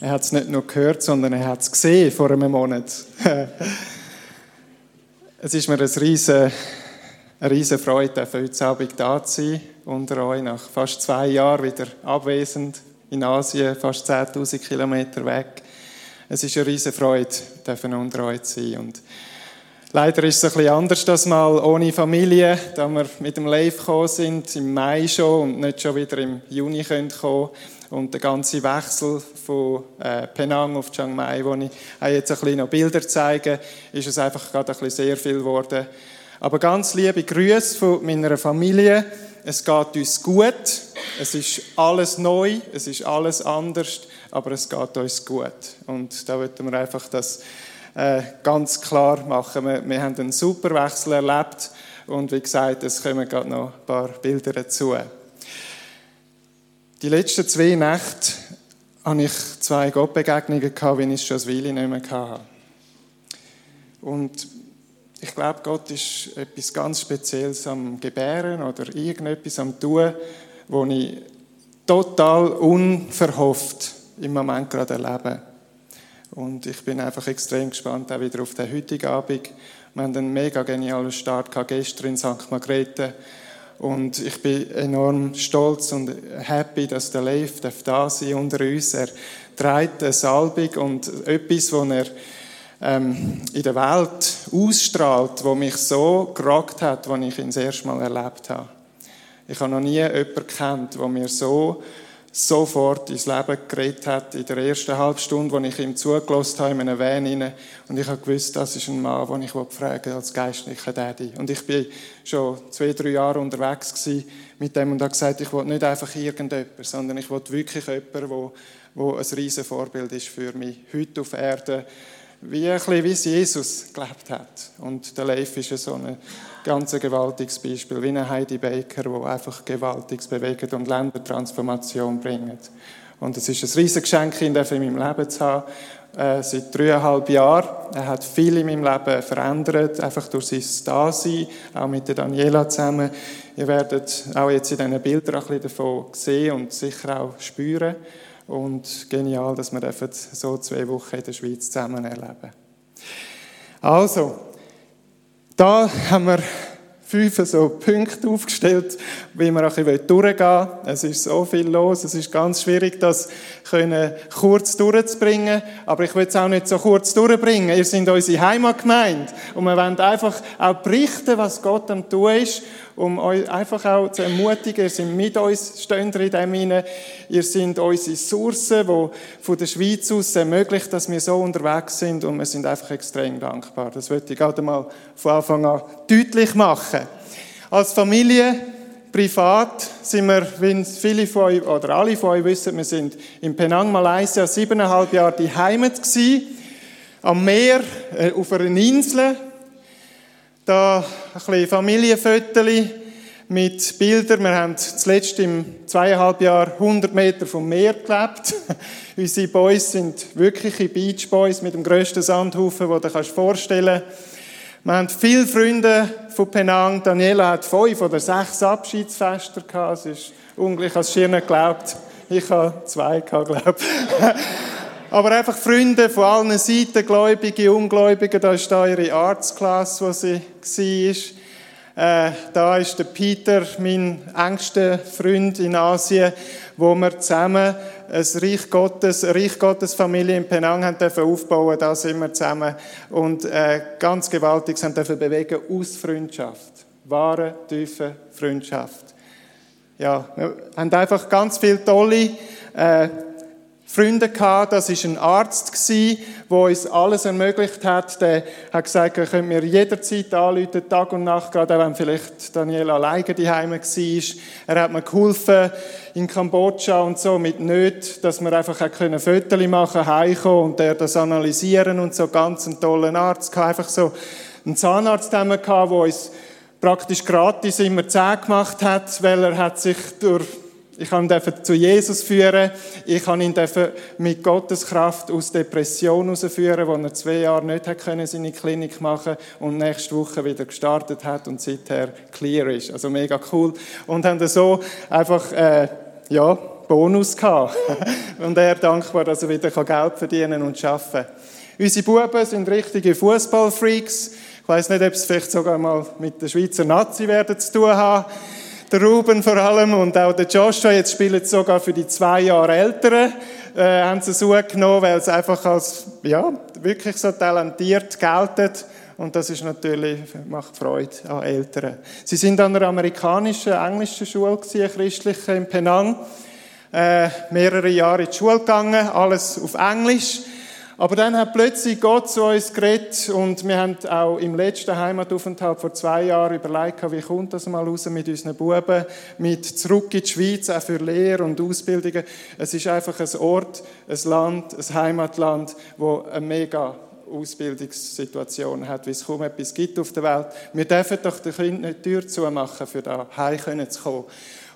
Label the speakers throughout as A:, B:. A: Er hat es nicht nur gehört, sondern er hat es gesehen vor einem Monat. es ist mir ein riesen, eine riesen Freude, für heute Abend da zu sein, unter euch nach fast zwei Jahren wieder abwesend in Asien, fast 10.000 Kilometer weg. Es ist eine riesen Freude, dürfen unter euch zu sein. Und leider ist es ein bisschen anders das Mal ohne Familie, da wir mit dem Live gekommen sind, im Mai schon und nicht schon wieder im Juni können kommen und der ganze Wechsel von äh, Penang auf Chiang Mai, wo ich auch jetzt ein bisschen noch Bilder zeige, ist es einfach gerade ein bisschen sehr viel geworden. Aber ganz liebe Grüße von meiner Familie. Es geht uns gut. Es ist alles neu, es ist alles anders, aber es geht uns gut. Und da wollten wir einfach das äh, ganz klar machen. Wir, wir haben einen super Wechsel erlebt und wie gesagt, es kommen gerade noch ein paar Bilder dazu. Die letzten zwei Nächte hatte ich zwei Gottbegegnungen, wie ich es schon eine Weile nicht mehr hatte. Und ich glaube, Gott ist etwas ganz Spezielles am Gebären oder irgendetwas am Tun, wo ich total unverhofft im Moment gerade erlebe. Und ich bin einfach extrem gespannt, auch wieder auf den heutigen Abend. Wir hatten einen mega genialen Start gestern in St. Margrethe. Und ich bin enorm stolz und happy, dass der Leif da sein unter uns. Er trägt eine Salbung und etwas, was er ähm, in der Welt ausstrahlt, wo mich so gerockt hat, als ich ihn das erste Mal erlebt habe. Ich habe noch nie jemanden kennt, der mir so sofort ins Leben geredet hat, in der ersten halben Stunde, als ich ihm zugelassen habe, in einem Van rein. Und ich habe gewusst, das ist ein Mann, den ich fragen als geistlicher Daddy. Und ich bin schon zwei, drei Jahre unterwegs gewesen mit dem und habe gesagt, ich will nicht einfach irgendjemand, sondern ich will wirklich jemanden, wo, wo ein riesen Vorbild ist für mich, heute auf Erden, wie ein bisschen, wie es Jesus gelebt hat. Und der Leif ist so ein ganz gewaltiges Beispiel, wie eine Heidi Baker, wo einfach Gewaltiges bewegt und Ländertransformation bringt. Und es ist ein riesiges Geschenk, ihn in meinem Leben zu haben. Äh, seit dreieinhalb Jahren. Er hat viel in meinem Leben verändert, einfach durch sein Dasein, auch mit der Daniela zusammen. Ihr werdet auch jetzt in diesen Bildern ein bisschen davon sehen und sicher auch spüren. Und genial, dass wir so zwei Wochen in der Schweiz zusammen erleben. Also, da haben wir fünf so Punkte aufgestellt, wie wir ein bisschen durchgehen wollen. Es ist so viel los, es ist ganz schwierig, das können kurz durchzubringen. Aber ich will es auch nicht so kurz durchbringen. Ihr seid unsere Heimatgemeinde und wir wollen einfach auch berichten, was Gott am tun ist um euch einfach auch zu ermutigen. Ihr seid mit uns, stehen in dem hinein. Ihr seid unsere Sourcen, die von der Schweiz aus ermöglicht, dass wir so unterwegs sind und wir sind einfach extrem dankbar. Das wollte ich gerade mal von Anfang an deutlich machen. Als Familie, privat, sind wir, wie viele von euch, oder alle von euch wissen, wir sind in Penang, Malaysia, siebeneinhalb Jahre die Heimat gewesen. Am Meer, äh, auf einer Insel, da ein bisschen Familienfotos mit Bildern. Wir haben zuletzt im zweieinhalb Jahr 100 Meter vom Meer gelebt. Unsere Boys sind wirkliche Beach Boys mit dem grössten Sandhaufen, den du dir vorstellen kannst. Wir haben viele Freunde von Penang. Daniela hat fünf oder sechs Abschiedsfester gehabt. Es ist unglaublich, als schier nicht geglaubt. Ich habe zwei gehabt, glaube Aber einfach Freunde von allen Seiten, Gläubige, Ungläubige, da ist da ihre Arztklasse, wo sie war. Äh, da ist der Peter, mein engster Freund in Asien, wo wir zusammen ein Reich Gottes, eine Reich Gottes Familie in Penang haben dürfen aufbauen, da sind wir zusammen. Und äh, ganz gewaltig haben dürfen bewegen aus Freundschaft. Wahre, tiefe Freundschaft. Ja, wir haben einfach ganz viele tolle, äh, Freunde gehabt. Das ist ein Arzt gsi, wo uns alles ermöglicht hat. Der hat gesagt, ihr könnt mir jederzeit anrufen, Tag und Nacht, gerade auch wenn vielleicht Daniel alleine daheim war. Er hat mir geholfen in Kambodscha und so mit Nöten, dass wir einfach auch können Fotos machen, heimkommen und der das analysieren und so ganz einen tollen Arzt gehabt. Einfach so einen Zahnarzt haben wir gehabt, der uns praktisch gratis immer Zähne gemacht hat, weil er hat sich durch ich kann ihn zu Jesus führen. Ich kann ihn mit Gottes Kraft aus Depression herausführen, wo er zwei Jahre nicht hat können, seine Klinik machen und nächste Woche wieder gestartet hat und seither clear ist. Also mega cool. Und haben so einfach, äh, ja, Bonus gehabt. und er dankbar, dass er wieder Geld verdienen und arbeiten kann. Unsere Buben sind richtige Fußballfreaks. Ich weiß nicht, ob es vielleicht sogar mal mit der Schweizer Nazi werden zu tun haben. Der Ruben vor allem und auch der Joshua, jetzt spielen sie sogar für die zwei Jahre Älteren, äh, haben sie so genommen, weil sie einfach als, ja, wirklich so talentiert gelten. Und das ist natürlich, macht Freude an Eltern. Sie sind an einer amerikanischen, englischen Schule gewesen, christlichen in Penang, äh, mehrere Jahre in die Schule gegangen, alles auf Englisch. Aber dann hat plötzlich Gott zu uns geredet und wir haben auch im letzten Heimataufenthalt vor zwei Jahren überlegt, wie kommt das mal raus mit unseren Buben, mit zurück in die Schweiz, auch für Lehre und Ausbildungen. Es ist einfach ein Ort, ein Land, ein Heimatland, wo eine mega Ausbildungssituation hat, wie es kaum etwas gibt auf der Welt. Wir dürfen doch den Kindern nicht die Tür zumachen, für da heim zu kommen.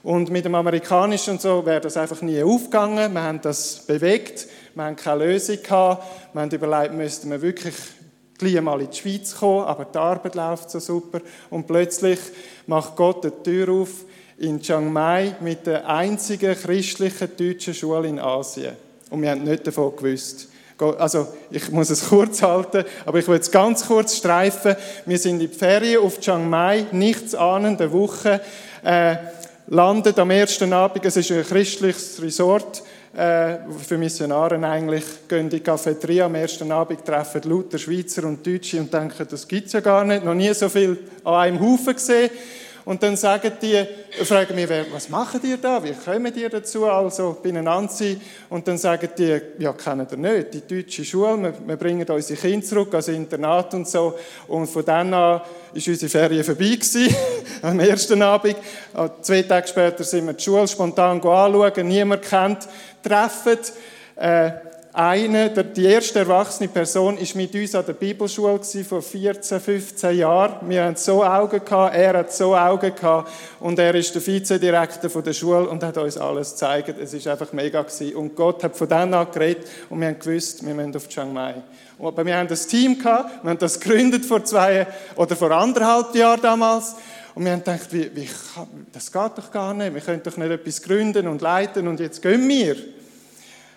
A: Und mit dem Amerikanischen und so wäre das einfach nie aufgegangen. Wir haben das bewegt. Wir haben keine Lösung gehabt. Wir haben überlegt, müssten wir wirklich gleich mal in die Schweiz kommen, aber die Arbeit läuft so super. Und plötzlich macht Gott die Tür auf in Chiang Mai mit der einzigen christlichen deutschen Schule in Asien. Und wir haben nicht davon gewusst. Also, ich muss es kurz halten, aber ich will es ganz kurz streifen. Wir sind in die Ferien auf Chiang Mai, nichts ahnende Woche, äh, landet am ersten Abend, es ist ein christliches Resort, Äh, für Missionare eigentlich, gehen in die Cafeteria am ersten Abend, treffen lauter Schweizer und Deutsche und denken, das gibt's ja gar nicht, noch nie so viel an einem Haufen gesehen. Und dann sagen die, fragen mich, was machen ihr da? Wie kommen ihr dazu? Also, beieinander sein. Und dann sagen die, ja, kennen ihr nicht, die deutsche Schule, wir, wir bringen unsere Kinder zurück, also Internat und so. Und von dann an ist unsere Ferien vorbei gewesen, am ersten Abend. Äh, Zwei Tage später sind wir die Schule spontan anschauen, niemand kennt, treffen, äh, eine, die erste erwachsene Person ist mit uns an der Bibelschule gewesen, vor 14, 15 Jahren. Wir hatten so Augen gehabt, er hat so Augen gehabt und er ist der Vizedirektor von der Schule und hat uns alles gezeigt. Es ist einfach mega gewesen. Und Gott hat von dann an geredet und wir haben gewusst, wir müssen auf Chiang Mai. Aber wir haben das Team gehabt, wir haben das gegründet vor zwei oder vor anderthalb Jahren damals. Und wir haben gedacht, wie, wie, das geht doch gar nicht. Wir können doch nicht etwas gründen und leiten und jetzt gehen wir.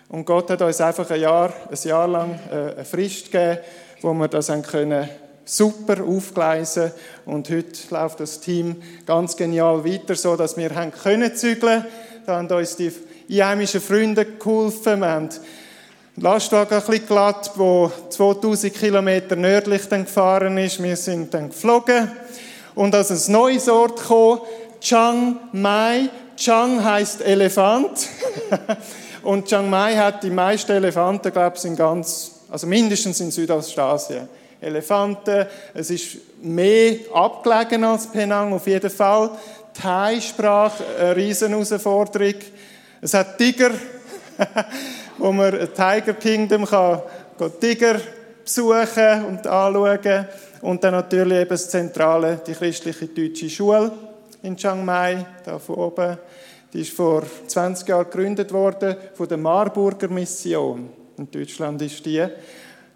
A: Und Gott hat uns einfach ein Jahr, ein Jahr lang äh, eine Frist gegeben, wo wir das haben können super aufgleisen und heute läuft das Team ganz genial weiter, so dass wir haben können zügeln. Da haben uns die einheimischen Freunde geholfen. Wir haben den Lastwagen ein bisschen glatt, wo 2000 Kilometer nördlich dann gefahren ist. Wir sind dann geflogen und als ein neues Ort kam, Chiang Mai. Chiang heißt Elefant. Und Chiang Mai hat die meisten Elefanten, glaube ich, in ganz, also mindestens in Südostasien. Elefanten, es ist mehr abgelegen als Penang, auf jeden Fall. Thai-Sprache, eine riesen Herausforderung. Es hat Tiger, wo man Tiger Kingdom kann, kann Tiger besuchen und anschauen. Und dann natürlich eben das Zentrale, die christliche deutsche Schule in Chiang Mai, da von oben. Die ist vor 20 Jahren gegründet worden von der Marburger Mission. In Deutschland ist die.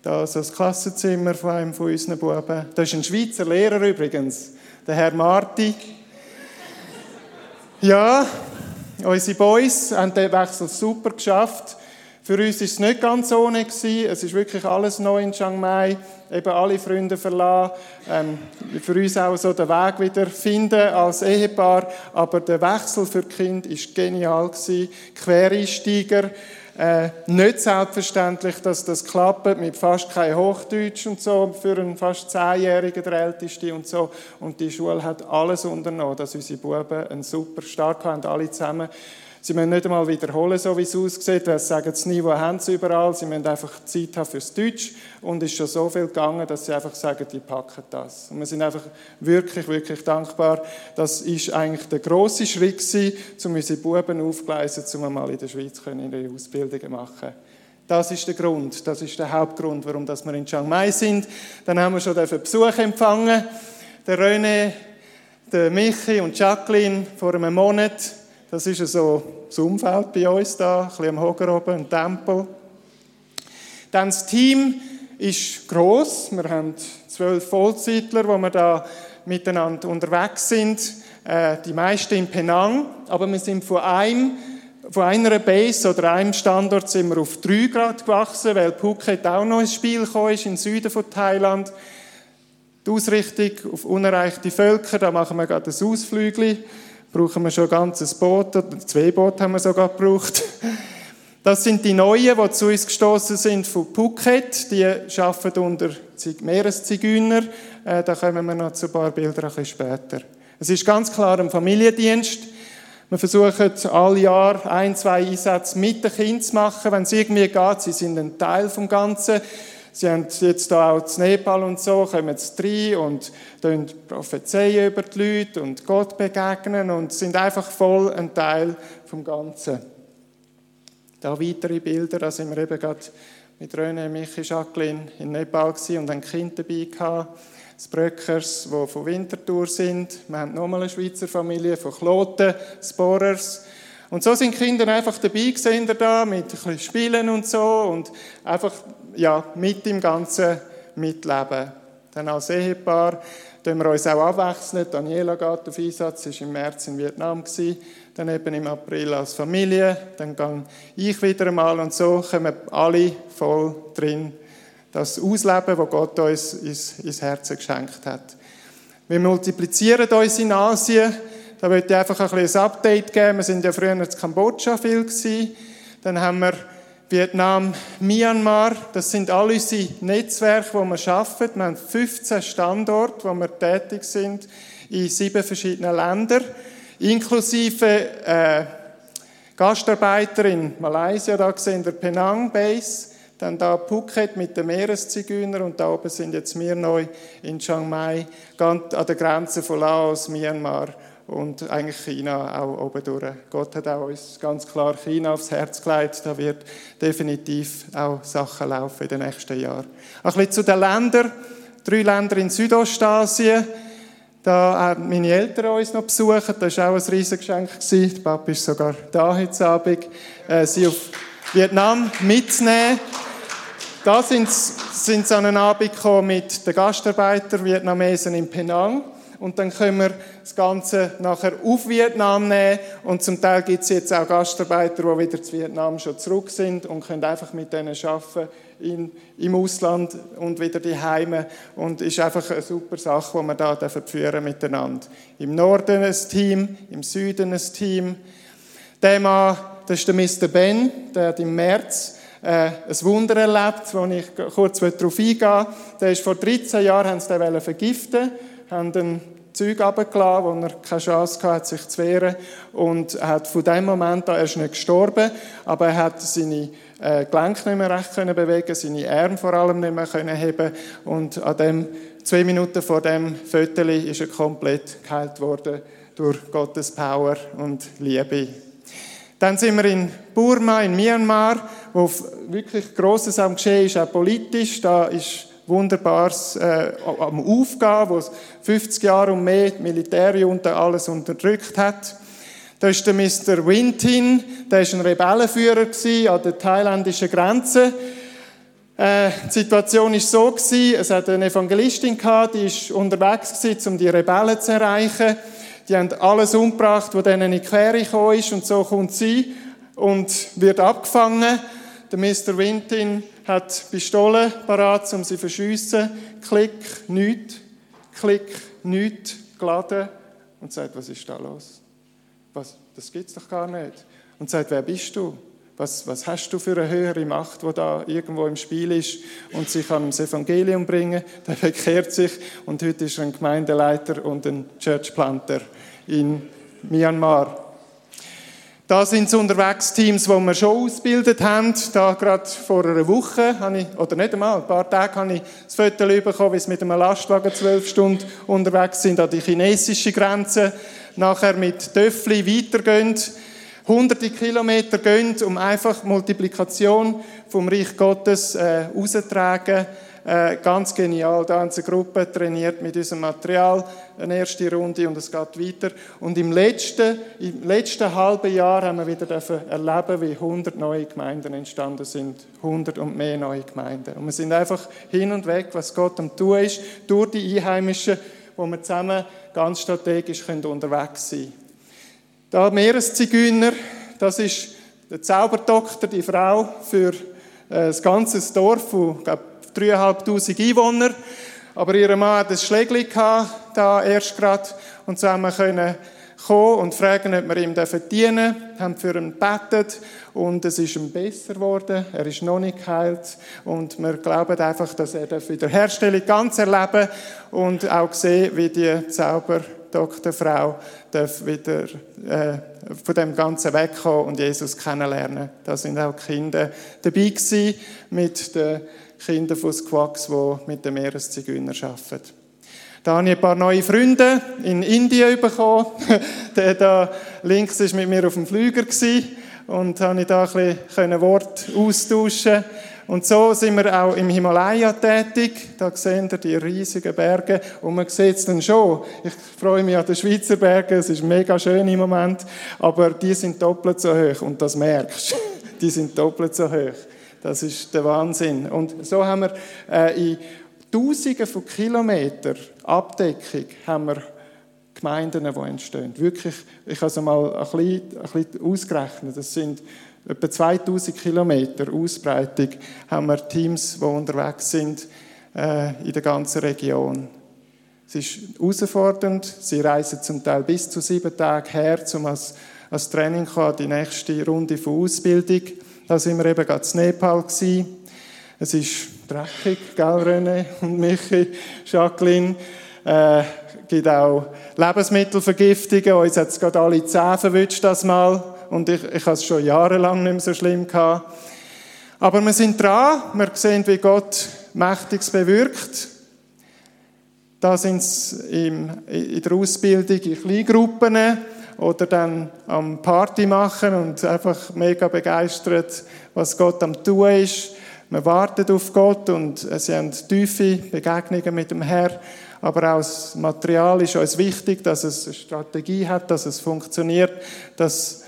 A: Da ist das Klassenzimmer von einem von unseren Buben. Da ist ein Schweizer Lehrer übrigens, der Herr Marti. Ja, unsere Boys haben den Wechsel super geschafft. Für uns war es nicht ganz ohne. Gewesen. Es ist wirklich alles neu in Chiang Mai. Eben alle Freunde verlassen. Ähm, für uns auch so den Weg wieder finden als Ehepaar. Aber der Wechsel für Kind ist genial. Gewesen. Quereinsteiger. Äh, nicht selbstverständlich, dass das klappt mit fast kein Hochdeutsch und so, für einen fast Zehnjährigen, der Älteste und so. Und die Schule hat alles unternommen, dass unsere Buben einen super Start haben, alle zusammen. Sie müssen nicht einmal wiederholen, so wie es aussieht, weil sie sagen, das Niveau haben sie überall. Sie müssen einfach Zeit haben fürs Deutsch. Und es ist schon so viel gegangen, dass sie einfach sagen, die packen das. Und wir sind einfach wirklich, wirklich dankbar. Das ist eigentlich der grosse Schritt gewesen, um unsere Buben aufgleisen, um einmal in der Schweiz ihre Ausbildungen machen das ist der Grund, das ist der Hauptgrund, warum dass wir in Chiang Mai sind. Dann haben wir schon Besuch empfangen. Der René, der Michi und Jacqueline vor einem Monat. Das ist so das Umfeld bei uns da, ein bisschen am Hoger oben, ein Tempel. Dann das Team ist groß. Wir haben zwölf Vollzeitler, wo wir da miteinander unterwegs sind. Äh, die meisten in Penang, aber wir sind von einem Von einer Base oder einem Standort sind wir auf 3 Grad gewachsen, weil Phuket auch noch ins Spiel gekommen ist, im Süden von Thailand. Die Ausrichtung auf unerreichte Völker, da machen wir gerade ein Ausflügli. Brauchen wir schon ein ganzes Boot, oder zwei Boote haben wir sogar gebraucht. Das sind die Neuen, die zu uns gestoßen sind von Phuket. Die arbeiten unter Meereszigeuner. Äh, da kommen wir noch zu ein paar Bildern ein bisschen später. Es ist ganz klar ein Familiendienst. Wir versuchen all Jahr ein, zwei Einsätze mit den Kindern zu machen, wenn es irgendwie geht. Sie sind ein Teil vom Ganzen. Sie haben jetzt da auch zu Nepal und so, kommen jetzt rein und prophezeien über die Leute und Gott begegnen und sind einfach voll ein Teil vom Ganzen. Da weitere Bilder, da sind wir eben gerade mit Röne, Michi, Jacqueline in Nepal und ein Kind dabei gehabt. Das Bröckers, die von Winterthur sind. Wir haben nochmal eine Schweizer Familie von Kloten, Sporers. Und so sind die Kinder einfach dabei gesehen da, mit ein bisschen Spielen und so und einfach, ja, mit im Ganzen mitleben. Dann als Ehepaar tun wir uns auch abwechseln. Daniela geht auf Einsatz, ist im März in Vietnam gewesen. Dann eben im April als Familie. Dann gehe ich wieder mal und so kommen alle voll drin. Das Ausleben, das Gott uns ins, ins Herz geschenkt hat. Wir multiplizieren uns in Asien. Da wollte ich einfach ein kleines Update geben. Wir sind ja früher in Kambodscha viel gewesen. Dann haben wir Vietnam, Myanmar. Das sind all unsere Netzwerke, wo wir arbeiten. Wir haben 15 Standorte, wo wir tätig sind, in sieben verschiedenen Ländern. Inklusive äh, Gastarbeiter in Malaysia, da sehen wir Penang Base. Dann da Phuket mit den Meereszigeunern und da oben sind jetzt wir neu in Chiang Mai, ganz an der Grenze von Laos, Myanmar und eigentlich China auch oben durch. Gott hat auch uns ganz klar China aufs Herz gelegt. Da wird definitiv auch Sachen laufen in den nächsten Jahren. Ein bisschen zu den Ländern. Drei Länder in Südostasien. Da haben meine Eltern uns noch besucht. Das war auch ein Riesengeschenk. gewesen. Der Papa ist sogar da heute Abend. Äh, sie auf Vietnam mitzunehmen. Da sind sie an einen Abend gekommen mit den Gastarbeitern, Vietnamesen in Penang und dann können wir das Ganze nachher auf Vietnam nehmen und zum Teil gibt es jetzt auch Gastarbeiter, die wieder zu Vietnam schon zurück sind und können einfach mit denen arbeiten in, im Ausland und wieder die Heime und ist einfach eine super Sache, die wir da führen miteinander. Im Norden ein Team, im Süden ein Team. Der Mann, das ist der Mr. Ben, der hat im März äh, ein Wunder erlebt, wo ich kurz darauf eingehen Der ist vor 13 Jahren, haben sie den vergiften haben ein Zeug runtergelassen, wo er keine Chance hatte, sich zu wehren. Und hat von dem Moment an, er ist nicht gestorben, aber er hat seine äh, Gelenke nicht mehr recht können bewegen, seine Arme vor allem nicht mehr können heben. Und an dem, zwei Minuten vor dem Föteli ist er komplett geheilt worden durch Gottes Power und Liebe. Dann sind wir in Burma, in Myanmar, wo wirklich Grosses am Geschehen ist, auch politisch. Da ist Wunderbares äh, am Aufgehen, wo es 50 Jahre und mehr die Militär und alles unterdrückt hat. Da ist der Mr. Wintin, der ist ein Rebellenführer an der thailändischen Grenze. Äh, die Situation ist so gewesen, es hat eine Evangelistin gehabt, die ist unterwegs gewesen, um die Rebellen zu erreichen. Die haben alles umgebracht, was denen in die Quere gekommen ist und so kommt sie und wird abgefangen. Der Mr. Wintin hat Pistolen parat, um sie zu verschiessen. Klick, nichts. Klick, nichts. Geladen. Und sagt, was ist da los? Was, das gibt's doch gar nicht. Und sagt, wer bist du? Was, was hast du für eine höhere Macht, die da irgendwo im Spiel ist und sich an das Evangelium bringen? Der bekehrt sich und heute ist er ein Gemeindeleiter und ein Churchplanter in Myanmar. Da sind so unterwegs Teams, die wir schon ausgebildet haben. Da gerade vor einer Woche, habe ich, oder nicht einmal, ein paar Tage, habe ich das Foto bekommen, wie sie mit einem Lastwagen zwölf Stunden unterwegs sind an die chinesische Grenze. Nachher mit Töffli weitergehen, hunderte Kilometer gehen, um einfach Multiplikation vom Reich Gottes äh, rauszutragen. Äh, ganz genial. Da haben sie eine Gruppe trainiert mit unserem Material, eine erste Runde und es geht weiter. Und im letzten, im letzten halben Jahr haben wir wieder dürfen erleben, wie 100 neue Gemeinden entstanden sind. 100 und mehr neue Gemeinden. Und wir sind einfach hin und weg, was Gott am Tun ist, durch die Einheimischen, wo wir zusammen ganz strategisch können unterwegs sein können. Da Meereszigeuner, das ist der Zauberdoktor, die Frau für äh, das ganze Dorf von glaub, 3'500 Einwohnern. Aber ihr Mann hat ein Schlägli gehabt, da erst gerade. Und so haben wir können kommen und fragen, ob wir ihm dienen dürfen. Haben für ihn gebetet und es ist ihm besser geworden. Er ist noch nicht geheilt. Und wir glauben einfach, dass er die Wiederherstellung ganz erleben darf und auch sehen, wie die Zauberdoktorfrau darf wieder äh, von dem Ganzen wegkommen und Jesus kennenlernen. Da sind auch Kinder dabei gewesen mit den Kindern von Squawks, die mit den Meereszigeunern arbeiten. Da habe ich ein paar neue Freunde in Indien bekommen. Der da links war mit mir auf dem Flüger und habe ich da ein bisschen Wort austauschen und so sind wir auch im Himalaya tätig. Da sehen ihr die riesigen Berge und man sieht es dann schon. Ich freue mich an den Schweizer Bergen, es ist mega schön im Moment, aber die sind doppelt so hoch und das merkst. Die sind doppelt so hoch. Das ist der Wahnsinn. Und so haben wir äh, in Tausenden von Kilometern Abdeckung haben wir Gemeinden, die entstehen. Wirklich, ich habe es mal ein bisschen, ein bisschen ausgerechnet. Das sind etwa 2000 Kilometer Ausbreitung haben wir Teams, die unterwegs sind äh, in der ganzen Region. Es ist herausfordernd. Sie reisen zum Teil bis zu sieben Tage her, um als, als Training zu kommen, die nächste Runde von Ausbildung. Da sind wir eben gerade in Nepal gewesen. Es ist dreckig, gell, René und Michi, Jacqueline. Äh, gibt auch Lebensmittelvergiftungen. Uns hat es gerade alle zehn verwünscht, das mal. Und ich, ich habe es schon jahrelang nicht mehr so schlimm gehabt. Aber wir sind dran. Wir sehen, wie Gott Mächtiges bewirkt. Da sind sie in der Ausbildung in Kleingruppen oder dann am Party machen und einfach mega begeistert, was Gott am tun ist. Wir warten auf Gott und sie haben tiefe Begegnungen mit dem Herrn. Aber auch das Material ist uns wichtig, dass es eine Strategie hat, dass es funktioniert, dass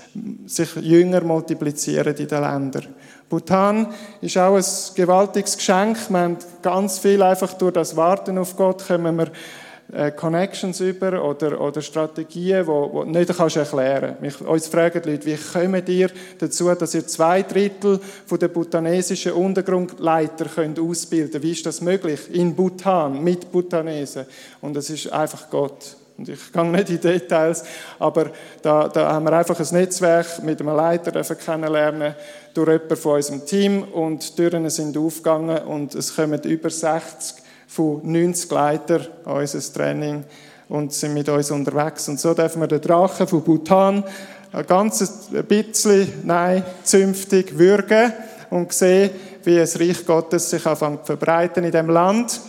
A: sich Jünger multiplizieren in den Ländern. Bhutan ist auch ein gewaltiges Geschenk. Wir haben ganz viel einfach durch das Warten auf Gott können wir äh, Connections über oder, oder Strategien, die, die nicht kannst erklären kannst. Uns fragen die Leute, wie kommen ihr dazu, dass ihr zwei Drittel von der bhutanesischen Untergrundleiter könnt ausbilden könnt? Wie ist das möglich? In Bhutan, mit Bhutanesen. Und es ist einfach Gott. Und ich gehe nicht in Details, aber da, da haben wir einfach ein Netzwerk mit einem Leiter kennenlernen durch jemanden von unserem Team und die Türen sind aufgegangen und es kommen über 60 von 90 Leitern an unser Training und sind mit uns unterwegs. Und so dürfen wir den Drachen von Bhutan ein ganzes bisschen, nein, zünftig würgen und sehen, wie das Reich Gottes sich anfängt zu verbreiten in dem Land.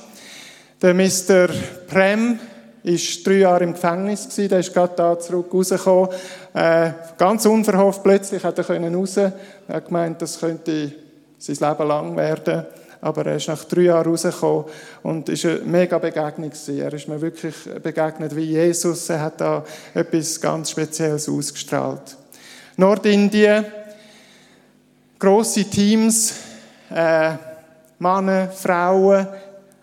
A: Der Mr. Prem ist drei Jahre im Gefängnis gewesen, der ist gerade da zurück rausgekommen. Äh, ganz unverhofft plötzlich hat er können raus. Er hat gemeint, das könnte sein Leben lang werden aber er ist nach drei Jahren rausgekommen und ist eine mega Begegnung gewesen. Er ist mir wirklich begegnet wie Jesus. Er hat da etwas ganz Spezielles ausgestrahlt. Nordindien, große Teams, äh, Männer, Frauen,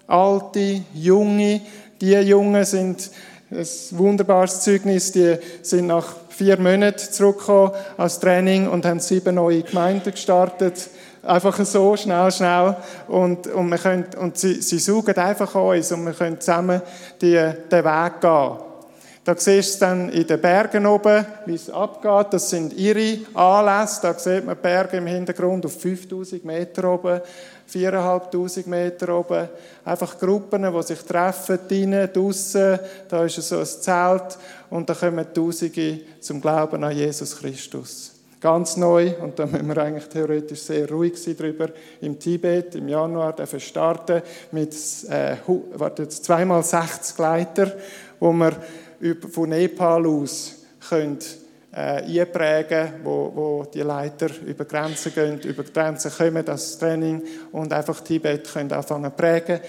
A: Alte, Junge. Die Jungen sind ein wunderbares Zeugnis. Die sind nach vier Monaten zurückgekommen als Training und haben sieben neue Gemeinden gestartet einfach so, schnell, schnell. Und, und, wir können, und sie, sie saugen einfach uns und wir können zusammen die, den Weg gehen. Da siehst du dann in den Bergen oben, wie es abgeht. Das sind ihre Anlässe. Da sieht man Berge im Hintergrund auf 5000 Meter oben, 4500 Meter oben. Einfach Gruppen, die sich treffen, drinnen, draussen. Da ist so ein Zelt. Und da kommen Tausende zum Glauben an Jesus Christus ganz neu, und da müssen wir eigentlich theoretisch sehr ruhig sein drüber, im Tibet im Januar dürfen starten mit äh, warte, zweimal 60 Leiter, wo wir von Nepal aus können, äh, einprägen wo, wo die Leiter über Grenzen gehen, über Grenzen kommen, das Training, und einfach Tibet können anfangen zu prägen.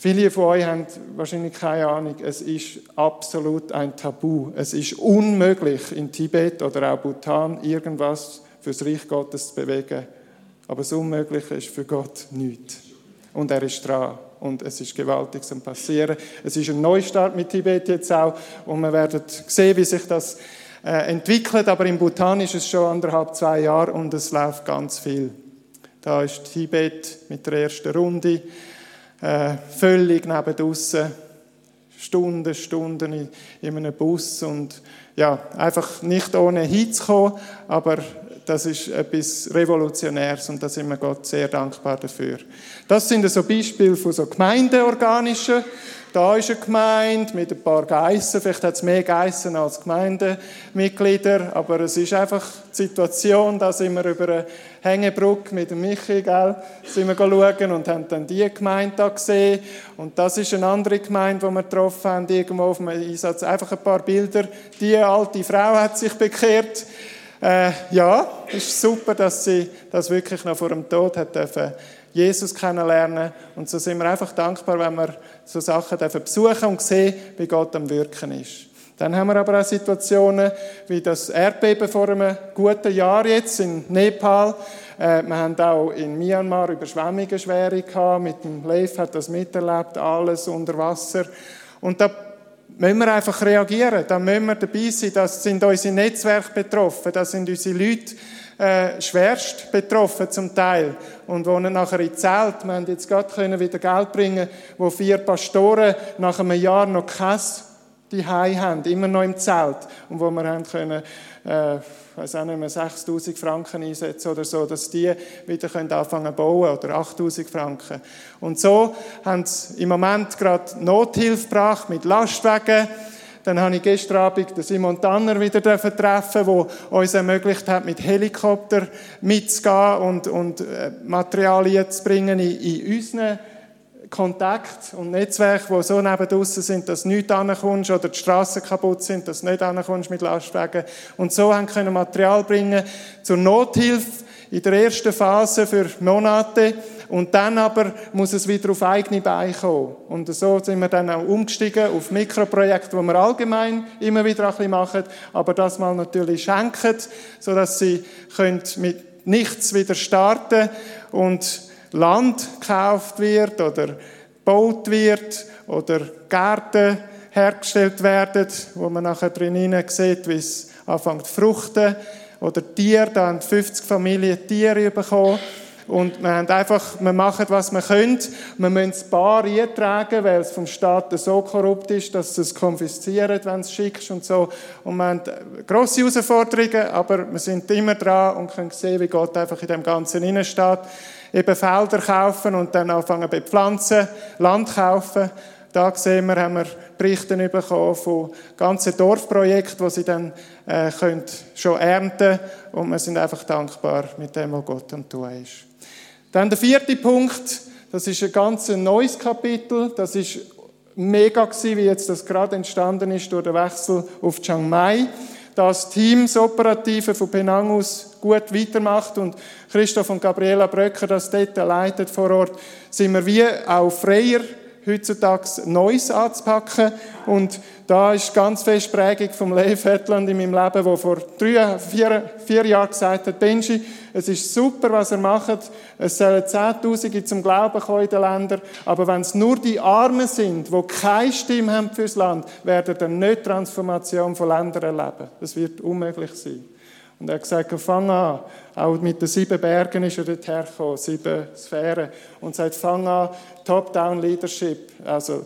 A: Viele von euch haben wahrscheinlich keine Ahnung, es ist absolut ein Tabu. Es ist unmöglich, in Tibet oder auch Bhutan irgendwas fürs Reich Gottes zu bewegen. Aber das Unmögliche ist für Gott nichts. Und er ist dran. Und es ist gewaltig am Passieren. Es ist ein Neustart mit Tibet jetzt auch. Und wir werden sehen, wie sich das äh, entwickelt, aber in Bhutan ist es schon anderthalb, zwei Jahre und es läuft ganz viel. Da ist Tibet mit der ersten Runde äh, völlig neben draussen. Stunden, Stunden in, in einem Bus und ja, einfach nicht ohne hinzukommen, aber das ist etwas Revolutionäres und da sind wir Gott sehr dankbar dafür. Das sind so Beispiele von so Gemeindeorganischen. Da ist eine Gemeinde mit ein paar Geissen. Vielleicht hat es mehr Geissen als Gemeindemitglieder, aber es ist einfach die Situation, da sind wir über eine Hängebrücke mit dem Michi, gell, sind wir schauen und haben dann die Gemeinde da gesehen. Und das ist eine andere Gemeinde, die wir getroffen haben, irgendwo auf dem Einsatz. Einfach ein paar Bilder. Die alte Frau hat sich bekehrt. Äh, ja, es ist super, dass sie das wirklich noch vor dem Tod hat dürfen, Jesus kennenlernen. Und so sind wir einfach dankbar, wenn wir so Sachen dürfen besuchen und sehen, wie Gott am Wirken ist. Dann haben wir aber auch Situationen wie das Erdbeben vor einem guten Jahr jetzt in Nepal. Äh, wir haben auch in Myanmar Überschwemmungen schwere gehabt. Mit dem Leif hat das miterlebt, alles unter Wasser. Und da müssen wir einfach reagieren. Da müssen wir dabei sein. Das sind unsere Netzwerke betroffen. Das sind unsere Leute äh, schwerst betroffen zum Teil. Und wohnen nachher in Zelt. Wir haben jetzt gerade können wieder Geld bringen wo vier Pastoren nach einem Jahr noch Kass die haben, immer noch im Zelt. Und wo wir haben können, äh, weiß auch nicht mehr, 6000 Franken einsetzen oder so, dass die wieder können anfangen bauen oder 8000 Franken. Und so haben sie im Moment gerade Nothilfe gebracht mit Lastwagen. Dann habe ich gestern Abend den Simon Tanner wieder treffen der uns ermöglicht hat, mit Helikopter mitzugehen und, und äh, Materialien zu bringen in, in unseren Kontakt und Netzwerke, die so neben draussen sind, dass du nicht ankommst oder die Straßen kaputt sind, dass du nicht ankommst mit Lastwagen. Und so haben können Material bringen zur Nothilfe in der ersten Phase für Monate. Und dann aber muss es wieder auf eigene Beine kommen. Und so sind wir dann auch umgestiegen auf Mikroprojekte, die wir allgemein immer wieder ein bisschen machen, aber das mal natürlich schenken, sodass sie können mit nichts wieder starten und Land gekauft wird oder gebaut wird oder Gärten hergestellt werden, wo man nachher drinnen sieht, wie es anfängt zu fruchten. Oder Tiere, da haben 50 Familien Tiere bekommen. Und wir haben einfach, wir machen, was wir können. Wir müssen das Paar eintragen, weil es vom Staat so korrupt ist, dass sie es konfiszieren, wenn es schickst und so. Und wir haben grosse Herausforderungen, aber wir sind immer dran und können sehen, wie Gott einfach in dem Ganzen innensteht. Eben Felder kaufen und dann anfangen bei Pflanzen, Land kaufen. Da sehen wir, haben wir Berichte bekommen von ganzen Dorfprojekten, die sie dann äh, können schon ernten können. Und wir sind einfach dankbar mit dem, was Gott am Tun ist. Dann der vierte Punkt, das ist ein ganz neues Kapitel. Das ist mega gewesen, wie jetzt das gerade entstanden ist durch den Wechsel auf Chiang Mai. Dass Teams Operative von Penang aus gut weitermacht und Christoph und Gabriela Bröcker das dort leitet vor Ort, sind wir wie auch freier heutzutage Neues anzupacken. Und da ist ganz fest Prägung vom Leif Hetland in meinem Leben, der vor drei, vier, vier Jahren gesagt hat, Benji, es ist super, was ihr macht. Es sollen Zehntausende zum Glauben kommen in den Ländern. Aber wenn es nur die Armen sind, die keine Stimme haben fürs Land, werden dann nicht Transformation von Ländern erleben. Das wird unmöglich sein. Und er hat gesagt, fang an. Auch mit den sieben Bergen ist er dort hergekommen, sieben Sphären. Und sagt, fang an, Top-Down-Leadership, also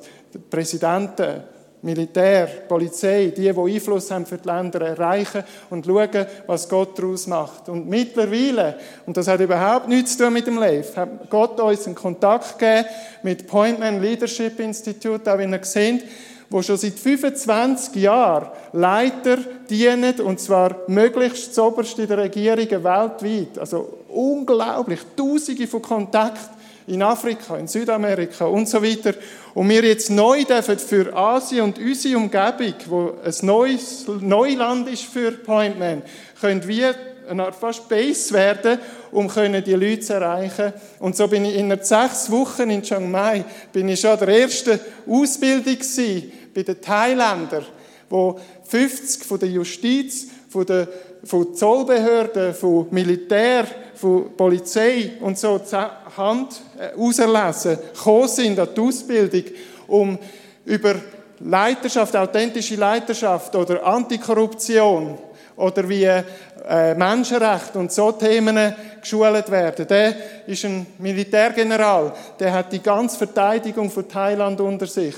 A: Präsidenten, Militär, Polizei, die, die Einfluss haben für die Länder, erreichen und schauen, was Gott daraus macht. Und mittlerweile, und das hat überhaupt nichts zu tun mit dem Live, hat Gott uns einen Kontakt gegeben mit Pointman Leadership Institute, auch wenn ihr seht, wo schon seit 25 Jahren Leiter dienen, und zwar möglichst zoberst in der Regierung weltweit. Also unglaublich, tausende von Kontakten in Afrika, in Südamerika und so weiter. Und wir jetzt neu dürfen für Asien und unsere Umgebung, wo ein neues Neuland ist für Pointman, können wir eine Art fast Base werden, um können die Leute zu erreichen. Und so bin ich in sechs Wochen in Chiang Mai, bin ich schon der erste Ausbildung gewesen, bei den Thailändern, wo 50 von der Justiz, von der von Zollbehörden, von Militär, von Polizei und so äh, zur Hand auserlesen, gekommen sind an die Ausbildung, um über Leiterschaft, authentische Leiterschaft oder Antikorruption oder wie äh, Menschenrecht und so Themen geschult werden. Der ist ein Militärgeneral, der hat die ganze Verteidigung von Thailand unter sich.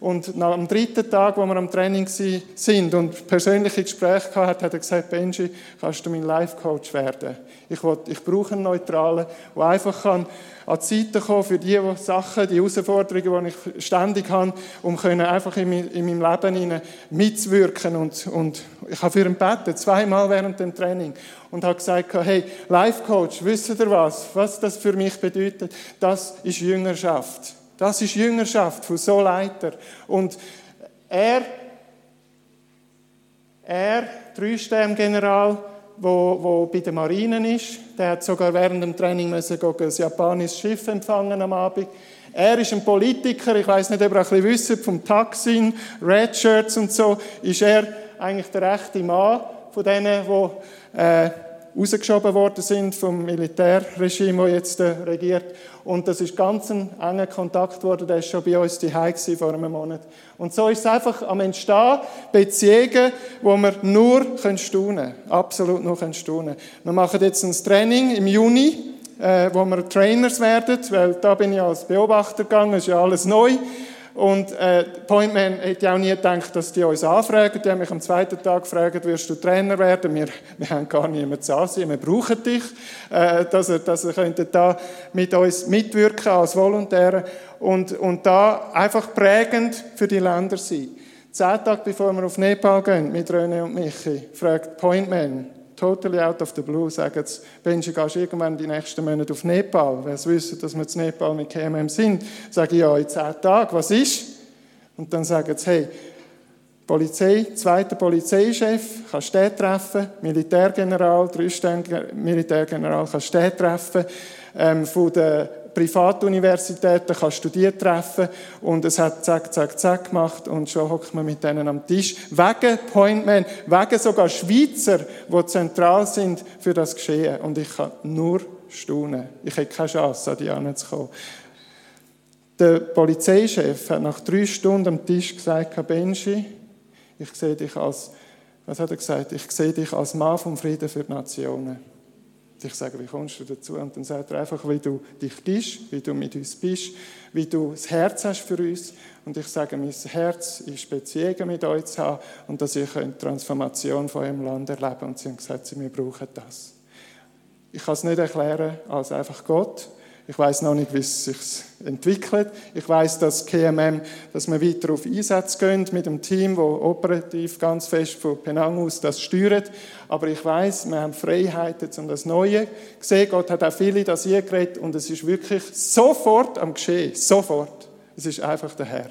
A: Und nach am dritten Tag, wo wir am Training gsi- sind und persönliche Gespräche gehabt hat, hat er gesagt, Benji, kannst du mein Life-Coach werden? Ich, will, ich brauche einen Neutralen, der einfach kann an die Seite kommen für die Sachen, die Herausforderungen, die ich ständig habe, um können einfach in, mein- in meinem Leben hinein mitzuwirken. Und, und ich habe für ihn beten, zweimal während dem Training. Und habe gesagt, hey, Life-Coach, wisst ihr was? Was das für mich bedeutet? Das ist Jüngerschaft. Das ist Jüngerschaft von so Leiter. Und er, er, Drei-Stern-General, wo, wo bei der Marine ist, der hat sogar während dem Training müssen gehen, ein japanisches Schiff empfangen am Abend. Er ist ein Politiker, ich weiß nicht, ob ihr ein bisschen wisst, vom Taksin, Red Shirts und so, ist er eigentlich der rechte Mann von denen, die äh, rausgeschoben worden sind vom Militärregime, das jetzt äh, regiert. Und das ist ganz ein enger Kontakt worden. Der war schon bei uns zu Hause vor einem Monat. Und so ist es einfach am Entstehen Beziehungen, wo wir nur können staunen Absolut nur können staunen Wir machen jetzt ein Training im Juni, äh, wo wir Trainers werden, weil da bin ich als Beobachter gegangen, ist ja alles neu. Und äh, Pointman hätte auch nie gedacht, dass die uns anfragen. Die haben mich am zweiten Tag gefragt, wirst du Trainer werden? Wir, wir haben gar niemanden zu ansehen, wir brauchen dich, äh, dass ihr, dass ihr könntet da mit uns mitwirken als Volontäre und, und da einfach prägend für die Länder sein. Zehn Tage bevor wir auf Nepal gehen, mit René und Michi, fragt Pointman, totally out of the blue, sagen sie, Benji, gehst du irgendwann die nächsten Monate auf Nepal? Wer es wissen, dass wir zu Nepal mit KMM sind, sage ich, ja, in zehn Tagen, was ist? Und dann sagen sie, hey, Polizei, zweiter Polizeichef, kannst du den treffen, Militärgeneral, drei Militärgeneral, kannst du den treffen, ähm, von den Privatuniversitäten kannst du die treffen und es hat zack, zack, zack gemacht und schon hockt man mit denen am Tisch, wegen Pointman, wegen sogar Schweizer, die zentral sind für das Geschehen und ich kann nur staunen, ich hätte keine Chance, an die heranzukommen. Der Polizeichef hat nach drei Stunden am Tisch gesagt, Benji, ich sehe dich als, was hat er gesagt? Ich sehe dich als Mann vom Frieden für die Nationen. Und ich sage, wie kommst du dazu? Und dann sagt er einfach, wie du dich gibst, wie du mit uns bist, wie du das Herz hast für uns. Und ich sage, mein Herz ist Beziehungen mit euch zu haben und dass ihr könnt die Transformation von eurem Land erleben könnt. Und sie haben gesagt, sie, wir brauchen das. Ich kann es nicht erklären als einfach Gott. Ich weiß noch nicht, wie es sich entwickelt. Ich weiß, dass KMM, dass wir weiter auf Einsatz gehen mit dem Team, wo operativ ganz fest von Penang aus das steuert. Aber ich weiß, wir haben Freiheiten um das Neue gesehen. Gott hat auch viele das eingeredet und es ist wirklich sofort am Geschehen. Sofort. Es ist einfach der Herr.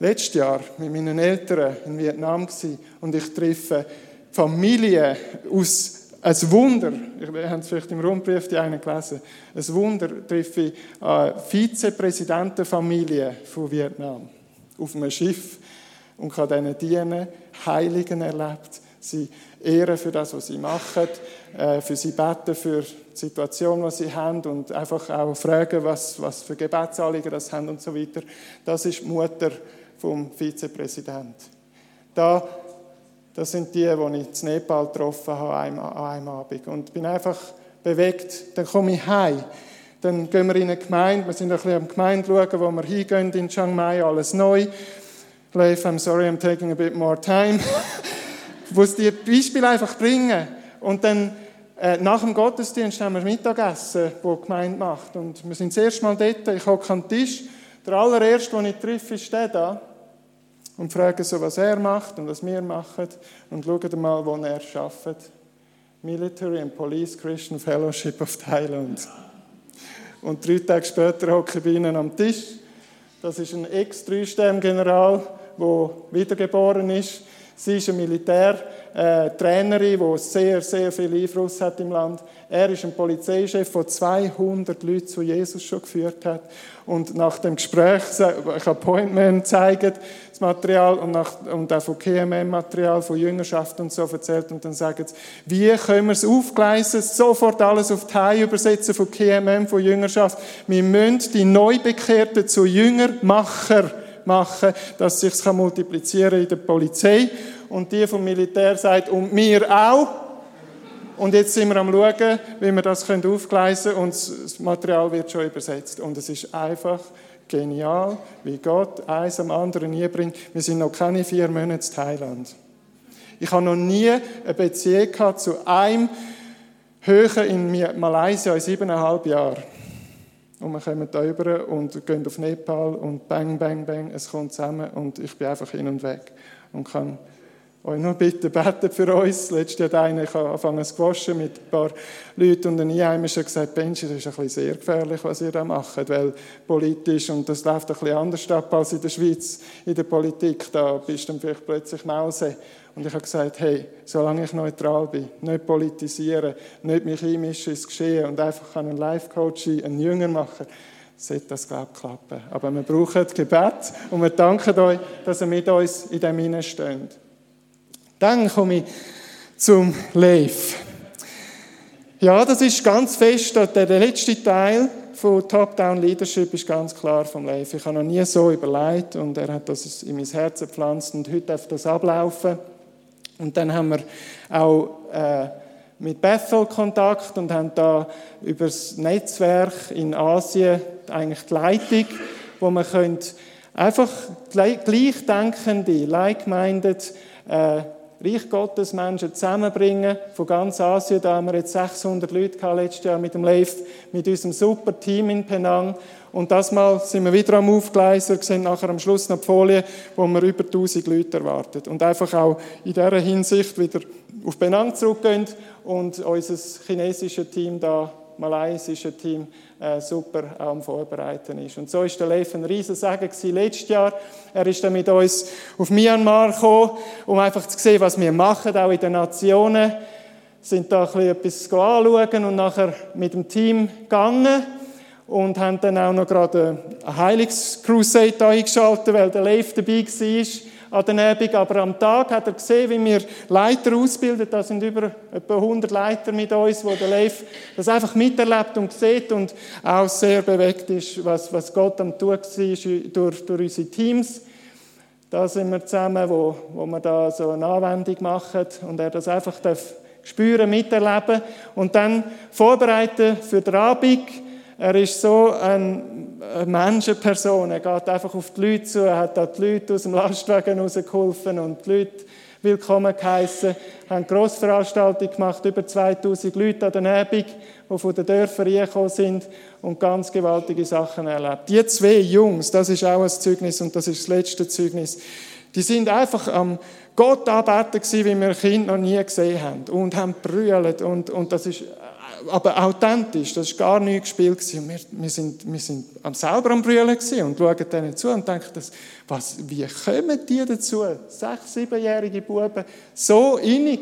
A: Letztes Jahr mit meinen Eltern in Vietnam gsi und ich treffe Familien aus ein Wunder, ich wir haben es vielleicht im Rundbrief die einen gelesen, ein Wunder treffe ich äh, Vizepräsidentenfamilien von Vietnam auf einem Schiff und kann denen dienen, Heiligen erlebt, sie ehren für das, was sie machen, äh, für sie beten, für die Situation, die sie haben und einfach auch fragen, was, was für Gebetsanliegen das haben und so weiter. Das ist die Mutter vom Vizepräsident. Da das sind die, die ich in Nepal getroffen habe an einem- an einem Abend. Und bin einfach bewegt. Dann komme ich heim. Dann gehen wir in eine Gemeinde. Wir sind ein bisschen am Gemeinde schauen, wo wir hingehen in Chiang Mai. Alles neu. Leif, I'm sorry, I'm taking a bit more time. wo sie die Beispiele einfach bringen. Und dann äh, nach dem Gottesdienst haben wir Mittagessen, wo die Gemeinde macht. Und wir sind das erste Mal dort. Ich hocke am Tisch. Der allererste, den ich treffe, ist der da und fragen so, was er macht und was wir machen und schauen mal, wo er arbeitet. Military and Police Christian Fellowship of Thailand. Und drei Tage später hocke ich bei ihnen am Tisch. Das ist ein Ex-3-Stern-General, der wiedergeboren ist. Sie ist eine Militärtrainerin, die sehr, sehr viel Einfluss hat im Land. Er ist ein Polizeichef, der 200 Leute zu Jesus schon geführt hat. Und nach dem Gespräch, sa- ich habe Pointman gezeigt, das Material, und, nach, und auch von KMM-Material, von Jüngerschaft und so erzählt. Und dann sagen sie, wie können wir es aufgleisen, sofort alles auf Thai übersetzen von KMM, von Jüngerschaft. Wir müssen die Neubekehrten zu Jüngermacher machen, dass es sich multiplizieren in der Polizei. Und die vom Militär sagt, und wir auch. Und jetzt sind wir am Schauen, wie wir das können aufgleisen können. Und das Material wird schon übersetzt. Und es ist einfach genial, wie Gott eins am anderen nie bringt. Wir sind noch keine vier Monate in Thailand. Ich habe noch nie eine Beziehung gehabt zu einem Höhe in Malaysia in siebeneinhalb Jahren. Und wir kommen da rüber und gehen auf Nepal und bang, bang, bang, es kommt zusammen und ich bin einfach hin und weg. Und kann euch nur bitten, beten für uns. Letztes Jahr hat einer, ich habe angefangen zu waschen mit ein paar Leuten und ein Einheimischer gesagt, Mensch, das ist ein bisschen sehr gefährlich, was ihr da macht, weil politisch, und das läuft ein bisschen anders ab als in der Schweiz, in der Politik, da bist du dann vielleicht plötzlich Mause. Und ich habe gesagt, hey, solange ich neutral bin, nicht politisieren, nicht mich einmischen ins Geschehen und einfach einen Life-Coach sein, einen Jünger machen, sollte das, glaube ich, klappen. Aber wir brauchen Gebet und wir danken euch, dass ihr mit uns in dem Innen steht. Dann komme ich zum Leif. Ja, das ist ganz fest, der letzte Teil von Top-Down Leadership ist ganz klar vom Leif. Ich habe noch nie so überlegt und er hat das in mein Herz gepflanzt und heute darf das ablaufen. Und dann haben wir auch äh, mit Bethel Kontakt und haben da über das Netzwerk in Asien eigentlich die Leitung, wo man könnt einfach gleichdenkende, like-minded äh, Reich Gottes Menschen zusammenbringen. Von ganz Asien, da haben wir jetzt 600 Leute gehabt, letztes Jahr mit dem Leif, mit unserem super Team in Penang. Und das Mal sind wir wieder am Aufgleiser, sehen nachher am Schluss noch die Folie, wo wir über 1000 Leute erwartet. Und einfach auch in dieser Hinsicht wieder auf Penang zurückgehen und unser chinesisches Team da, malaysische Team, äh, super am Vorbereiten ist. Und so ist der Leif ein riesen Segen gewesen letztes Jahr. Er ist dann mit uns auf Myanmar gekommen, um einfach zu sehen, was wir machen, auch in den Nationen. Sind da ein bisschen etwas anschauen und nachher mit dem Team gegangen und haben dann auch noch gerade eine Heiligscrusade eingeschaltet, weil der Leif dabei war an der Abend. Aber am Tag hat er gesehen, wie wir Leiter ausbilden. Da sind über etwa 100 Leiter mit uns, wo der Leif das einfach miterlebt und sieht und auch sehr bewegt ist, was, was Gott am Tun war durch, durch unsere Teams. Da sind wir zusammen, wo, wo wir da so eine Anwendung machen und er das einfach darf spüren, miterleben und dann vorbereiten für die Abend. Er ist so ein Menschenperson. Er geht einfach auf die Leute zu. Er hat auch die Leute aus dem Lastwagen rausgeholfen und die Leute willkommen geheissen. Haben Grossveranstaltungen gemacht, über 2000 Leute an der Nebig, die von den Dörfern hergekommen sind und ganz gewaltige Sachen erlebt. Die zwei Jungs, das ist auch ein Zeugnis und das ist das letzte Zeugnis. Die sind einfach am Gott anbeten gewesen, wie wir Kinder noch nie gesehen haben. Und haben brüllt und, und das ist aber authentisch, das war gar nicht gespielt. Gewesen. Wir, wir, sind, wir sind am selber am Brüllen und schauen denen zu und denken, dass, was, wie kommen die dazu? Sechs-, siebenjährige Buben, so innig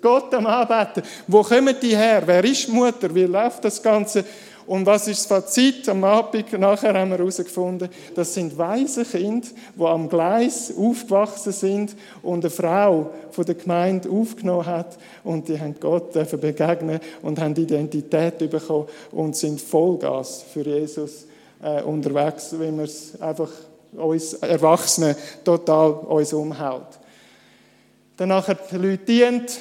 A: Gott am Anbeten. Wo kommen die her? Wer ist die Mutter? Wie läuft das Ganze? Und was ist das Fazit am Abend? Nachher haben wir herausgefunden, das sind weise Kinder, die am Gleis aufgewachsen sind und eine Frau von der Gemeinde aufgenommen hat. Und die haben Gott begegnen und haben Identität bekommen und sind Vollgas für Jesus äh, unterwegs, wie wir es einfach uns Erwachsenen total uns umhaut. Dann nachher die Leute dient,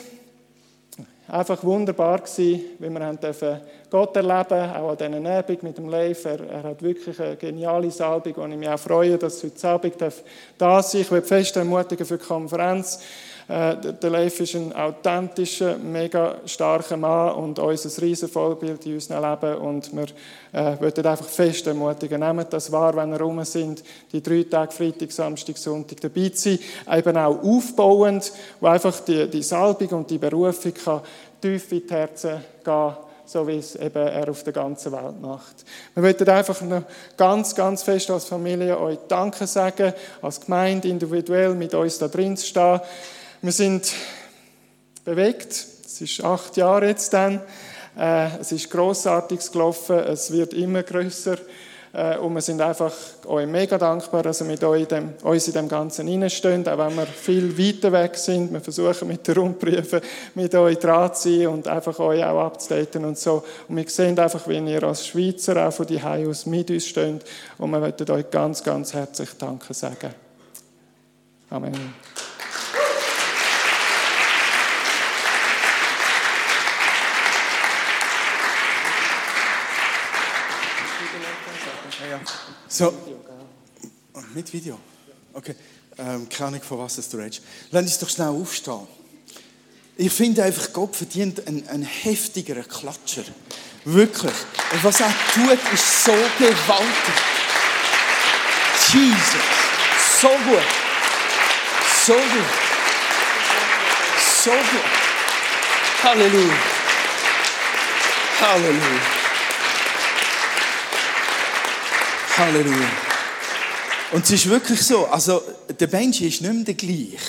A: einfach wunderbar gewesen, wie wir haben dürfen Gott erleben, auch an diesen Abend mit dem Leif. Er, er, hat wirklich eine geniale Salbung und ich mich auch freue, dass heute Abend da sein darf. Ich will fest ermutigen für die Konferenz. Äh, der Leif ist ein authentischer, mega starker Mann und unser riesen Vorbild in unserem Leben und wir äh, wollen einfach fest ermutigen, nehmt das wahr, wenn ihr rum sind, die drei Tage, Freitag, Samstag, Sonntag dabei zu sein, eben auch aufbauend, wo einfach die, die Salbung und die Berufung kann tief in die Herzen gehen so wie es eben er auf der ganzen Welt macht. Wir möchten einfach noch ganz, ganz fest als Familie euch Danke sagen, als Gemeinde individuell mit uns da drin zu stehen. Wir sind bewegt. Es ist acht Äh, Jahre jetzt dann. Es ist großartig gelaufen. Es wird immer größer. Äh, und wir sind einfach euch mega dankbar, dass ihr mit euch in dem, uns in dem Ganzen reinsteht, auch wenn wir viel weiter weg sind. Wir versuchen mit den Rundbriefen mit euch dran zu sein und einfach euch auch abzudaten und so. Und wir sehen einfach, wie ihr als Schweizer auch von die aus mit uns steht. Und wir möchten euch ganz, ganz herzlich Danke sagen. Amen.
B: So, Oh, mit Video? Okay. Ähm, keine Ahnung, von was das du redest. Lass uns doch schnell aufstehen. Ich finde einfach, Gott verdient einen, einen heftigeren Klatscher. Wirklich. Und was er tut, ist so gewaltig. Jesus. So gut. So gut. So gut. Halleluja. Halleluja. Halleluja. Und es ist wirklich so, also der Benji ist nicht mehr der gleich.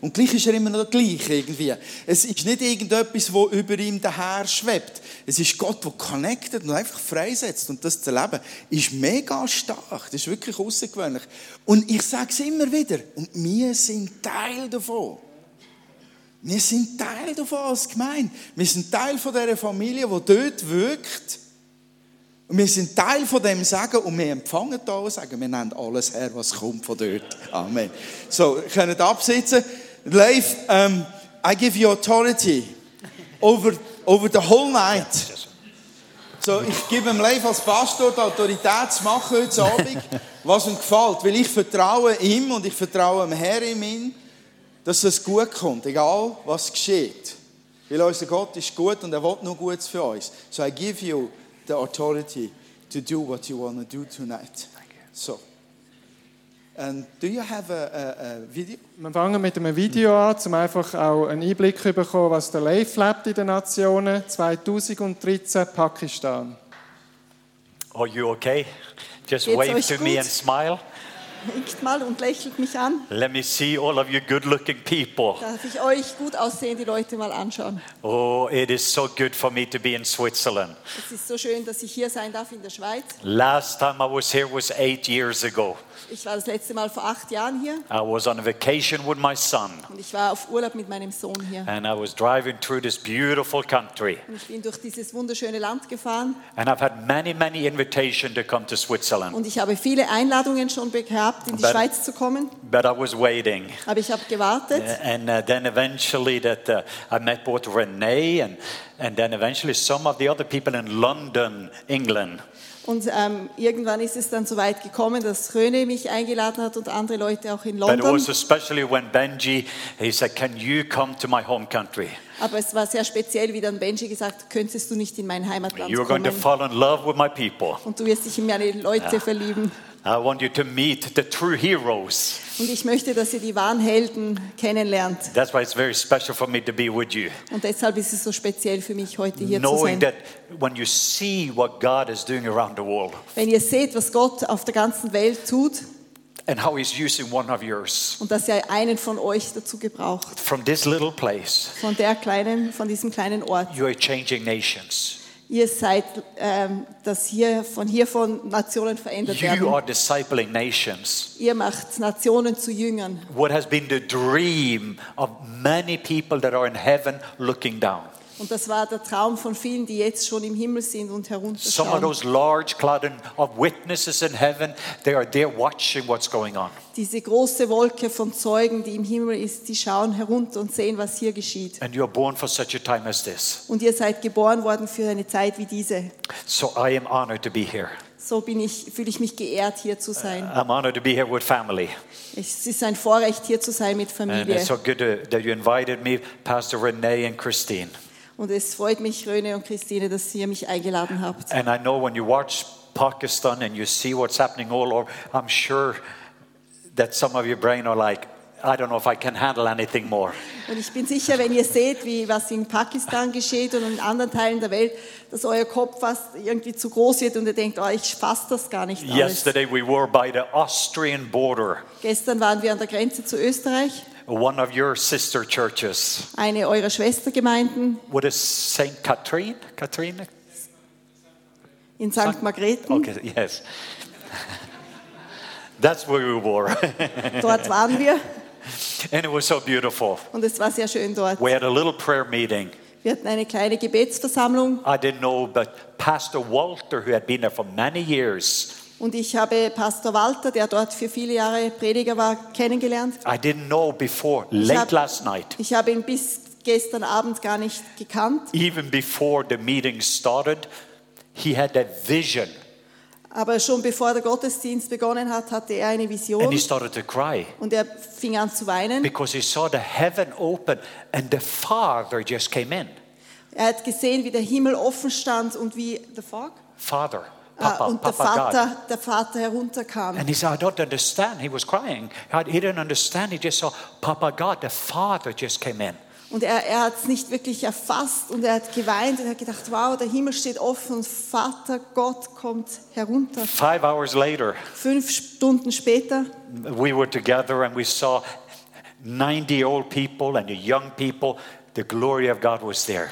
B: Und gleich ist er immer noch gleich irgendwie. Es ist nicht irgendetwas, wo über ihm daher schwebt. Es ist Gott, der connectet und einfach freisetzt. Und das zu erleben, ist mega stark. Das ist wirklich außergewöhnlich. Und ich sage es immer wieder. Und wir sind Teil davon. Wir sind Teil davon als Gemeinde. Wir sind Teil von dieser Familie, die dort wirkt. Und wir sind Teil von dem Sagen und wir empfangen da und sagen, wir nehmen alles her, was kommt von dort. Amen. So, ihr könnt absitzen. Leif, um, I give you authority over, over the whole night. So, ich gebe dem Leif als Pastor die Autorität zu machen heute Abend, was ihm gefällt. Weil ich vertraue ihm und ich vertraue dem Herrn in ihn, dass es gut kommt, egal was geschieht. Weil unser Gott ist gut und er will nur Gutes für uns. So, I give you the authority to do what you want to do tonight. So. And do you have a, a, a video?
A: Wir fangen mit einem Video an, um einfach auch einen Einblick zu bekommen, was der Life lebt in den Nationen 2013 Pakistan.
C: Are you okay? Just
D: Geht's
C: wave
D: euch
C: to me
D: gut?
C: and smile.
D: Winkt mal und lächelt mich an.
C: Let me see all of you good looking people.
D: Darf ich euch gut aussehende Leute mal anschauen?
C: Oh, it is so good for me to be in Switzerland.
D: Es ist so schön, dass ich hier sein darf in der Schweiz.
C: Last time I was here was eight years ago.
D: Ich war das letzte Mal vor acht Jahren hier
C: I was on a vacation with my son,
D: und ich war auf Urlaub mit meinem Sohn hier.
C: and I was driving through this beautiful country.
D: Und ich bin durch dieses wunderschöne Land gefahren
C: And I've had many, many invitations to come to Switzerland,
D: und ich habe viele Einladungen schon gehabt, in die
C: Dann-
D: Schweiz zu kommen.
C: but I was waiting.
D: Aber ich habe
C: Uh,
D: gewartet.
C: And uh, then eventually that uh, I met both Renee and, and then eventually some of the other people in London, England.
D: Und ähm, irgendwann ist es dann so weit gekommen, dass Röne mich eingeladen hat und andere Leute auch in
C: But
D: London.
C: also especially when Benji, he said, can you come to my home country?
D: Aber es war sehr speziell, wie dann Benji gesagt hat, könntest du nicht in mein Heimatland
C: You're going to
D: kommen.
C: fall in love with my people.
D: Und du wirst dich in meine Leute verlieben.
C: I want you to meet the true heroes.
D: Und ich möchte, dass ihr die wahren Helden kennenlernt.
C: That's why it's very special for me to be with you.
D: Und deshalb ist es so speziell für mich, heute hier zu
C: Knowing
D: sein.
C: that when you see what God is doing around the world
D: Wenn ihr seht, was Gott auf der ganzen Welt tut
C: and how He's using one of yours
D: und dass er einen von euch dazu gebraucht,
C: from this little place,
D: von der kleinen, von diesem kleinen Ort.
C: you are changing nations.
D: Ihr seid, ähm, dass hier von hier von Nationen verändert
C: You
D: werden.
C: are discipling nations.
D: Ihr macht Nationen zu Jüngern.
C: What has been the dream of many people that are in heaven looking down?
D: Und das war der Traum von vielen, die jetzt schon im Himmel sind und
C: Some of
D: herunterschauen.
C: those large cloud of witnesses in heaven, they are there watching what's going on.
D: Diese große Wolke von Zeugen, die im Himmel ist, die schauen herunter und sehen, was hier geschieht.
C: And you're born for such a time as this.
D: Und ihr seid geboren worden für eine Zeit wie diese.
C: So I am honored to be here.
D: So bin ich, fühle ich mich geehrt, hier zu sein.
C: I'm honored to be here with family.
D: Es ist ein Vorrecht, hier zu sein mit
C: And it's so
D: Familie.
C: good to, that you invited me, Pastor Renee and Christine.
D: Und es freut mich, Röne und Christine, dass ihr mich eingeladen habt.
C: And I know when you watch Pakistan and you see what's happening all over, I'm sure that some of your brain are like, I don't know if I can handle anything more.
D: Und ich bin sicher, wenn ihr seht, wie, was in Pakistan geschieht und in anderen Teilen der Welt, dass euer Kopf fast irgendwie zu groß wird und ihr denkt, oh, ich fasse das gar nicht alles.
C: Yesterday we were by the Austrian border,
D: Gestern waren wir an der Grenze zu Österreich,
C: one of your sister churches.
D: eine eurer Schwestergemeinden.
C: What is Saint Catherine? Catherine?
D: in St. Margrethen.
C: Okay, yes. That's where we were.
D: Dort waren wir
C: and it was so beautiful.
D: und es war sehr schön dort.
C: We had a little prayer meeting.
D: Wir hatten eine kleine Gebetsversammlung
C: I didn't know, but Pastor Walter, who had been there for many years,
D: und ich habe Pastor Walter, der dort für viele Jahre Prediger war, kennengelernt.
C: I didn't know before,
D: Ich
C: late
D: hab-
C: last night,
D: Ich habe ihn bis gestern Abend gar nicht gekannt,
C: even before the meeting started, he had that vision
D: aber schon bevor der Gottesdienst begonnen hat, hatte er eine
C: and he
D: Vision
C: started to cry
D: und er fing an zu weinen.
C: because he saw the heaven open and the Father just came in.
D: Er hat gesehen, wie der Himmel offen stand und wie der Fog
C: Father,
D: Ah,
C: Papa,
D: und der
C: Papa God.
D: Vater, der Vater herunterkam.
C: And he said, I don't understand. He was crying. I- He didn't understand. He just saw Papa God, the Father just came in.
D: Und er, er hat es nicht wirklich erfasst und er hat geweint und er hat gedacht, wow, der Himmel steht offen und Vater Gott kommt herunter.
C: Five hours later,
D: Fünf Stunden später
C: we were together and we saw 90 old people and the young people. The glory of God was there.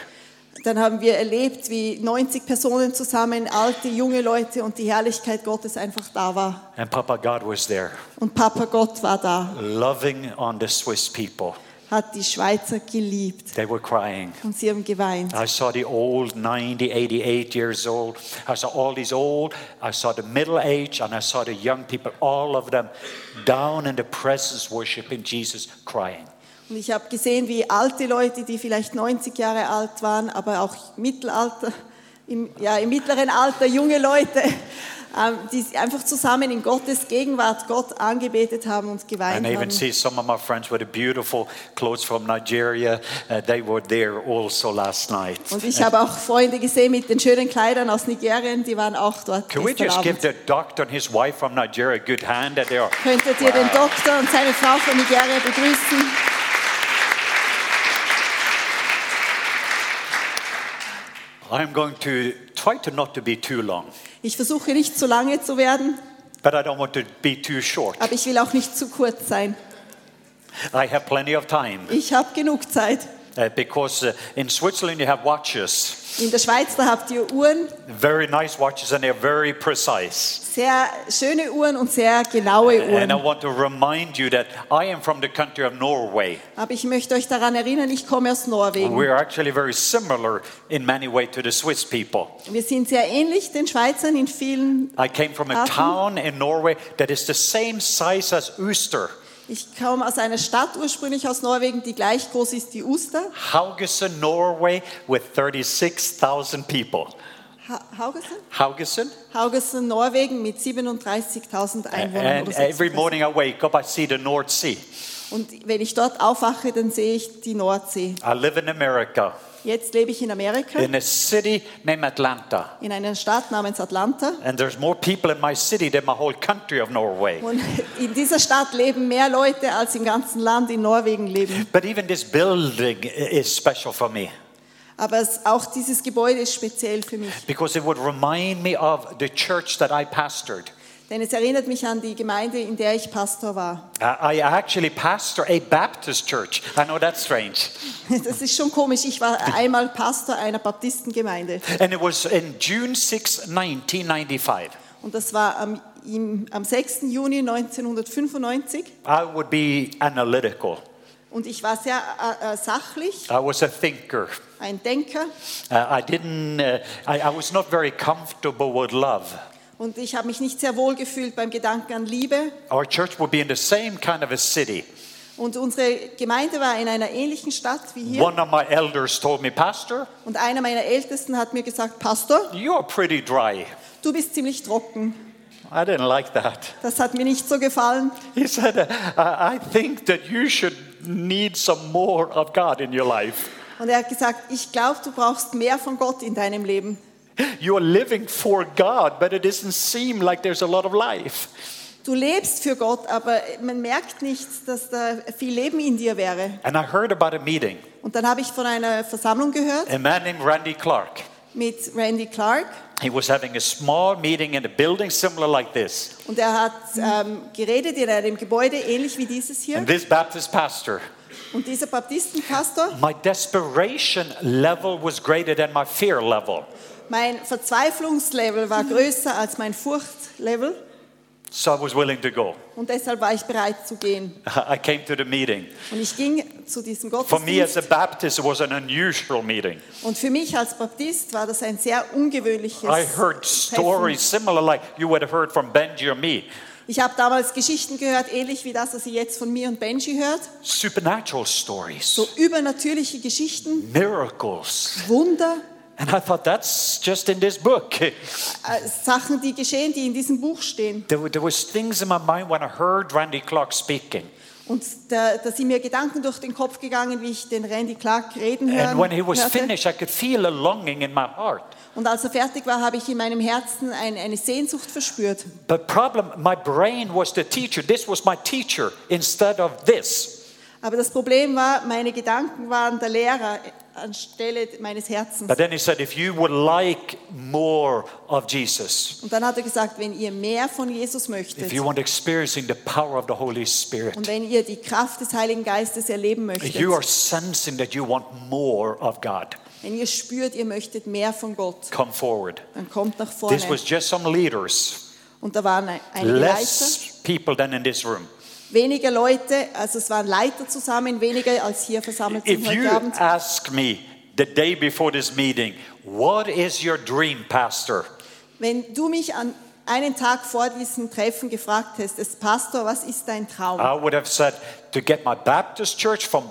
D: Dann haben wir erlebt, wie 90 Personen zusammen, alte, junge Leute und die Herrlichkeit Gottes einfach da war.
C: And Papa God was there,
D: Und Papa Gott war da,
C: loving on the Swiss people.
D: hat die Schweizer geliebt
C: They were crying.
D: und sie haben geweint.
C: I saw the old 90, 88 years old. I saw all these old. I saw the middle age and I saw the young people, all of them down in the presence worshiping Jesus, crying.
D: Und ich habe gesehen, wie alte Leute, die vielleicht 90 Jahre alt waren, aber auch Mittelalter, im, ja, im mittleren Alter junge Leute, ähm, die einfach zusammen in Gottes Gegenwart Gott angebetet haben und geweint
C: And I even
D: haben.
C: see some of my friends with the beautiful clothes from Nigeria. Uh, they were there also last night.
D: Und ich habe auch Freunde gesehen mit den schönen Kleidern aus Nigerien, die waren auch dort.
C: Can we
D: gestern
C: just give
D: Abend.
C: the doctor and his wife from Nigeria a good hand that they are?
D: Könntet ihr den Doktor und seine Frau von Nigeria begrüßen?
C: I'm going to try to not to be too long,
D: Ich versuche nicht zu lange zu werden,
C: but I don't want to be too short.
D: aber ich will auch nicht zu kurz sein.
C: I have plenty of time
D: Ich habe genug Zeit.
C: uh, because uh, in Switzerland you have watches,
D: In der Schweiz, da habt ihr Uhren,
C: very nice watches, and they're very precise.
D: sehr schöne Uhren und sehr genaue
C: And I
D: Uhren.
C: want to remind you that I am from the country of Norway.
D: Aber ich möchte euch daran erinnern, ich komme aus Norwegen.
C: We're actually very similar in many ways to the Swiss people.
D: Wir sind sehr ähnlich den Schweizern in vielen.
C: I came from a
D: Arten.
C: town in Norway that is the same size as Uster,
D: Ich komme aus einer Stadt ursprünglich aus Norwegen, die gleich groß ist wie Uster,
C: Haugesund, Norway, with 36,000 people.
D: Ha- Haugesund,
C: Haugesund?
D: Haugesund, Norwegen mit 37.000 Einwohnern.
C: And
D: oder
C: every
D: 36.000.
C: morning I wake up, I see the North Sea.
D: Und wenn ich dort aufwache, dann sehe ich die Nordsee.
C: I live in America,
D: Jetzt lebe ich in Amerika,
C: in a city named Atlanta.
D: in einer Stadt namens Atlanta.
C: And there's more people in my city than my whole country of Norway.
D: Und in dieser Stadt leben mehr Leute, als im ganzen Land in Norwegen leben.
C: But even this building i- is special for me
D: Aber es, auch dieses Gebäude ist speziell für mich,
C: because it would remind me of the church that I pastored.
D: denn es erinnert mich an die Gemeinde, in der ich Pastor war.
C: Uh, I I actually pastor a Baptist church. I know that's strange.
D: Das ist schon komisch. Ich war einmal Pastor einer Baptistengemeinde
C: And it was in June 6, 1995.
D: und das war am, im, am 6. Juni 1995
C: I would be analytical.
D: und ich war sehr äh, äh, sachlich,
C: I was a thinker.
D: ein Denker
C: Uh, I didn't. Uh, I, I was not very comfortable with love.
D: und ich habe mich nicht sehr wohl gefühlt beim Gedanken an Liebe.
C: Our church would be in the same kind of a city.
D: Und unsere Gemeinde war in einer ähnlichen Stadt wie hier.
C: One of my elders told me, Pastor,
D: Und einer meiner Ältesten hat mir gesagt, Pastor,
C: you're pretty dry.
D: du bist ziemlich trocken.
C: I didn't like that.
D: Das hat mir nicht so gefallen.
C: He said, "Uh, I, I think that you should need some more of God in your life.
D: Und er hat gesagt, ich glaube, du brauchst mehr von Gott in deinem Leben.
C: You're living for God, but it doesn't seem like there's a lot of life.
D: Du lebst für Gott, aber man merkt nicht, dass da viel Leben in dir wäre.
C: And I heard about a meeting.
D: Und dann habe ich von einer Versammlung gehört
C: A man named Randy Clark.
D: mit Randy Clark
C: He was having a small meeting in a building similar like this.
D: und er hat ähm, geredet in einem Gebäude ähnlich wie dieses hier.
C: And this Baptist pastor,
D: Und dieser Baptistenpastor
C: my desperation level was greater than my fear level.
D: Mein Verzweiflungslevel war größer als mein Furchtlevel
C: So I was willing to go.
D: und deshalb war ich bereit zu gehen.
C: I came to the meeting.
D: Und ich ging zu diesem
C: For me as
D: Gottesdienst.
C: a Baptist, it was an unusual meeting.
D: Und für mich als Baptist war das ein sehr
C: I
D: ungewöhnliches
C: heard stories similar like you would have heard from Benji or me.
D: Ich habe damals Geschichten gehört, ähnlich wie das, was ihr jetzt von mir und Benji hört.
C: Supernatural stories,
D: So übernatürliche Geschichten,
C: miracles.
D: Wunder,
C: And I thought that's just in this book.
D: äh, Sachen, die geschehen, die in diesem Buch stehen.
C: There, were- there was things in my mind when I heard Randy Clark speaking.
D: Und da, da sind mir Gedanken durch den Kopf gegangen, wie ich den Randy Clark reden hören
C: And when he was
D: hörte.
C: finished, I could feel a longing in my heart.
D: Und als er fertig war, habe ich in meinem Herzen ein, eine Sehnsucht verspürt.
C: But problem, my brain was the teacher. This was my teacher instead of this.
D: Aber das Problem war, meine Gedanken waren der Lehrer anstelle meines Herzens.
C: But then he said, if you would like more of Jesus,
D: Und dann hat er gesagt, wenn ihr mehr von Jesus möchtet
C: if you want experiencing the power of the Holy Spirit,
D: und wenn ihr die Kraft des Heiligen Geistes erleben möchtet,
C: you are sensing that you want more of God.
D: wenn ihr spürt, ihr möchtet mehr von Gott,
C: Come forward.
D: dann kommt nach vorne.
C: This was just some leaders,
D: Und da waren ein- einige Leiter,
C: less people than in this room.
D: weniger Leute, also es waren Leiter zusammen, weniger als hier versammelt sind
C: If you
D: heute Abend.
C: ask me the day before this meeting, what is your dream, Pastor?
D: Wenn du mich an einen Tag vor diesem Treffen gefragt hättest, Pastor, was ist dein Traum?
C: I would have said to get my Baptist church from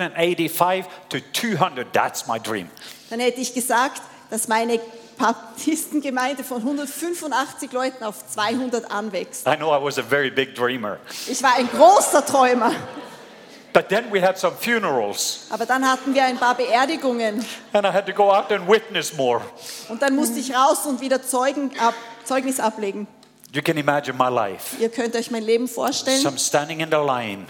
C: 185 to 200. That's my dream.
D: Dann hätte ich gesagt, dass meine Baptistengemeinde von 185 Leuten auf 200 anwächst.
C: I know I was a very big dreamer.
D: Ich war ein großer Träumer.
C: But then we had some funerals,
D: Aber dann hatten wir ein paar Beerdigungen
C: and I had to go out and witness more.
D: und dann musste ich raus und wieder Zeugen ab, Zeugnis ablegen.
C: You can imagine my life.
D: Ihr könnt euch mein Leben vorstellen.
C: Some standing in the line.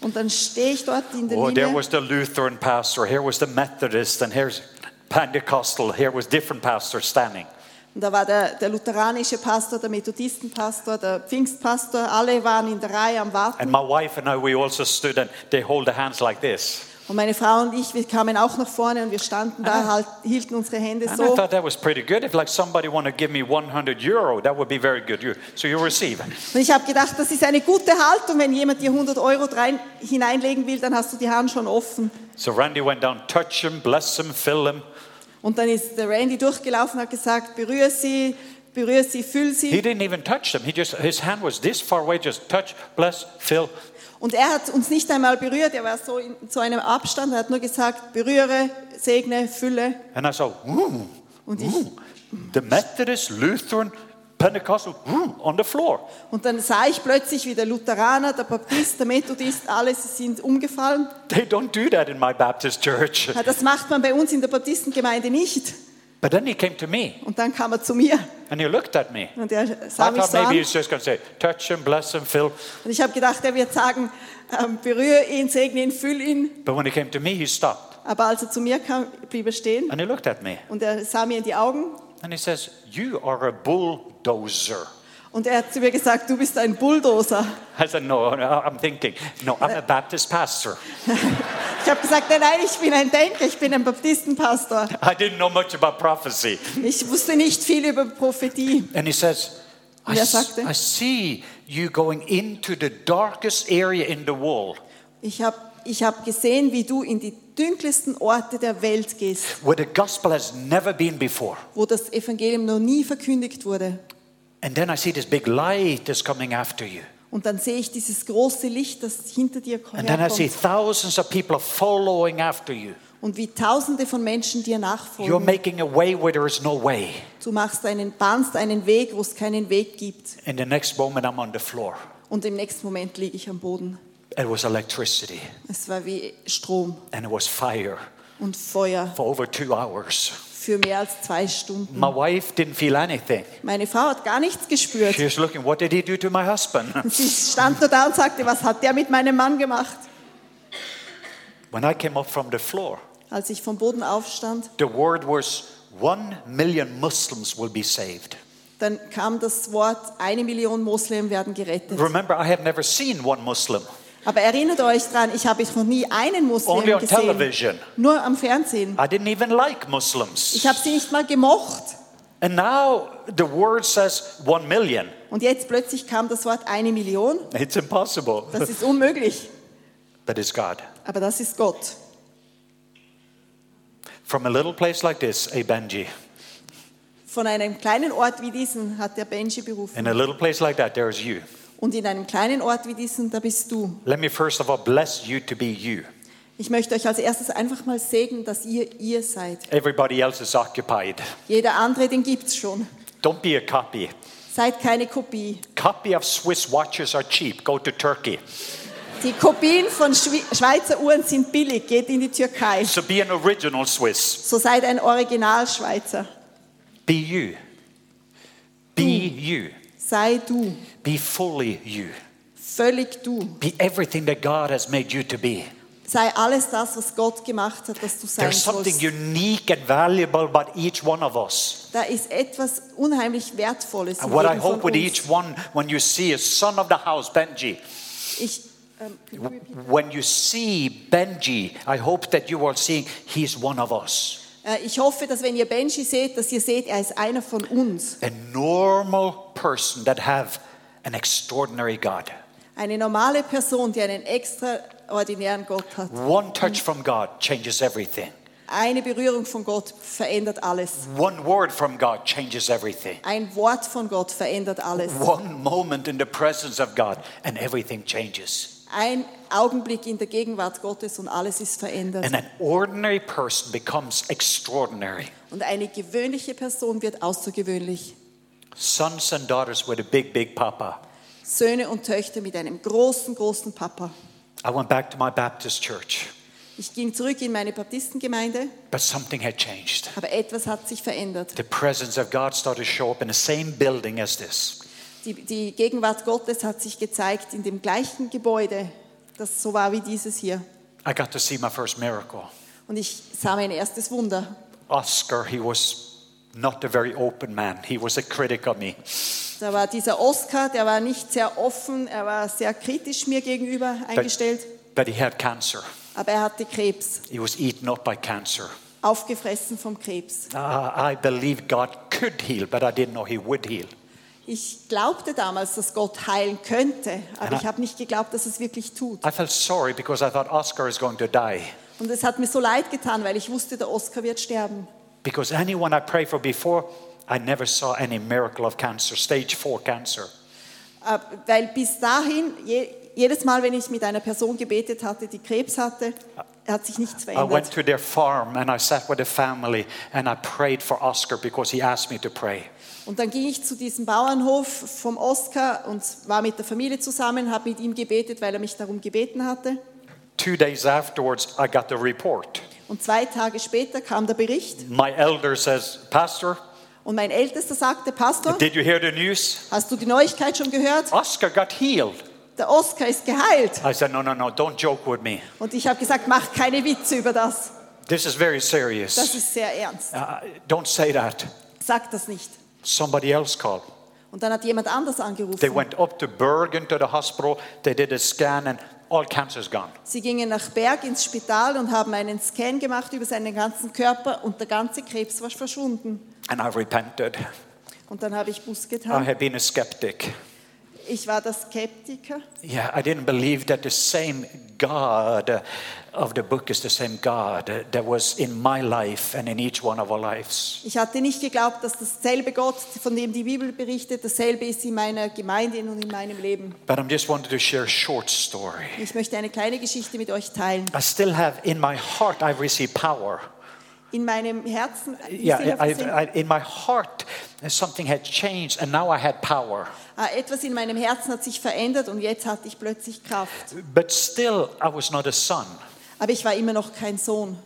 D: Und dann stehe ich dort in der
C: Oh, there
D: Linie.
C: was the Lutheran pastor, here was the Methodist, and here's Pentecostal, here was different pastors standing.
D: Und da war der, der lutheranische Pastor, der Methodistenpastor, der Pfingstpastor. Alle waren in der Reihe am
C: And
D: Warten.
C: my wife and I, we also stood and they hold the hands like this.
D: Und meine Frau und ich, wir kamen auch nach vorne und wir standen da, halt, hielten unsere Hände
C: And Ah. I
D: so.
C: thought that was pretty good. If like somebody want to give me 100 euro, that would be very good. You, so you receive.
D: Und ich habe gedacht, das ist eine gute Haltung. Wenn jemand dir 100 Euro drein, hineinlegen will, dann hast du die Hand schon offen.
C: So Randy went down, touch him, bless him, fill him.
D: Und dann ist der Randy durchgelaufen und hat gesagt, berühre sie, berühre sie, füll
C: He
D: sie.
C: didn't even touch them. He just his hand was this far away. Just touch, bless, fill.
D: Und er hat uns nicht einmal berührt, er war so in so einem Abstand, er hat nur gesagt, berühre, segne, fülle.
C: And I saw, ooh,
D: Und ich,
C: ooh, the Methodist, Lutheran, Pentecostal, ooh, on the floor.
D: Und dann sah ich plötzlich, wie der Lutheraner, der Baptist, der Methodist, alle sie sind umgefallen.
C: They don't do that in my Baptist church.
D: Ja, Das macht man bei uns in der Baptistengemeinde nicht.
C: But then he came to me
D: Und dann kam er zu mir
C: and he looked at me.
D: und er sah
C: I
D: mich
C: thought
D: so
C: maybe
D: an.
C: he's just going to say, touch him, bless him, fill.
D: Und ich habe gedacht, er wird sagen, ähm, berühre ihn, segne ihn, füll ihn.
C: But when he came to me, he stopped
D: Aber als er zu mir kam, blieb er stehen
C: and he looked at me.
D: und er sah mir in die Augen
C: And he says, You are a bulldozer.
D: und er hat zu mir gesagt, du bist ein Bulldozer.
C: I said, No, no I'm thinking. No, I'm a Baptist pastor.
D: Ich habe gesagt, nein, nein, ich bin ein Denker, ich bin ein Baptistenpastor.
C: I didn't know much about prophecy.
D: Ich wusste nicht viel über Prophetie.
C: And he says, I,
D: Ja,
C: s-
D: sagte.
C: I see you going into the darkest area in the wall
D: Ich habe ich hab gesehen, wie du in die dunkelsten Orte der Welt gehst.
C: where the gospel has never been before.
D: wo das Evangelium noch nie verkündigt wurde.
C: And then I see this big light is coming after you.
D: Und dann sehe ich dieses große Licht, das hinter dir
C: And then I see
D: herkommt
C: thousands of people are following after you.
D: und wie Tausende von Menschen dir
C: You're
D: nachfolgen.
C: making a way where there is no way.
D: Du machst einen, bahnst einen Weg, wo es keinen Weg gibt.
C: And the next moment, I'm on the floor.
D: Und im nächsten Moment liege ich am Boden.
C: It was electricity
D: Es war wie Strom
C: and it was fire
D: und Feuer
C: for over two hours.
D: für mehr als zwei Stunden.
C: My wife didn't feel anything.
D: Meine Frau hat gar nichts gespürt.
C: She was looking, what did he do to my husband?
D: Und sie stand nur da und sagte, was hat der mit meinem Mann gemacht?
C: When I came up from the floor,
D: Als ich vom Boden aufstand,
C: the word was one million Muslims will be saved.
D: dann kam das Wort, eine Million Moslem werden gerettet.
C: Remember, I had never seen one Muslim.
D: Aber erinnert euch dran, ich habe noch nie einen Muslim
C: Only on
D: gesehen.
C: television. Ah.
D: Nur am Fernsehen.
C: I didn't even like Muslims.
D: Ich habe sie nicht mal gemocht.
C: And now the word says one million.
D: Und jetzt plötzlich kam das Wort eine Million.
C: It's impossible,
D: Das ist unmöglich.
C: but it's God.
D: Aber das ist Gott.
C: From a little place like this, a Benji.
D: Von einem kleinen Ort wie diesen hat der Benji berufen.
C: In a little place like that, there is you.
D: Und in einem kleinen Ort wie diesen, da bist du.
C: Let me first of all bless you to be you.
D: Ich möchte euch als erstes einfach mal segnen, dass ihr ihr seid.
C: Everybody else is occupied.
D: Jeder andere, den gibt's schon.
C: Don't be a copy.
D: Seid keine Kopie.
C: Copy of Swiss watches are cheap. Go to Turkey.
D: Die Kopien von Schwe Schweizer Uhren sind billig. Geht in die Türkei.
C: So be an original Swiss.
D: So seid ein Originalschweizer.
C: Be you. Be you.
D: Sei du.
C: Be fully you.
D: Völlig du.
C: Be everything that God has made you to be.
D: Sei alles das, was Gott gemacht hat, dass du sein
C: There's something
D: sollst.
C: unique and valuable about each one of us.
D: Da ist etwas unheimlich Wertvolles in
C: And what I
D: jedem von
C: hope with
D: uns.
C: each one, when you see a son of the house, Benji,
D: Ich, ähm, could you repeat?
C: when you see Benji, I hope that you are seeing he's one of us.
D: Äh, ich hoffe, dass wenn ihr Benji seht, dass ihr seht, er ist einer von uns.
C: A normal person that have an extraordinary God.
D: Eine normale Person, die einen extraordinären Gott hat.
C: One touch from God changes everything.
D: Eine Berührung von Gott verändert alles.
C: One word from God changes everything.
D: Ein Wort von Gott verändert alles.
C: One moment in the presence of God and everything changes.
D: Ein Augenblick in der Gegenwart Gottes und alles ist verändert.
C: And an ordinary person becomes extraordinary.
D: Und eine gewöhnliche Person wird außergewöhnlich.
C: Sons and daughters with a big, big papa.
D: Söhne und Töchter mit einem großen, großen Papa.
C: I went back to my Baptist church,
D: Ich ging zurück in meine Baptistengemeinde,
C: but something had changed.
D: aber etwas hat sich verändert.
C: The presence of God started to show up in the same building as this.
D: Die, die Gegenwart Gottes hat sich gezeigt in dem gleichen Gebäude, das so war wie dieses hier.
C: I got to see my first miracle.
D: Und ich sah mein erstes Wunder.
C: Oscar, he was not a very open man. He was a critic of me.
D: Da war dieser Oscar, der war nicht sehr offen, er war sehr kritisch mir gegenüber eingestellt,
C: But he had cancer.
D: aber er hatte Krebs,
C: He was eaten up by cancer.
D: aufgefressen vom Krebs.
C: Ah, I believed God could heal, but I didn't know He would heal.
D: Ich glaubte damals, dass Gott heilen könnte, aber ich habe nicht geglaubt, dass es wirklich tut.
C: I felt sorry because I thought Oscar is going to die.
D: Und es hat mir so leid getan, weil ich wusste, der Oscar wird sterben.
C: Because anyone I prayed for before, I never saw any miracle of cancer, stage four cancer.
D: Äh, Weil bis dahin, je, jedes Mal, wenn ich mit einer Person gebetet hatte, die Krebs hatte, hat sich nichts
C: I Ah, went
D: verändert.
C: to their farm and I sat with the family and I prayed for Oscar because he asked me to pray.
D: Und dann ging ich zu diesem Bauernhof vom Oscar und war mit der Familie zusammen, habe mit ihm gebetet, weil er mich darum gebeten hatte.
C: Two days afterwards, I got the report.
D: Und zwei Tage später kam der Bericht
C: My elder says, Pastor,
D: und mein Ältester sagte, Pastor,
C: did you hear the news?
D: hast du die Neuigkeit schon gehört?
C: Oscar got healed.
D: Der Oscar ist geheilt.
C: I said, No, no, no, don't joke with me.
D: Und ich habe gesagt, mach keine Witze über das.
C: This is very serious.
D: Das ist sehr ernst.
C: Uh, don't say that.
D: Sag das nicht.
C: Somebody else called.
D: Und dann hat jemand anders angerufen.
C: They went up to Bergen to the hospital. They did a scan and all cancer's gone.
D: Sie gingen nach Berg ins Spital und haben einen Scan gemacht über seinen ganzen Körper und der ganze Krebs war verschwunden.
C: And I repented.
D: Und dann habe ich Buß
C: I
D: getan.
C: had been a skeptic.
D: Ich war der Skeptiker.
C: Yeah, I didn't believe that the same God of the book is the same God that was in my life and in each one of our lives.
D: Ich hatte nicht geglaubt, dass dasselbe Gott, von dem die Bibel berichtet, dasselbe ist in meiner Gemeinde und in meinem Leben.
C: But I'm just wanted to share a short story.
D: Ich möchte eine kleine Geschichte mit euch teilen.
C: I still have in my heart. I receive power.
D: In meinem Herzen,
C: Yeah, I, I, in my heart, something had changed, and now I had power.
D: Äh, etwas in meinem Herzen hat sich verändert und jetzt hatte ich plötzlich Kraft.
C: But still, I was not a son.
D: Aber ich war immer noch kein Sohn,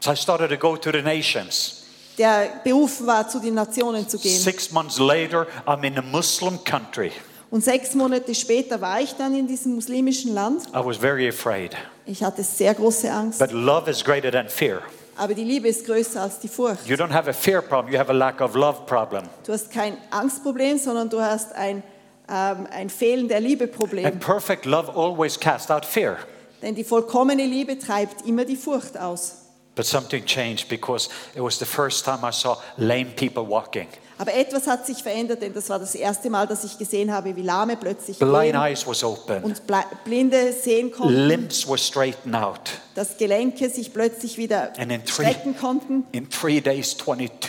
C: So I started to go to the nations.
D: der berufen war, zu den Nationen zu gehen.
C: Six months later, I'm in a Muslim country.
D: Und sechs Monate später war ich dann in diesem muslimischen Land.
C: I was very afraid.
D: Ich hatte sehr große Angst.
C: But love is greater than fear.
D: Aber die Liebe ist größer als die Furcht.
C: You don't have a fear problem, you have a lack of love problem.
D: Du hast kein Angstproblem, sondern du hast ein ähm, ein Fehlen der Liebe-Problem.
C: And perfect love always casts out fear.
D: Denn die vollkommene Liebe treibt immer die Furcht aus.
C: But something changed because it was the first time I saw lame people walking.
D: Aber etwas hat sich verändert, denn das war das erste Mal, dass ich gesehen habe, wie Lahme plötzlich
C: Blind
D: gehen
C: eyes was open.
D: und Ble- Blinde sehen konnten,
C: Limbs were straightened out.
D: dass Gelenke sich plötzlich wieder
C: And in three-
D: strecken konnten.
C: In three days,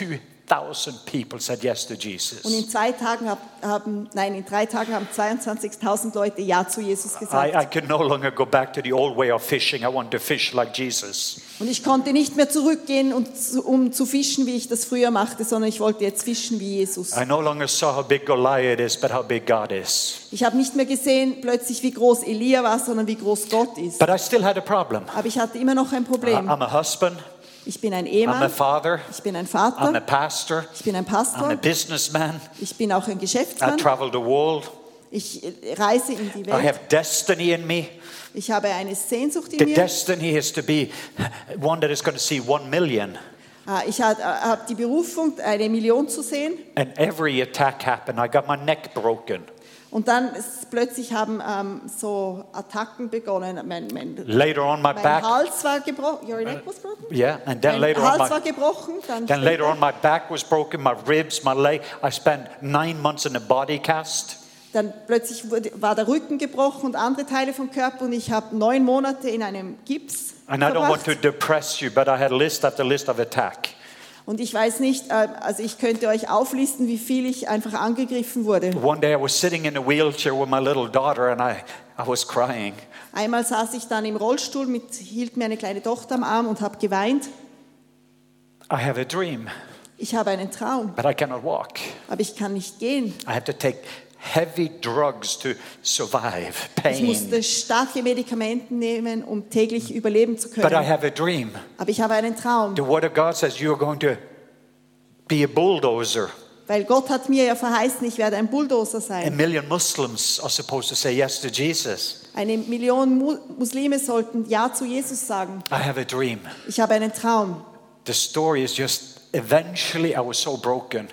C: 22,000 people said yes to
D: Und in
C: Jesus.
D: zwei Tagen hab- haben, nein, in drei Tagen haben 22.000 Leute Ja zu Jesus
C: I,
D: gesagt.
C: I could no longer go back to the old way of fishing. I want to fish like Jesus.
D: Und ich konnte nicht mehr zurückgehen, und zu, um zu fischen, wie ich das früher machte, sondern ich wollte jetzt fischen wie Jesus.
C: I no longer saw how big Goliath is, but how big God is.
D: Ich habe nicht mehr gesehen plötzlich, wie groß Elia war, sondern wie groß Gott ist.
C: But I still had a problem.
D: Aber ich hatte immer noch ein
C: I-
D: Problem.
C: I'm a husband,
D: Ich bin ein
C: I'm a
D: Ehemann,
C: father,
D: ich bin ein
C: I'm a
D: Vater,
C: pastor,
D: ich bin ein
C: I'm a
D: Pastor,
C: businessman,
D: ich bin auch ein
C: I
D: Geschäftsmann,
C: travel the world,
D: ich äh, reise in die
C: I
D: Welt,
C: have destiny in me.
D: ich habe eine Sehnsucht in
C: The
D: mir,
C: destiny is to be one that is going to see one million.
D: Ah, ich habe die Berufung, eine Million zu sehen.
C: And every attack happened. I got my neck broken.
D: Und dann ist, plötzlich haben ähm, so Attacken begonnen. Mein, mein,
C: Later on, my
D: mein
C: back.
D: Hals war gebrochen. Your neck was broken?
C: Yeah, and then
D: mein
C: later on,
D: Hals
C: my
D: war gebrochen. Dann
C: Then later on, my back was broken, my ribs, my leg. I spent nine months in a body cast.
D: Dann plötzlich wurde, war der Rücken gebrochen und andere Teile vom Körper und ich habe neun Monate in einem Gips
C: And I don't want to
D: verbracht.
C: depress you, but I had list after list of attack.
D: Und ich weiß nicht, äh, also ich könnte euch auflisten, wie viel ich einfach angegriffen wurde.
C: One day I was sitting in a wheelchair with my little daughter and I, I was crying.
D: Einmal saß ich dann im Rollstuhl, mit, hielt mir eine kleine Tochter am Arm und habe geweint.
C: I have a dream,
D: Ich habe einen Traum,
C: but I cannot walk.
D: aber ich kann nicht gehen.
C: I had to take heavy drugs to survive
D: Ich
C: pain.
D: musste starke Medikamente nehmen, um täglich überleben zu
C: But I
D: können.
C: have a dream.
D: Aber ich habe einen Traum,
C: The Word of God says you're going to be a bulldozer.
D: weil Gott hat mir ja verheißen, ich werde ein Bulldozer
C: A
D: sein.
C: million Muslims are supposed to say yes to Jesus.
D: Eine Million Mu Muslime sollten Ja zu Jesus sagen.
C: I have a dream.
D: Ich habe einen Traum.
C: The story is just eventually I was so broken.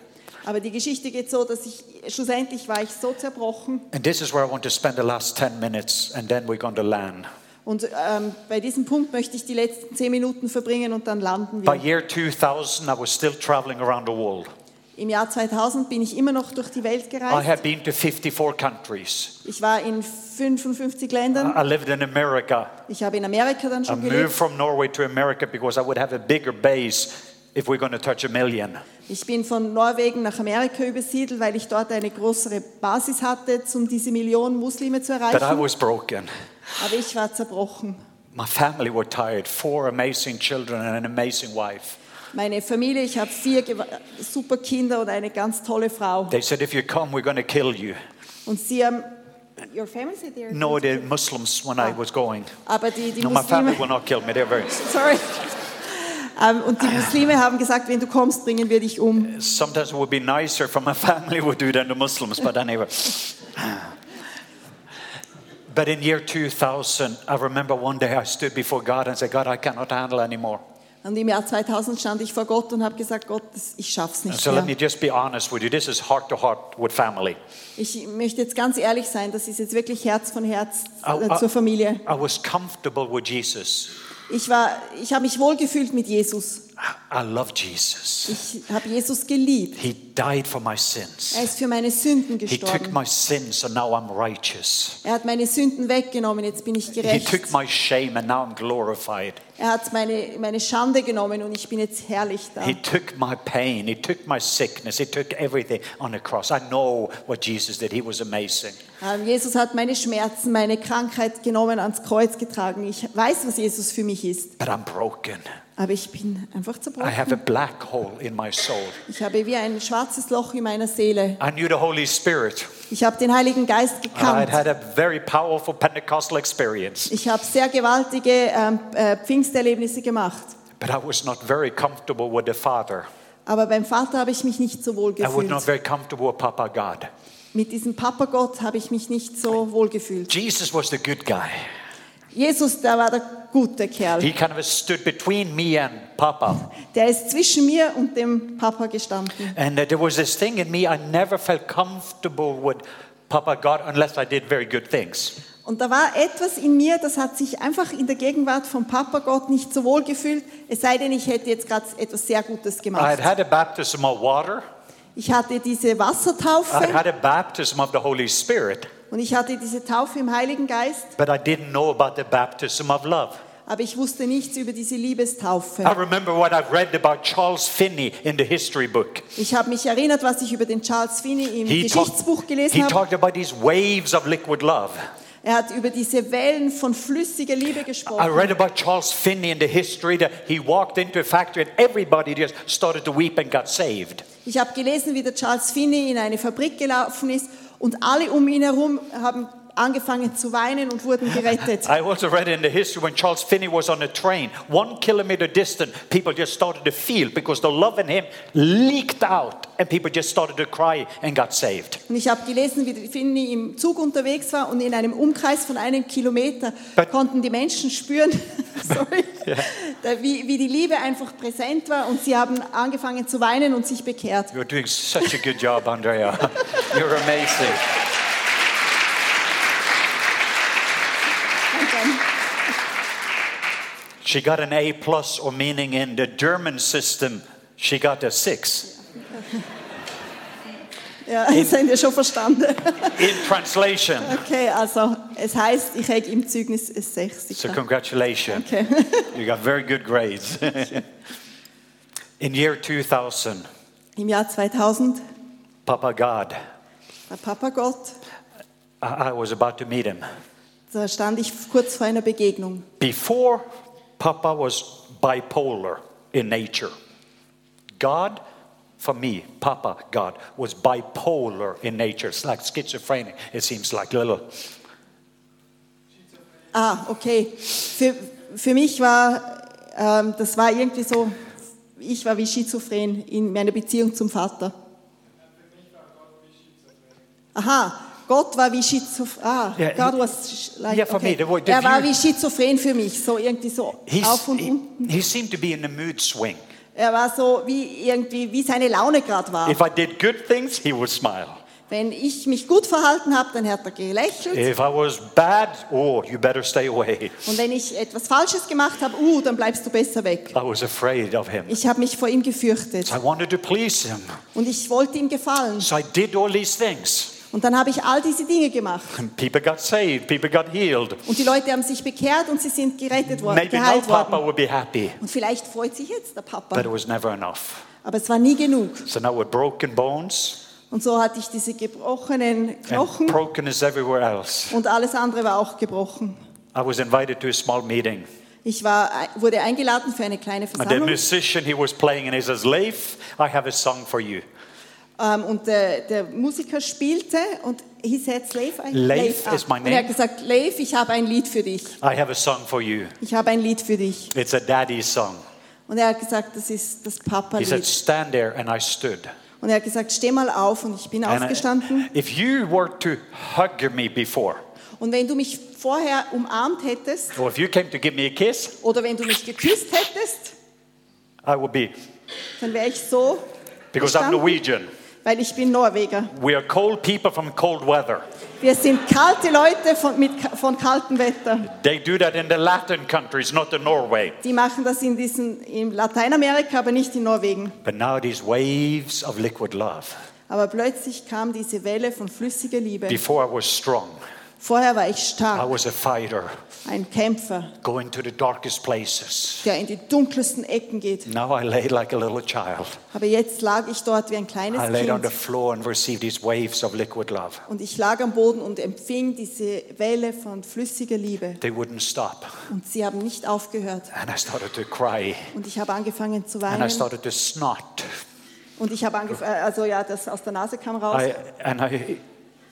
D: Aber die Geschichte geht so, dass ich schlussendlich war ich so zerbrochen.
C: And this is where I want to spend the last 10 minutes and then we're going to land.
D: Und ähm, bei diesem Punkt möchte ich die letzten zehn Minuten verbringen und dann landen
C: By
D: wir.
C: year 2000, I was still traveling around the world.
D: Im Jahr 2000 bin ich immer noch durch die Welt
C: I
D: gereist.
C: had been to 54 countries.
D: Ich war in 55 Ländern.
C: I lived in America.
D: Ich habe in Amerika dann
C: I
D: schon
C: moved
D: gelebt.
C: from Norway to America because I would have a bigger base if we're going to touch a million.
D: Ich bin von Norwegen nach Amerika übersiedelt, weil ich dort eine größere Basis hatte, um diese Millionen Muslime zu
C: But
D: erreichen.
C: I was broken.
D: Aber ich war zerbrochen.
C: My family were tired. Four amazing children and an amazing wife.
D: Meine Familie, ich habe vier gewa- super Kinder und eine ganz tolle Frau.
C: They said, if you come, we're going to kill you.
D: Und sie haben. Your family said they are-
C: No, the Muslims when I was going.
D: Aber die, die
C: No, my family
D: Muslime.
C: will not kill me. They're very.
D: Sorry. Ähm, und die Muslime haben gesagt, wenn du kommst, bringen wir dich um.
C: Sometimes it would be nicer for my family would do than the Muslims, but anyway. But in year 2000, I remember one day I stood before God and said, God, I cannot handle anymore.
D: Und im Jahr 2000 stand ich vor Gott und habe gesagt, Gott, das- ich schaff's nicht
C: So let me
D: mehr.
C: just be honest with you. This is heart to heart with family.
D: Ich möchte jetzt ganz ehrlich sein, das ist jetzt wirklich Herz von Herz
C: Au,
D: äh,
C: au.
D: zur Familie.
C: I was comfortable with Jesus.
D: Ich war, ich habe mich wohlgefühlt mit Jesus.
C: I- I love Jesus.
D: Ich habe Jesus geliebt.
C: He died for my
D: Er
C: sins.
D: ist für meine Sünden
C: He took
D: gestorben.
C: my sins and now I'm righteous.
D: Er hat meine Sünden weggenommen, jetzt bin ich
C: He
D: gerecht.
C: took my shame and now I'm glorified.
D: Er hat meine, meine Schande genommen und ich bin jetzt herrlich da.
C: He took my pain, He took my sickness, He took everything on the cross. I know what Jesus did, He was amazing.
D: Ähm, Jesus hat meine Schmerzen, meine Krankheit genommen, ans Kreuz getragen. Ich weiß, was Jesus für mich ist,
C: But I'm broken.
D: aber ich bin einfach
C: I have a
D: zerbrochen.
C: black hole in my soul.
D: Ich habe wie ein schwarzes Loch in meiner Seele.
C: I knew the Holy Spirit.
D: Ich habe den Heiligen Geist
C: and I had
D: gekannt.
C: had a very powerful Pentecostal experience,
D: Ich habe sehr gewaltige ähm, äh, Pfingsterlebnisse gemacht.
C: but I was not very comfortable with the Father.
D: Aber beim Vater habe ich mich nicht so wohl
C: I was not
D: gefühlt.
C: very comfortable with Papa God.
D: Mit diesem Papa Gott habe ich mich nicht so wohl gefühlt.
C: Jesus was the good guy.
D: Jesus, der war der gute Kerl.
C: He kind of stood between me and Papa.
D: Der ist zwischen mir und dem Papa gestanden.
C: And uh, there was this thing in me, I never felt comfortable with Papa God unless I did very good things.
D: Und da war etwas in mir, das hat sich einfach in der Gegenwart von Papa Gott nicht so wohl gefühlt, es sei denn, ich hätte jetzt gerade etwas sehr Gutes
C: I had
D: gemacht.
C: had a baptism of water.
D: Ich hatte diese
C: I had
D: Wassertaufe
C: had a baptism of the Holy Spirit,
D: und ich hatte diese Taufe im Heiligen Geist,
C: but I didn't know about the baptism of love.
D: aber ich wusste nichts über diese
C: I
D: Liebestaufe.
C: remember what I've read about Charles Finney in the history book.
D: Ich habe mich erinnert, was ich über den Charles Finney im
C: talk-
D: Geschichtsbuch
C: he
D: gelesen habe.
C: talked about these waves of liquid love.
D: Er hat über diese Wellen von flüssiger Liebe
C: I
D: gesprochen.
C: read about Charles Finney in the history that he walked into a factory and everybody just started to weep and got saved.
D: Ich habe gelesen, wie der Charles Finney in eine Fabrik gelaufen ist und alle um ihn herum haben angefangen zu weinen und wurden gerettet.
C: I also read in the history when Charles Finney was on a train, one kilometer distant, people just started to feel because the love in him leaked out and people just started to cry and got saved.
D: Und ich habe gelesen, wie der Finney im Zug unterwegs war und in einem Umkreis von einem Kilometer
C: But-
D: konnten die Menschen spüren, sorry, da- wie, wie die Liebe einfach präsent war und sie haben angefangen zu weinen und sich bekehrt.
C: You're doing such a good job, Andrea. You're amazing. She got an A plus, or meaning in the German system, she got a six.
D: Ja, das sind ja schon verstanden.
C: In translation.
D: Okay, also es heißt, ich habe im Zeugnis ein 60.
C: So congratulations.
D: Okay.
C: You got very good grades. in year 2000,
D: Im Jahr 2000,
C: Papa God,
D: der Papa Gott,
C: I I was about to meet him.
D: da stand ich kurz vor einer Begegnung.
C: Before, Papa was bipolar in nature. God, for me, Papa, God, was bipolar in nature. It's like schizophrenic, it seems like little.
D: Ah, okay. Für, für mich war, ähm, das war irgendwie so, ich war wie schizophren in meiner Beziehung zum Vater. Aha, Gott war wie schizophren. Ah,
C: Ja,
D: God
C: he-
D: was sch- like,
C: Yeah, for
D: okay.
C: me, the word- the
D: er war
C: view-
D: wie schizophren für mich, so irgendwie so
C: He's,
D: auf und
C: he,
D: unten.
C: he seemed to be in a mood swing.
D: Er war so wie irgendwie, wie seine Laune gerade war.
C: If I did good things, he would smile.
D: Wenn ich mich gut verhalten habe, dann hat er gelächelt.
C: If I was bad, oh, you better stay away.
D: Und wenn ich etwas Falsches gemacht habe, uh, dann bleibst du besser weg.
C: I was afraid of him.
D: Ich habe mich vor ihm gefürchtet
C: I wanted to please him.
D: und ich wollte ihm gefallen.
C: So I did all these things.
D: Und dann habe ich all diese Dinge gemacht.
C: And people got saved, people got healed.
D: Und die Leute haben sich bekehrt und sie sind gerettet worden,
C: Maybe now
D: geheilt
C: Papa
D: worden.
C: would be happy,
D: Und vielleicht freut sich jetzt der
C: but it
D: Papa.
C: was never enough.
D: Aber es war nie genug.
C: So now with broken bones,
D: Und so hatte ich diese gebrochenen
C: and
D: Knochen
C: broken is everywhere else.
D: und alles andere war auch gebrochen.
C: I was invited to a small meeting,
D: Ich war, wurde eingeladen für eine kleine
C: and the
D: Versammlung.
C: musician he was playing, and he says, "Leif, I have a song for you."
D: Ähm, und der, der Musiker spielte und he said, Slave, I,
C: Leif
D: ah.
C: is my
D: Und er
C: name.
D: hat gesagt, Leif, ich habe ein Lied für dich.
C: I have a song for you.
D: Ich habe ein Lied für dich.
C: It's a daddy song.
D: Und er hat gesagt, das ist das
C: He said,
D: Papa-Lied.
C: "Stand there," and I stood.
D: Und er hat gesagt, steh mal auf. Und ich bin
C: And I-
D: aufgestanden.
C: if you were to hug me before,
D: Und wenn du mich vorher umarmt hättest
C: or if you came to give me a kiss,
D: oder wenn du mich geküsst hättest,
C: I would be
D: dann wäre ich so,
C: Because I'm
D: Verstanden?
C: Norwegian.
D: weil ich bin Norweger.
C: We are cold people from cold weather.
D: Wir sind kalte Leute von, mit, von kaltem Wetter.
C: They do that in the Latin countries, not in Norway.
D: Die machen das in, diesen, in Lateinamerika, aber nicht in Norwegen.
C: But now these waves of liquid love.
D: Aber plötzlich kam diese Welle von flüssiger Liebe.
C: Before I was strong,
D: Vorher war ich
C: I
D: stark,
C: was a fighter,
D: ein Kämpfer,
C: going to the darkest places.
D: der in die dunkelsten Ecken geht.
C: Now I lay like a little child.
D: Aber jetzt lag ich dort wie ein kleines
C: I laid on the
D: Kind.
C: floor and received these waves of liquid love.
D: Und ich lag am Boden und empfing diese Welle von flüssiger Liebe.
C: They wouldn't stop.
D: Und sie haben nicht aufgehört.
C: And I started to cry.
D: Und ich habe angefangen zu
C: And I
D: weinen.
C: started to snot.
D: Und ich habe angefangen, also ja, das aus der Nase kam raus.
C: I, and I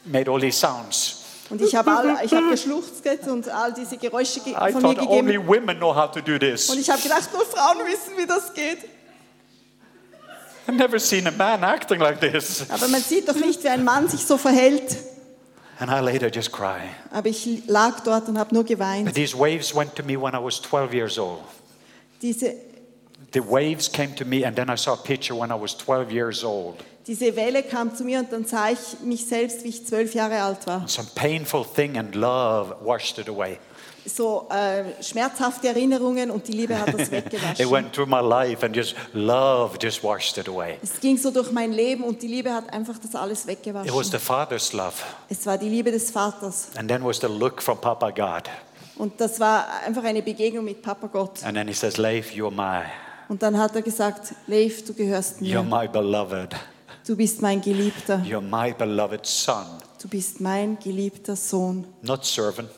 C: made all these sounds.
D: Und ich habe, all, ich habe geschluchzt und all diese Geräusche ge-
C: I
D: von mir
C: thought only
D: gegeben.
C: women know how to do this.
D: Und ich habe gedacht, nur Frauen wissen, wie das geht.
C: I've never seen a man acting like this.
D: Aber man sieht doch nicht, wie ein Mann sich so verhält.
C: And I later just cry.
D: Aber ich lag dort und habe nur
C: But
D: geweint.
C: these waves went to me when I was 12 years old.
D: Diese,
C: The waves came to me, and then I saw a picture when I was 12 years old.
D: Diese Welle kam zu mir und dann sah ich mich selbst, wie ich zwölf Jahre alt war.
C: Some painful thing, and love washed it away.
D: So äh, schmerzhafte Erinnerungen und die Liebe hat das
C: It
D: weggewaschen.
C: went through my life, and just love just washed it away.
D: Es ging so durch mein Leben und die Liebe hat einfach das alles
C: It was
D: weggewaschen.
C: the Father's love,
D: Es war die Liebe des Vaters
C: and then was the look from Papa God.
D: und das war einfach eine Begegnung mit Papa Gott.
C: And then he says, Leif, you're my,
D: Und dann hat er gesagt, Leif, du gehörst
C: you're
D: mir.
C: my beloved.
D: Du bist mein Geliebter.
C: You're my beloved son.
D: Du bist mein geliebter Sohn.
C: Not servant,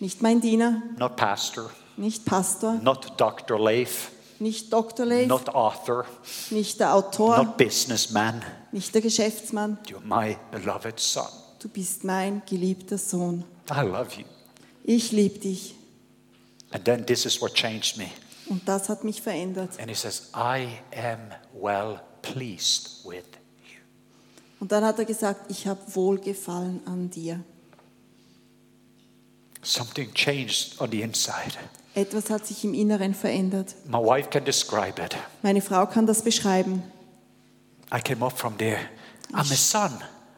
D: Nicht mein Diener,
C: not pastor,
D: nicht Pastor,
C: not Dr. Leif,
D: nicht Dr. Leif,
C: not author,
D: nicht der Autor,
C: not businessman.
D: nicht der Geschäftsmann.
C: You're my beloved son.
D: Du bist mein geliebter Sohn.
C: I love you.
D: Ich liebe dich.
C: And then this is what changed me.
D: Und das hat mich verändert.
C: And he says, I am well pleased with you.
D: Und dann hat er gesagt, ich habe Wohlgefallen an dir.
C: Something changed on the inside.
D: Etwas hat sich im Inneren verändert.
C: My wife can describe it.
D: Meine Frau kann das beschreiben.
C: I came up from there. I'm a son.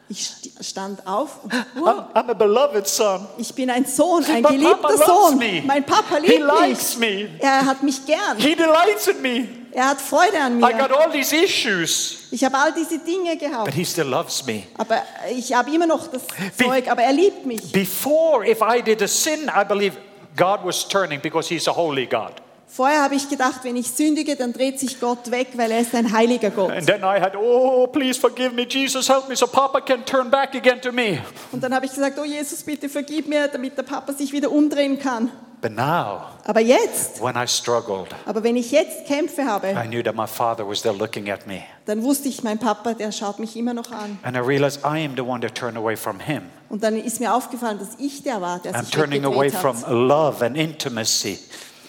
D: Ich st- stand auf. Und,
C: I'm, I'm a beloved son.
D: ich bin ein Sohn, ein
C: My
D: geliebter
C: Papa loves
D: Sohn.
C: me.
D: Mein Papa
C: He
D: liebt
C: likes
D: mich.
C: me.
D: Er hat mich gern.
C: He delights in me.
D: Er hat Freude an
C: I got
D: mir.
C: all these issues,
D: Ich habe all diese Dinge
C: but
D: gehabt.
C: he still loves me.
D: Aber ich habe immer noch das Zeug, aber er liebt mich.
C: Before, if I did a sin, I believe God was turning because he's a holy God.
D: Vorher habe ich gedacht, wenn ich sündige, dann dreht sich Gott weg, weil er ist ein heiliger
C: And
D: Gott.
C: then I had, oh, please forgive me, Jesus, help me, so Papa can turn back again to me.
D: Und dann habe ich gesagt, oh Jesus, bitte vergib mir, damit der Papa sich wieder umdrehen kann.
C: But now,
D: Aber jetzt,
C: when I struggled,
D: aber wenn ich jetzt Kämpfe habe,
C: I knew that my father was there looking at me.
D: dann wusste ich, mein Papa, der schaut mich immer noch an.
C: And I realized I am the one that turned away from him.
D: Und dann ist mir aufgefallen, dass ich der war, der
C: I'm
D: sich
C: turning away
D: weggedreht
C: from
D: hat.
C: love and intimacy.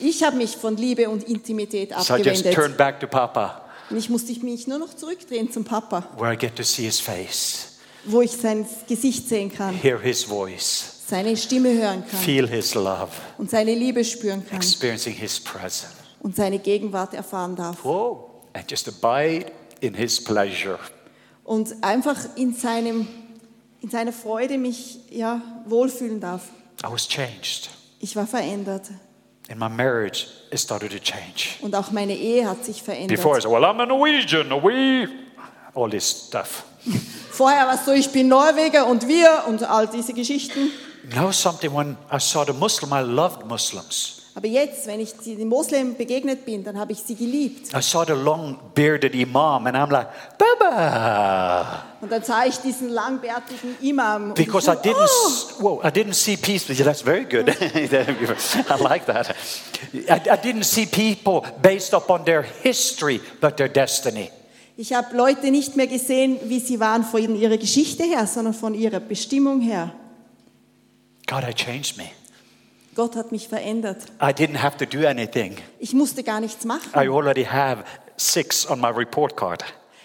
D: Ich habe mich von Liebe und Intimität
C: So I just turned
D: abgewendet.
C: back to Papa,
D: Und ich musste mich nur noch zurückdrehen zum Papa,
C: where I get to see his face,
D: wo ich sein Gesicht sehen kann,
C: hear his voice,
D: seine Stimme hören kann
C: feel his love,
D: und seine Liebe spüren kann
C: experiencing his presence.
D: und seine Gegenwart erfahren darf.
C: Whoa. And just abide in his pleasure.
D: Und einfach in, seinem, in seiner Freude mich ja, wohlfühlen darf.
C: I was changed.
D: Ich war verändert.
C: In my marriage, it started to change.
D: Und auch meine Ehe hat sich verändert.
C: Before I said, well, I'm a Norwegian, we, all this stuff.
D: Vorher warst du, ich bin Norweger und wir und all diese Geschichten.
C: Now something, when I saw the Muslim, I loved Muslims.
D: Aber jetzt, wenn ich den Moslems begegnet bin, dann habe ich sie geliebt.
C: I saw the long-bearded imam, and I'm like, Baba!
D: Und dann sah ich diesen langbärtigen Imam. Und
C: Because I
D: ich Oh!
C: didn't, s- whoa, I didn't see peace. Yeah, that's very good. I like that. I, I didn't see people based upon their history, but their destiny.
D: ich habe Leute nicht mehr gesehen, wie sie waren von ihrer Geschichte her, sondern von ihrer Bestimmung her.
C: God had changed me.
D: Gott hat mich verändert.
C: I didn't have to do anything.
D: Ich musste gar nichts machen.
C: I already have six on my report card.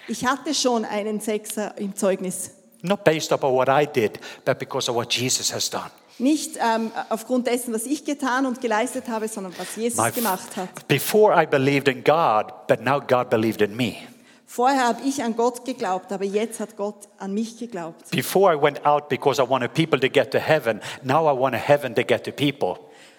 D: Ich hatte schon einen Sechser im Zeugnis.
C: Not based upon what I did, but because of what Jesus has done.
D: Nicht ähm, aufgrund dessen, was ich getan und geleistet habe, sondern was Jesus
C: My-
D: gemacht hat.
C: Before I believed in God, but now God believed in me.
D: Vorher habe ich an Gott geglaubt, aber jetzt hat Gott an mich geglaubt.
C: Before I went out because I wanted people to get to heaven, now I want heaven to get to people.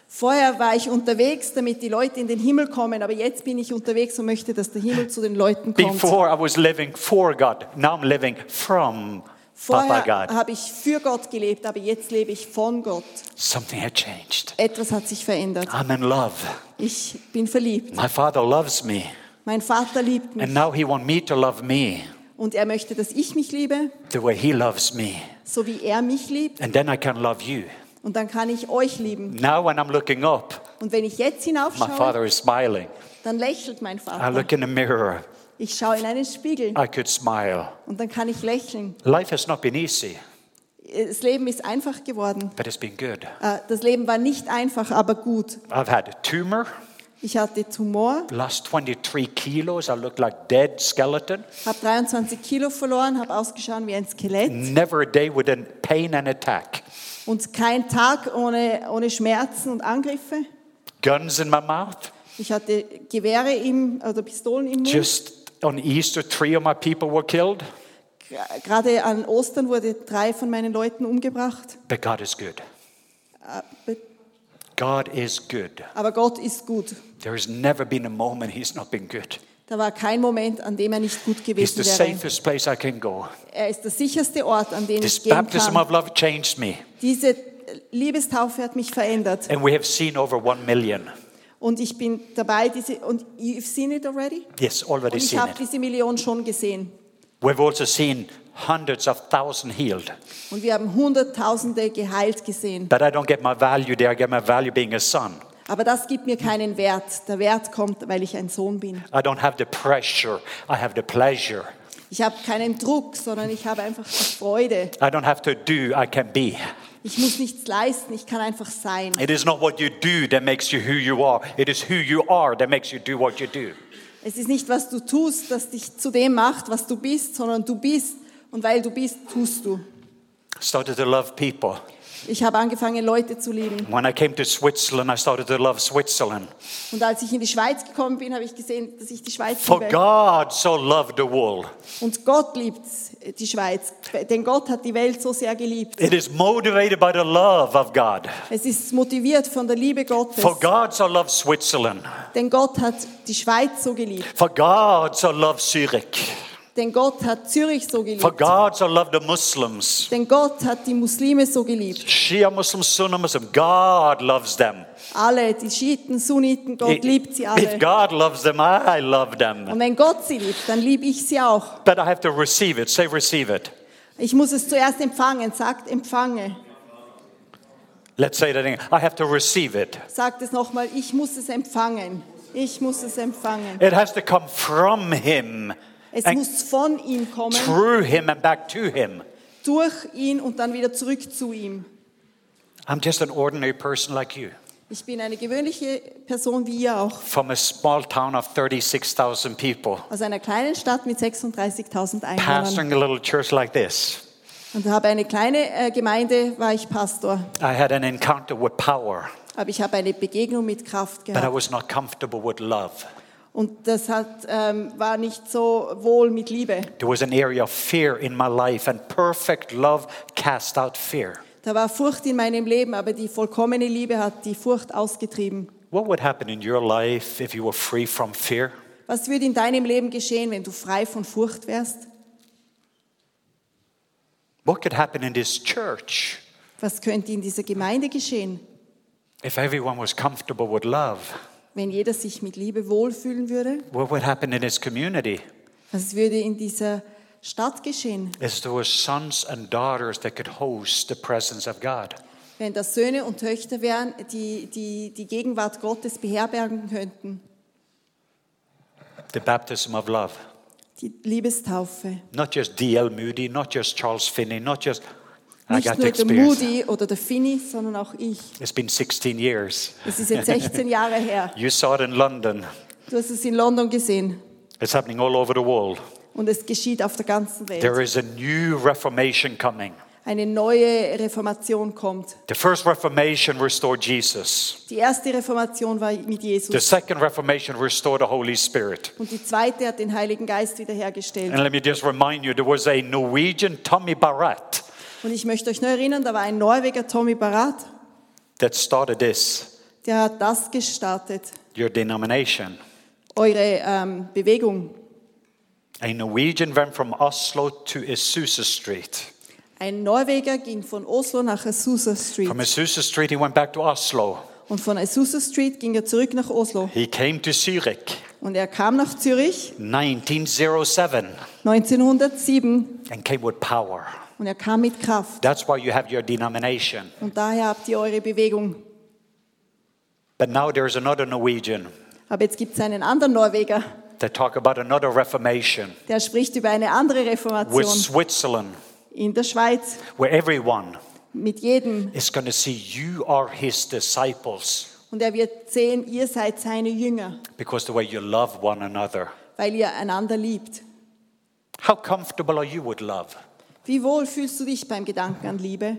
D: Vorher war ich unterwegs, damit die Leute in den Himmel kommen, aber jetzt bin ich unterwegs und möchte, dass der Himmel zu den Leuten kommt.
C: Before I was living for God, now I'm living from Papa
D: Vorher
C: God.
D: habe ich für Gott gelebt, aber jetzt lebe ich von Gott.
C: Something had changed.
D: Etwas hat sich verändert.
C: I'm in love.
D: Ich bin verliebt.
C: My Father loves me,
D: Mein Vater liebt
C: and
D: mich
C: now He wants me to love me
D: und er möchte, dass ich mich liebe,
C: the way He loves me.
D: so wie er mich liebt.
C: And then I can love you.
D: Und dann kann ich euch lieben.
C: Now, when I'm looking up,
D: Und wenn ich jetzt
C: my
D: hinaufschaue,
C: father is smiling.
D: dann lächelt mein
C: I
D: Vater.
C: look Ah. in the mirror,
D: Ich schaue in einen Spiegel
C: I could smile.
D: und dann kann ich lächeln.
C: Life has not been easy,
D: Das Leben ist einfach geworden.
C: but it's been good.
D: Äh, Das Leben war nicht einfach, aber gut.
C: I've had a tumor,
D: Ich hatte Tumor,
C: lost 23 kilos. I look like dead skeleton.
D: habe 23 Kilo verloren, habe ausgeschaut wie ein Skelett
C: Never a day without pain and attack.
D: und kein Tag ohne, ohne Schmerzen und Angriffe.
C: Guns in my mouth,
D: Ich hatte Gewehre im, oder Pistolen im Mund.
C: Just on Easter, three of my people were killed.
D: Gra- Gerade an Ostern wurde drei von meinen Leuten umgebracht.
C: But God is good.
D: Aber-
C: God is good.
D: Aber Gott ist gut.
C: There's never been a moment He's not been good.
D: Da war kein Moment, an dem er nicht gut
C: He's
D: gewesen
C: the
D: wäre.
C: safest place I can go.
D: Er ist der sicherste Ort, an den
C: This
D: ich gehen
C: baptism
D: kann.
C: of love changed me,
D: Diese Liebestaufe hat mich verändert.
C: and we have seen over one million.
D: Und ich bin dabei, diese, und you've seen it already?
C: Yes,
D: Und
C: already
D: ich
C: seen
D: habe
C: it.
D: diese Million schon gesehen.
C: We've also seen hundreds of thousands healed.
D: Und wir haben Hunderttausende geheilt gesehen.
C: But I don't get my value there. I get my value being a son.
D: Aber das gibt mir keinen Wert. Der Wert kommt, weil ich ein Sohn bin.
C: I don't have the pressure. I have the pleasure.
D: Ich habe keinen Druck, sondern ich habe einfach die Freude.
C: I don't have to do. I can be.
D: Ich muss nichts leisten, ich kann einfach sein.
C: It is not what you do that makes you who you are. It is who you are that makes you do what you do.
D: Es ist nicht, was du tust, das dich zu dem macht, was du bist, sondern du bist. Und weil du bist, tust du.
C: Started to love people.
D: Ich habe angefangen, Leute zu lieben.
C: When I came to Switzerland, I started to love Switzerland.
D: Und als ich in die Schweiz gekommen bin, habe ich gesehen, dass ich die Schweiz
C: For
D: liebe.
C: God so loved the world.
D: Und Gott liebt die Schweiz. Denn Gott hat die Welt so sehr geliebt.
C: It is motivated by the love of God.
D: Es ist motiviert von der Liebe Gottes.
C: For God so loved Switzerland.
D: Denn Gott hat die Schweiz so geliebt.
C: For God so loved Zurich.
D: Denn Gott hat Zürich so
C: For
D: geliebt.
C: God so loved the Muslims.
D: Denn Gott hat die Muslime so geliebt.
C: Shia Muslims, Sunni Muslims. God loves them.
D: Alle, die Schiiten, Sunniten, Gott liebt sie alle.
C: If God loves them, I love them.
D: Und wenn Gott sie liebt, dann liebe ich sie auch.
C: But I have to receive it. Say, receive it.
D: Ich muss es zuerst empfangen. Sagt, empfange.
C: Let's say that again. I have to receive it.
D: Sagt es nochmal, ich muss es empfangen. Ich muss es empfangen.
C: It has to come from Him,
D: Es
C: Ein-
D: muss von ihm kommen,
C: through Him, and back to Him.
D: durch ihn und dann wieder zurück zu ihm.
C: I'm just an ordinary person like you
D: Ich bin eine gewöhnliche Person wie ihr auch.
C: from a small town of 36,000 people,
D: Aus einer kleinen Stadt mit 36.000 Einwohnern.
C: pastoring a little church like this.
D: Und habe eine kleine äh, Gemeinde, war ich Pastor.
C: I had an encounter with power,
D: Aber ich habe eine Begegnung mit Kraft
C: but I
D: gehabt.
C: was not comfortable with love.
D: Und das hat, ähm, war nicht so wohl mit Liebe.
C: There was an area of fear in my life, and perfect love cast out fear.
D: Da war Furcht in meinem Leben, aber die vollkommene Liebe hat die Furcht ausgetrieben.
C: What would happen in your life if you were free from fear?
D: Was würde in deinem Leben geschehen, wenn du frei von Furcht wärst?
C: What could happen in this church
D: Was könnte in dieser Gemeinde geschehen,
C: if everyone was comfortable with love?
D: wenn jeder sich mit Liebe wohlfühlen würde?
C: What would happen in this community
D: Was würde in dieser Stadt geschehen,
C: if there were sons and daughters that could host the presence of God?
D: wenn das Söhne und Töchter wären, die die, die Gegenwart Gottes beherbergen könnten?
C: The baptism of love.
D: Die Liebestaufe.
C: Not just D.L. Moody, not just Charles Finney, not just. I
D: Nicht
C: got to
D: nur der
C: experience.
D: Moody oder der Finny, sondern auch ich.
C: It's been 16 years.
D: Es ist jetzt 16 Jahre her.
C: You saw it in London.
D: Du hast es in London gesehen
C: It's happening all over the world.
D: und es geschieht auf der ganzen Welt.
C: There is a new reformation coming.
D: Eine neue Reformation kommt.
C: The first reformation restored Jesus.
D: Die erste Reformation war mit
C: The
D: Jesus
C: second reformation restored the Holy Spirit.
D: und die zweite hat den Heiligen Geist wiederhergestellt.
C: And let me just remind you, there was a Norwegian Tommy Barrett
D: Und ich möchte euch nur erinnern, da war ein Norweger, Tommy Barat,
C: that started this,
D: der hat das gestartet,
C: your denomination.
D: eure ähm, Bewegung.
C: A Norwegian went from Oslo to Isusa Street.
D: Ein Norweger ging von Oslo nach Azusa
C: From
D: Street
C: Isusa Street, he went back to Oslo.
D: und von Azusa Street ging er zurück nach Oslo
C: He came to Zurich,
D: und er kam nach Zürich
C: 1907,
D: 1907
C: and came with power.
D: und er kam mit Kraft.
C: That's why you have your denomination.
D: Und daher habt ihr eure Bewegung.
C: But now there's another Norwegian
D: Aber jetzt gibt es einen anderen Norweger,
C: that talk about another reformation
D: der spricht über eine andere
C: with
D: Reformation
C: Switzerland,
D: in der Schweiz
C: where everyone
D: mit jedem.
C: is going to see you are his disciples
D: Und er wird sehen, ihr seid seine Jünger,
C: because the way you love one another.
D: weil ihr einander liebt.
C: How comfortable are you with love?
D: Wie wohl fühlst du dich beim Gedanken an Liebe?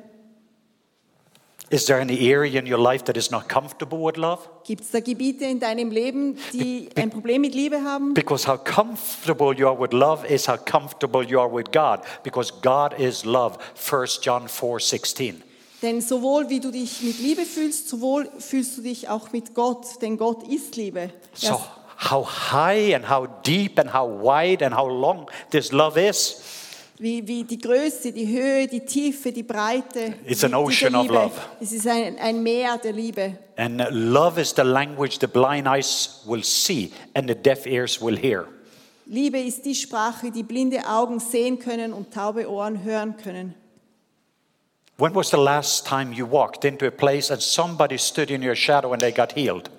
C: Is there any area in your life that is not comfortable with love?
D: Gibt es da Gebiete in deinem Leben, die ein Problem mit Liebe haben?
C: Because how comfortable you are with love is how comfortable you are with God. Because God is love. 1 John 4 16.
D: Denn sowohl wie du dich mit Liebe fühlst, sowohl fühlst du dich auch mit Gott, denn Gott ist Liebe.
C: So,
D: Erst-
C: how high and how deep and how wide and how long this love is.
D: Wie, wie die Größe, die Höhe, die Tiefe, die Breite.
C: It's
D: die-
C: an ocean
D: dieser
C: of
D: Liebe.
C: love.
D: Es ist ein, ein Meer der Liebe.
C: And love is the language the blind eyes will see and the deaf ears will hear.
D: Liebe ist die Sprache, die blinde Augen sehen können und taube Ohren hören können.
C: When was the last time you walked into a place and somebody stood in your shadow and they got healed?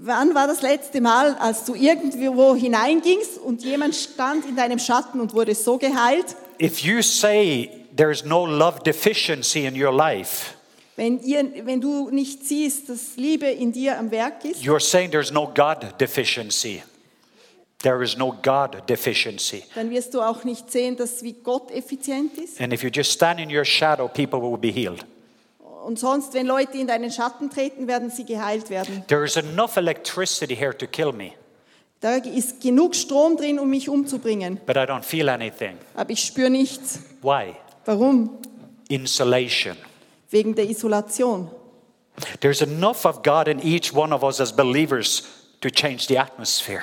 D: Wann war das letzte Mal, als du irgendwo hineingingst und jemand stand in deinem Schatten und wurde so geheilt?
C: If you say there's no love deficiency in your life,
D: Wenn, ihr, wenn du nicht siehst, dass Liebe in dir am Werk ist,
C: you're saying there's no God deficiency. There is no God deficiency.
D: dann wirst du auch nicht sehen, dass wie Gott effizient ist.
C: And if you just stand in your shadow, people will be healed.
D: Und sonst, wenn Leute in deinen Schatten treten, werden sie geheilt werden.
C: There is enough electricity here to kill me,
D: Da ist genug Strom drin, um mich umzubringen.
C: but I don't feel anything.
D: Aber ich spüre nichts.
C: Why?
D: Warum?
C: Insulation.
D: Wegen der Isolation.
C: There's enough of God in each one of us as believers to change the atmosphere.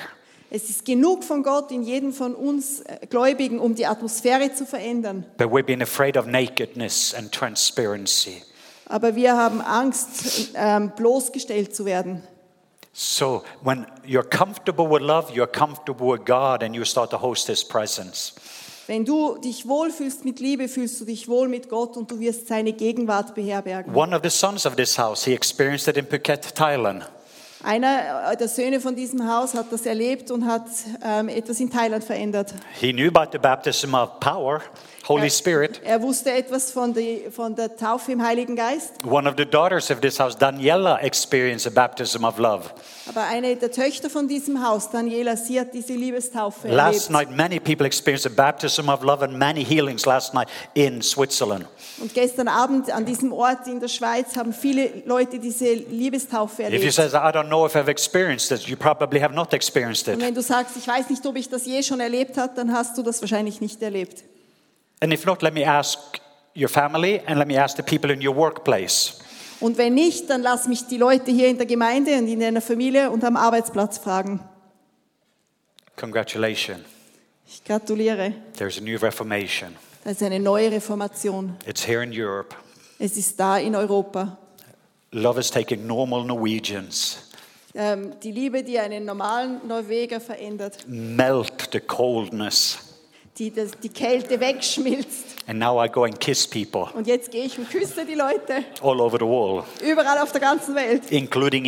D: Es ist genug von Gott in jedem von uns äh, Gläubigen, um die Atmosphäre zu verändern.
C: But we've been afraid of nakedness and transparency.
D: Aber wir haben Angst, ähm, bloßgestellt zu werden.
C: So when you're comfortable with love, you're comfortable with God, and you start to host His presence.
D: Wenn du dich wohlfühlst mit Liebe, fühlst du dich wohl mit Gott und du wirst seine Gegenwart beherbergen.
C: One of the sons of this house, he experienced it in Phuket, Thailand.
D: Einer äh, der Söhne von diesem Haus hat das erlebt und hat ähm, etwas in Thailand verändert.
C: He knew about the baptism of power, Holy Spirit.
D: Er wusste etwas von, die, von der Taufe im Heiligen Geist,
C: One of the daughters of this house, Daniela, experienced a baptism of love.
D: aber eine der Töchter von diesem Haus, Daniela, sie hat diese Liebestaufe
C: Last
D: erlebt.
C: night, many people experienced a baptism of love and many healings last night in Switzerland.
D: Und gestern Abend an diesem Ort in der Schweiz haben viele Leute diese Liebestaufe
C: If you
D: erlebt.
C: say, I don't know if I've experienced it, you probably have not experienced
D: Und
C: it.
D: wenn du sagst, ich weiß nicht, ob ich das je schon erlebt habe, dann hast du das wahrscheinlich nicht erlebt.
C: And if not, let me ask your family and let me ask the people in your workplace.
D: Und wenn nicht, dann lass mich die Leute hier in der Gemeinde und in deiner Familie und am Arbeitsplatz fragen.
C: Congratulations.
D: Ich gratuliere.
C: There's a new reformation.
D: Da ist eine neue Reformation.
C: It's here in Europe.
D: Es ist da in Europa.
C: Love is taking normal Norwegians,
D: Ähm, die Liebe, die einen normalen Norweger verändert,
C: melt the coldness.
D: die das, die Kälte wegschmilzt.
C: And now I go and kiss people
D: Und jetzt gehe ich und küsse die Leute
C: all over the world,
D: überall auf der ganzen Welt.
C: including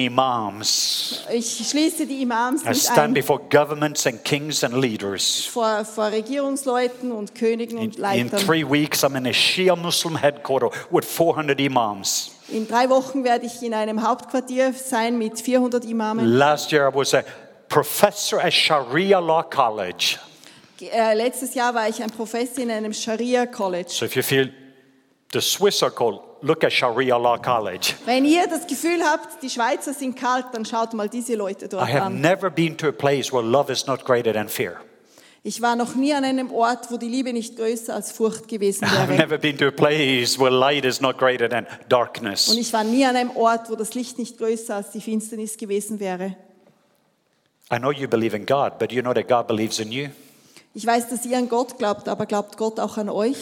C: imams.
D: Ich schließe die Imams
C: I
D: nicht
C: stand
D: ein
C: before governments and kings and leaders.
D: vor, vor Regierungsleuten und Königen und
C: In, in
D: Leitern.
C: three weeks, I'm in a Shia Muslim headquarter with 400 imams.
D: In drei Wochen werde ich in einem Hauptquartier sein mit 400 Imamen.
C: Last year, I was a professor at Sharia Law College.
D: Äh, letztes Jahr war ich ein Professor in einem Scharia College.
C: So if you feel the Swiss are cold, look at Sharia Law College.
D: Wenn ihr das Gefühl habt, die Schweizer sind kalt, dann schaut mal diese Leute
C: I
D: dort
C: have
D: an.
C: never been to a place where love is not greater than fear.
D: Ich war noch nie an einem Ort, wo die Liebe nicht größer als Furcht gewesen
C: I've
D: wäre.
C: never been to a place where light is not greater than
D: Und
C: darkness.
D: ich war nie an einem Ort, wo das Licht nicht größer als die Finsternis gewesen wäre.
C: I know you believe in God, but you know that God believes in you.
D: Ich weiß, dass ihr an Gott glaubt, aber glaubt Gott auch an euch?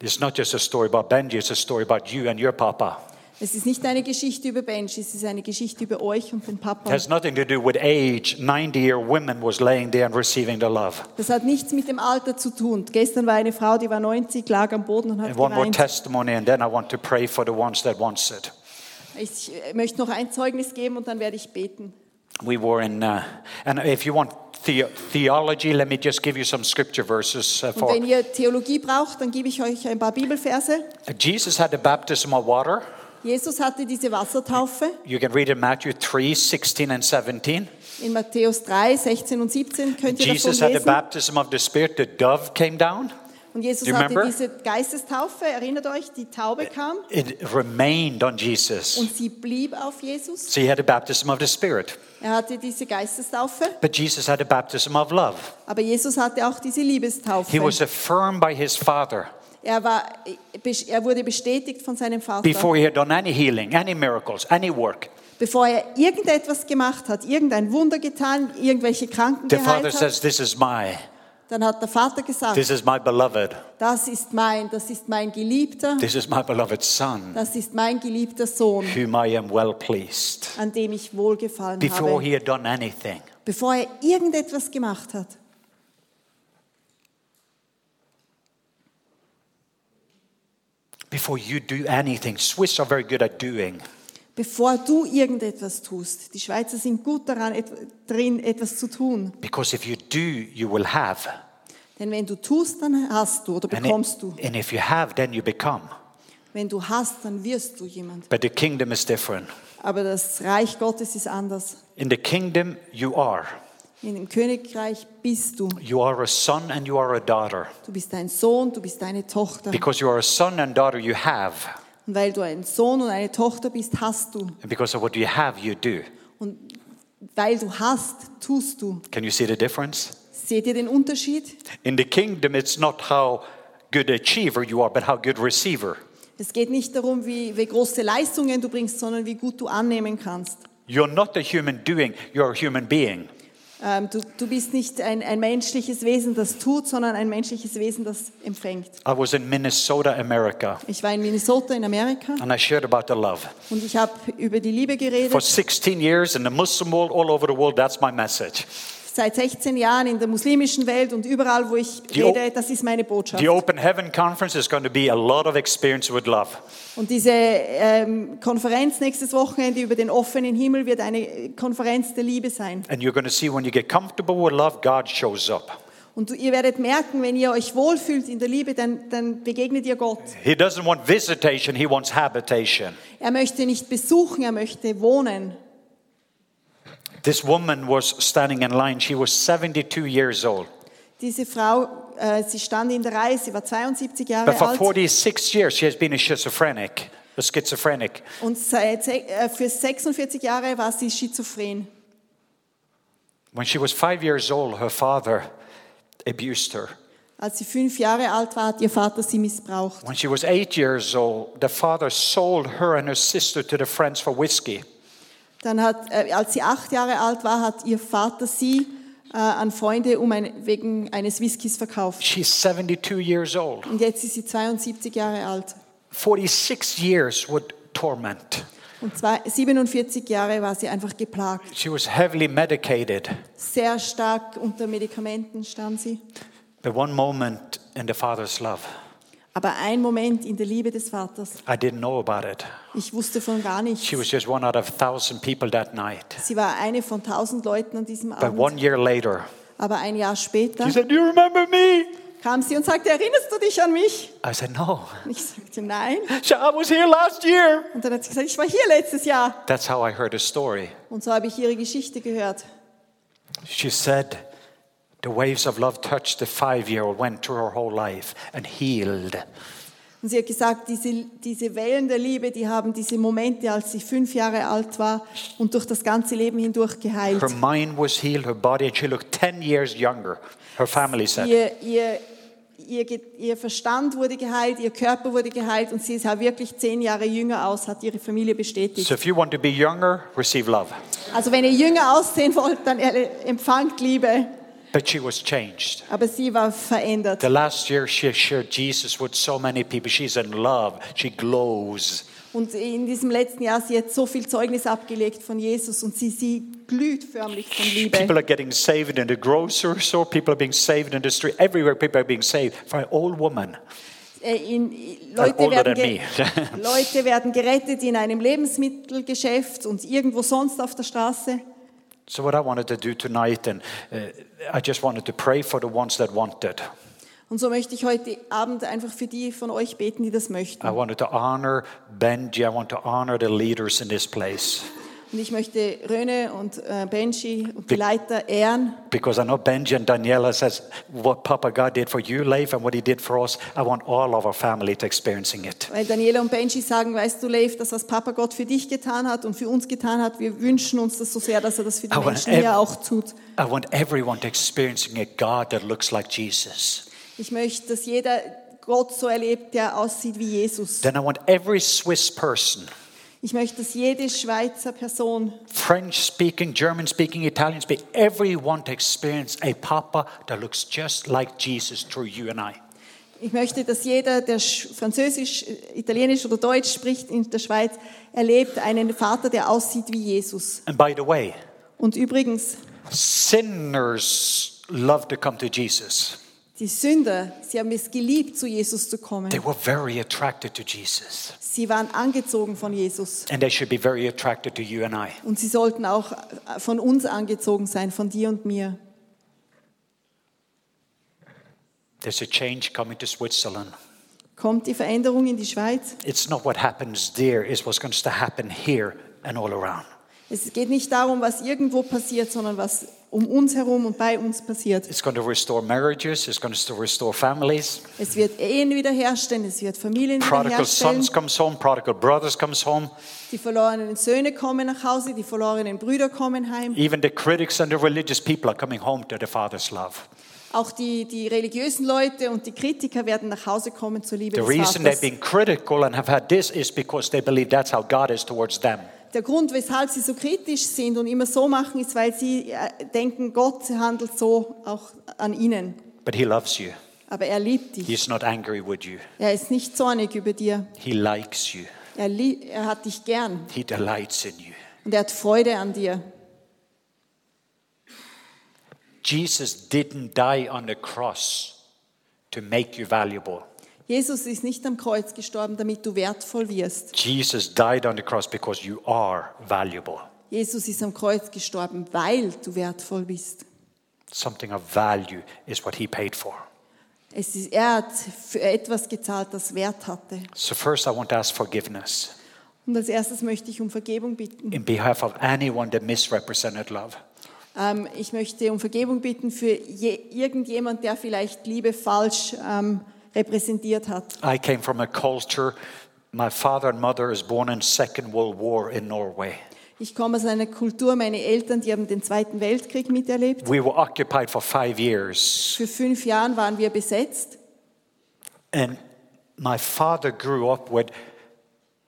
C: It's not just a story about Benji, it's a story about you and your papa.
D: Es ist nicht eine Geschichte über Benji, es ist eine Geschichte über euch und den
C: It
D: Papa.
C: has nothing to do with age. 90 year women was laying there and receiving the love.
D: Das hat nichts mit dem Alter zu tun. Gestern war eine Frau, die war 90, lag am Boden und hat
C: And one more
D: geweint.
C: testimony, and then I want to pray for the ones that wants it.
D: Ich äh, möchte noch ein Zeugnis geben und dann werde ich beten.
C: We were in, uh, and if you want the- theology, let me just give you some scripture verses uh,
D: Und
C: for.
D: wenn ihr Theologie braucht, dann gebe ich euch ein paar Bibelverse.
C: Jesus had the baptism of water.
D: Jesus hatte diese Wassertaufe
C: You can read in Matthew 3 16 and 17.
D: in Matthäus 3, 16 und 17. Könnt ihr
C: Jesus
D: davon
C: had the
D: lesen?
C: baptism of the Spirit. The dove came down.
D: Und Jesus
C: You
D: hatte
C: remember?
D: diese Geistestaufe, erinnert euch, die Taube kam
C: It remained on Jesus.
D: und sie blieb auf Jesus.
C: So he had a baptism of the Spirit.
D: Er hatte diese Geistestaufe,
C: But Jesus had a baptism of love.
D: aber Jesus hatte auch diese
C: He was
D: Liebestaufe.
C: affirmed by his Father
D: Er, war, er wurde bestätigt von seinem Vater.
C: before he had done any healing, any miracles, any work.
D: Bevor er irgendetwas gemacht hat, irgendein Wunder getan, irgendwelche Kranken
C: The Father
D: geheilt hat,
C: says, This is my,
D: dann hat der Vater gesagt,
C: this is my beloved,
D: das ist mein, das ist mein Geliebter,
C: this is my beloved Son,
D: das ist mein geliebter Sohn,
C: whom I am well pleased.
D: an dem ich wohlgefallen
C: Before
D: habe.
C: he had done anything.
D: Bevor er irgendetwas gemacht hat.
C: Before you do anything, Swiss are very good at doing.
D: Bevor du irgendetwas tust. Die Schweizer sind gut daran, et drin etwas zu tun.
C: Because if you do, you will have.
D: Denn wenn du tust, dann hast du oder
C: And,
D: bekommst du.
C: and if you have, then you become.
D: Wenn du hast, dann wirst du jemand.
C: But the kingdom is different.
D: Aber das Reich Gottes ist anders.
C: In the kingdom, you are.
D: In dem Königreich bist du.
C: You are a son and you are a daughter.
D: Du bist ein Sohn, du bist eine Tochter.
C: Because you are a son and daughter, you have.
D: Und weil du ein Sohn und eine Tochter bist, hast du.
C: And because of what you have, you do.
D: Und weil du hast, tust du.
C: Can you see the difference?
D: Seht ihr den Unterschied?
C: In the kingdom, it's not how good achiever you are, but how good receiver.
D: Es geht nicht darum, wie, wie große Leistungen du bringst, sondern wie gut du annehmen kannst.
C: You're not a human doing, you're a human being.
D: Ähm, du, du bist nicht ein, ein menschliches Wesen, das tut, sondern ein menschliches Wesen, das empfängt.
C: I was in Minnesota, America,
D: Ich war in Minnesota in Amerika
C: and I shared about the love.
D: und ich habe über die Liebe
C: For
D: geredet.
C: 16 years in the Muslim world, all over the world, that's my message.
D: Seit 16 Jahren in der muslimischen Welt und überall, wo ich
C: Die O-
D: rede, das ist meine Botschaft.
C: The Open Heaven Conference is going to be a lot of experience with love.
D: Und diese ähm, Konferenz nächstes Wochenende über den offenen Himmel wird eine Konferenz der Liebe sein.
C: And you're going to see when you get comfortable with love, God shows up.
D: Und du, ihr werdet merken, wenn ihr euch wohlfühlt in der Liebe, dann, dann begegnet ihr Gott.
C: He doesn't want visitation, He wants habitation.
D: Er möchte nicht besuchen, er möchte wohnen.
C: This woman was standing in line. She was 72 years old.
D: Diese Frau, äh, sie stand in der Reihe, sie war 72
C: But
D: Jahre
C: for
D: alt
C: 46 years, she has been a schizophrenic. A schizophrenic.
D: und seit, se- äh, für 46 Jahre war sie schizophren.
C: When she was five years old, her father abused her.
D: Als sie fünf Jahre alt war, hat ihr Vater sie missbraucht.
C: When she was eight years old, the father sold her and her sister to the friends for whiskey.
D: Dann hat, äh, als sie acht Jahre alt war, hat ihr Vater sie äh, an Freunde um ein, wegen eines Whiskys verkauft.
C: She's 72 years old.
D: Und jetzt ist sie 72 Jahre alt.
C: 46 years with torment.
D: Und zwei, 47 Jahre war sie einfach geplagt.
C: She was heavily medicated.
D: Sehr stark unter Medikamenten stand sie.
C: But one moment in the father's love,
D: Aber ein Moment in der Liebe des Vaters.
C: I didn't know about it.
D: Ich wusste von gar nichts.
C: She was just one out of a thousand people that night.
D: Sie war eine von tausend Leuten an diesem
C: But one
D: Abend.
C: year later,
D: Aber ein Jahr später
C: she said, Do you remember me?
D: kam sie und sagte, erinnerst du dich an mich?
C: I said, No.
D: Und ich sagte, nein.
C: So I was here last year.
D: Und dann hat sie gesagt, ich war hier letztes Jahr.
C: That's how I heard her story.
D: Und so habe ich ihre Geschichte gehört.
C: She said, The waves of love touched the five year old, went through her whole life and healed.
D: Und sie hat gesagt, diese, diese Wellen der Liebe, die haben diese Momente, als sie fünf Jahre alt war und durch das ganze Leben hindurch geheilt.
C: Her mind was healed, her body, and she looked 10 years younger, her family said.
D: Ihr, ihr, ihr, Ge- ihr Verstand wurde geheilt, ihr Körper wurde geheilt und sie sah wirklich zehn Jahre jünger aus, hat ihre Familie
C: So
D: bestätigt.
C: if you want to be younger, receive love.
D: Also wenn ihr jünger aussehen wollt, dann er- empfangt Liebe.
C: But she was changed.
D: Aber sie war verändert.
C: The last year she shared Jesus with so many people. She's in love. She glows.
D: Und in diesem letzten Jahr, sie hat so viel Zeugnis abgelegt von Jesus und sie, sie glüht förmlich von
C: People
D: Liebe.
C: are getting saved in the grocery store. People are being saved in the street. Everywhere people are being saved. For an old woman.
D: Äh, in,
C: older
D: Leute,
C: than
D: werden ge- Leute werden gerettet in einem Lebensmittelgeschäft und irgendwo sonst auf der Straße.
C: So what I wanted to do tonight, and uh, I just wanted to pray for the ones that wanted.
D: Und so möchte ich heute Abend einfach für die von euch
C: Ah.
D: beten, die das möchten.
C: I wanted to honor Benji. I want to honor the leaders in this place.
D: Und ich möchte Röne und äh, Benji und die Leiter ehren.
C: Because I know Benji and Daniela says what Papa God did for you, Leif, and what he did for us. I want all of our family to experiencing it.
D: Weil Daniela und Benji sagen, weißt du, Leif, das, was Papa Gott für dich getan hat und für uns getan hat, wir wünschen uns das so sehr, dass er das für die
C: Aber äh,
D: Menschen
C: ev-
D: hier auch tut.
C: I want everyone to experiencing a God that looks like Jesus.
D: Ich möchte, dass jeder Gott so erlebt, der aussieht wie Jesus.
C: Then I want every Swiss person,
D: Ich möchte, dass jede Schweizer Person,
C: French speaking, German speaking, Italian speaking, everyone to experience a Papa that looks just like Jesus through you and I.
D: ich möchte, dass jeder, der Sch- Französisch, äh, Italienisch oder Deutsch spricht in der Schweiz, erlebt einen Vater, der aussieht wie Jesus.
C: And by the way,
D: Und übrigens,
C: sinners love to come to Jesus.
D: die Sünder, sie haben es geliebt, zu Jesus zu kommen.
C: They were very attracted to Jesus.
D: Sie waren angezogen von Jesus.
C: And they should be very attracted to you and I.
D: Und sie sollten auch äh, von uns angezogen sein, von dir und mir.
C: There's a change coming to Switzerland.
D: Kommt die Veränderung in die Schweiz?
C: It's not what happens there, it's what's going to happen here and all around.
D: Es geht nicht darum, was irgendwo passiert, sondern was um uns herum und bei uns passiert.
C: It's going to restore marriages, it's going to restore families.
D: Es wird Ehen wiederherstellen, es wird Familien
C: Prodigal
D: wiederherstellen.
C: sons comes home, prodigal brothers comes home.
D: Die verlorenen Söhne kommen nach Hause, die verlorenen Brüder kommen heim.
C: Even the critics and the religious people are coming home to the Father's love.
D: Auch die, die religiösen Leute und die Kritiker werden nach Hause kommen zur Liebe
C: The
D: des
C: reason they've
D: Vaters.
C: been critical and have had this is because they believe that's how God is towards them.
D: Der Grund, weshalb sie so kritisch sind und immer so machen, ist, weil sie äh, denken, Gott handelt so auch an ihnen.
C: But He loves you.
D: Aber er liebt dich.
C: He's not angry with you.
D: Er ist nicht zornig über dir.
C: He likes you.
D: Er, lieb, er hat dich gern
C: He delights in you.
D: und er hat Freude an dir.
C: Jesus didn't die on the cross to make you valuable.
D: Jesus ist nicht am Kreuz gestorben, damit du wertvoll wirst.
C: Jesus died on the cross because you are valuable.
D: Jesus ist am Kreuz gestorben, weil du wertvoll bist.
C: Something of value is what he paid for.
D: Es ist, er hat für etwas gezahlt, das Wert hatte.
C: So, first, I want to ask forgiveness
D: Und als erstes möchte ich um Vergebung bitten.
C: in behalf of anyone that misrepresented love.
D: Ähm, ich möchte um Vergebung bitten für je, irgendjemand, der vielleicht Liebe falsch ähm, repräsentiert hat.
C: I came from a culture, my father and mother was born in Second World War in Norway.
D: Ich komme aus einer Kultur, meine Eltern, die haben den Zweiten Weltkrieg miterlebt.
C: We were occupied for five years,
D: Für fünf Jahren waren wir besetzt.
C: and my father grew up with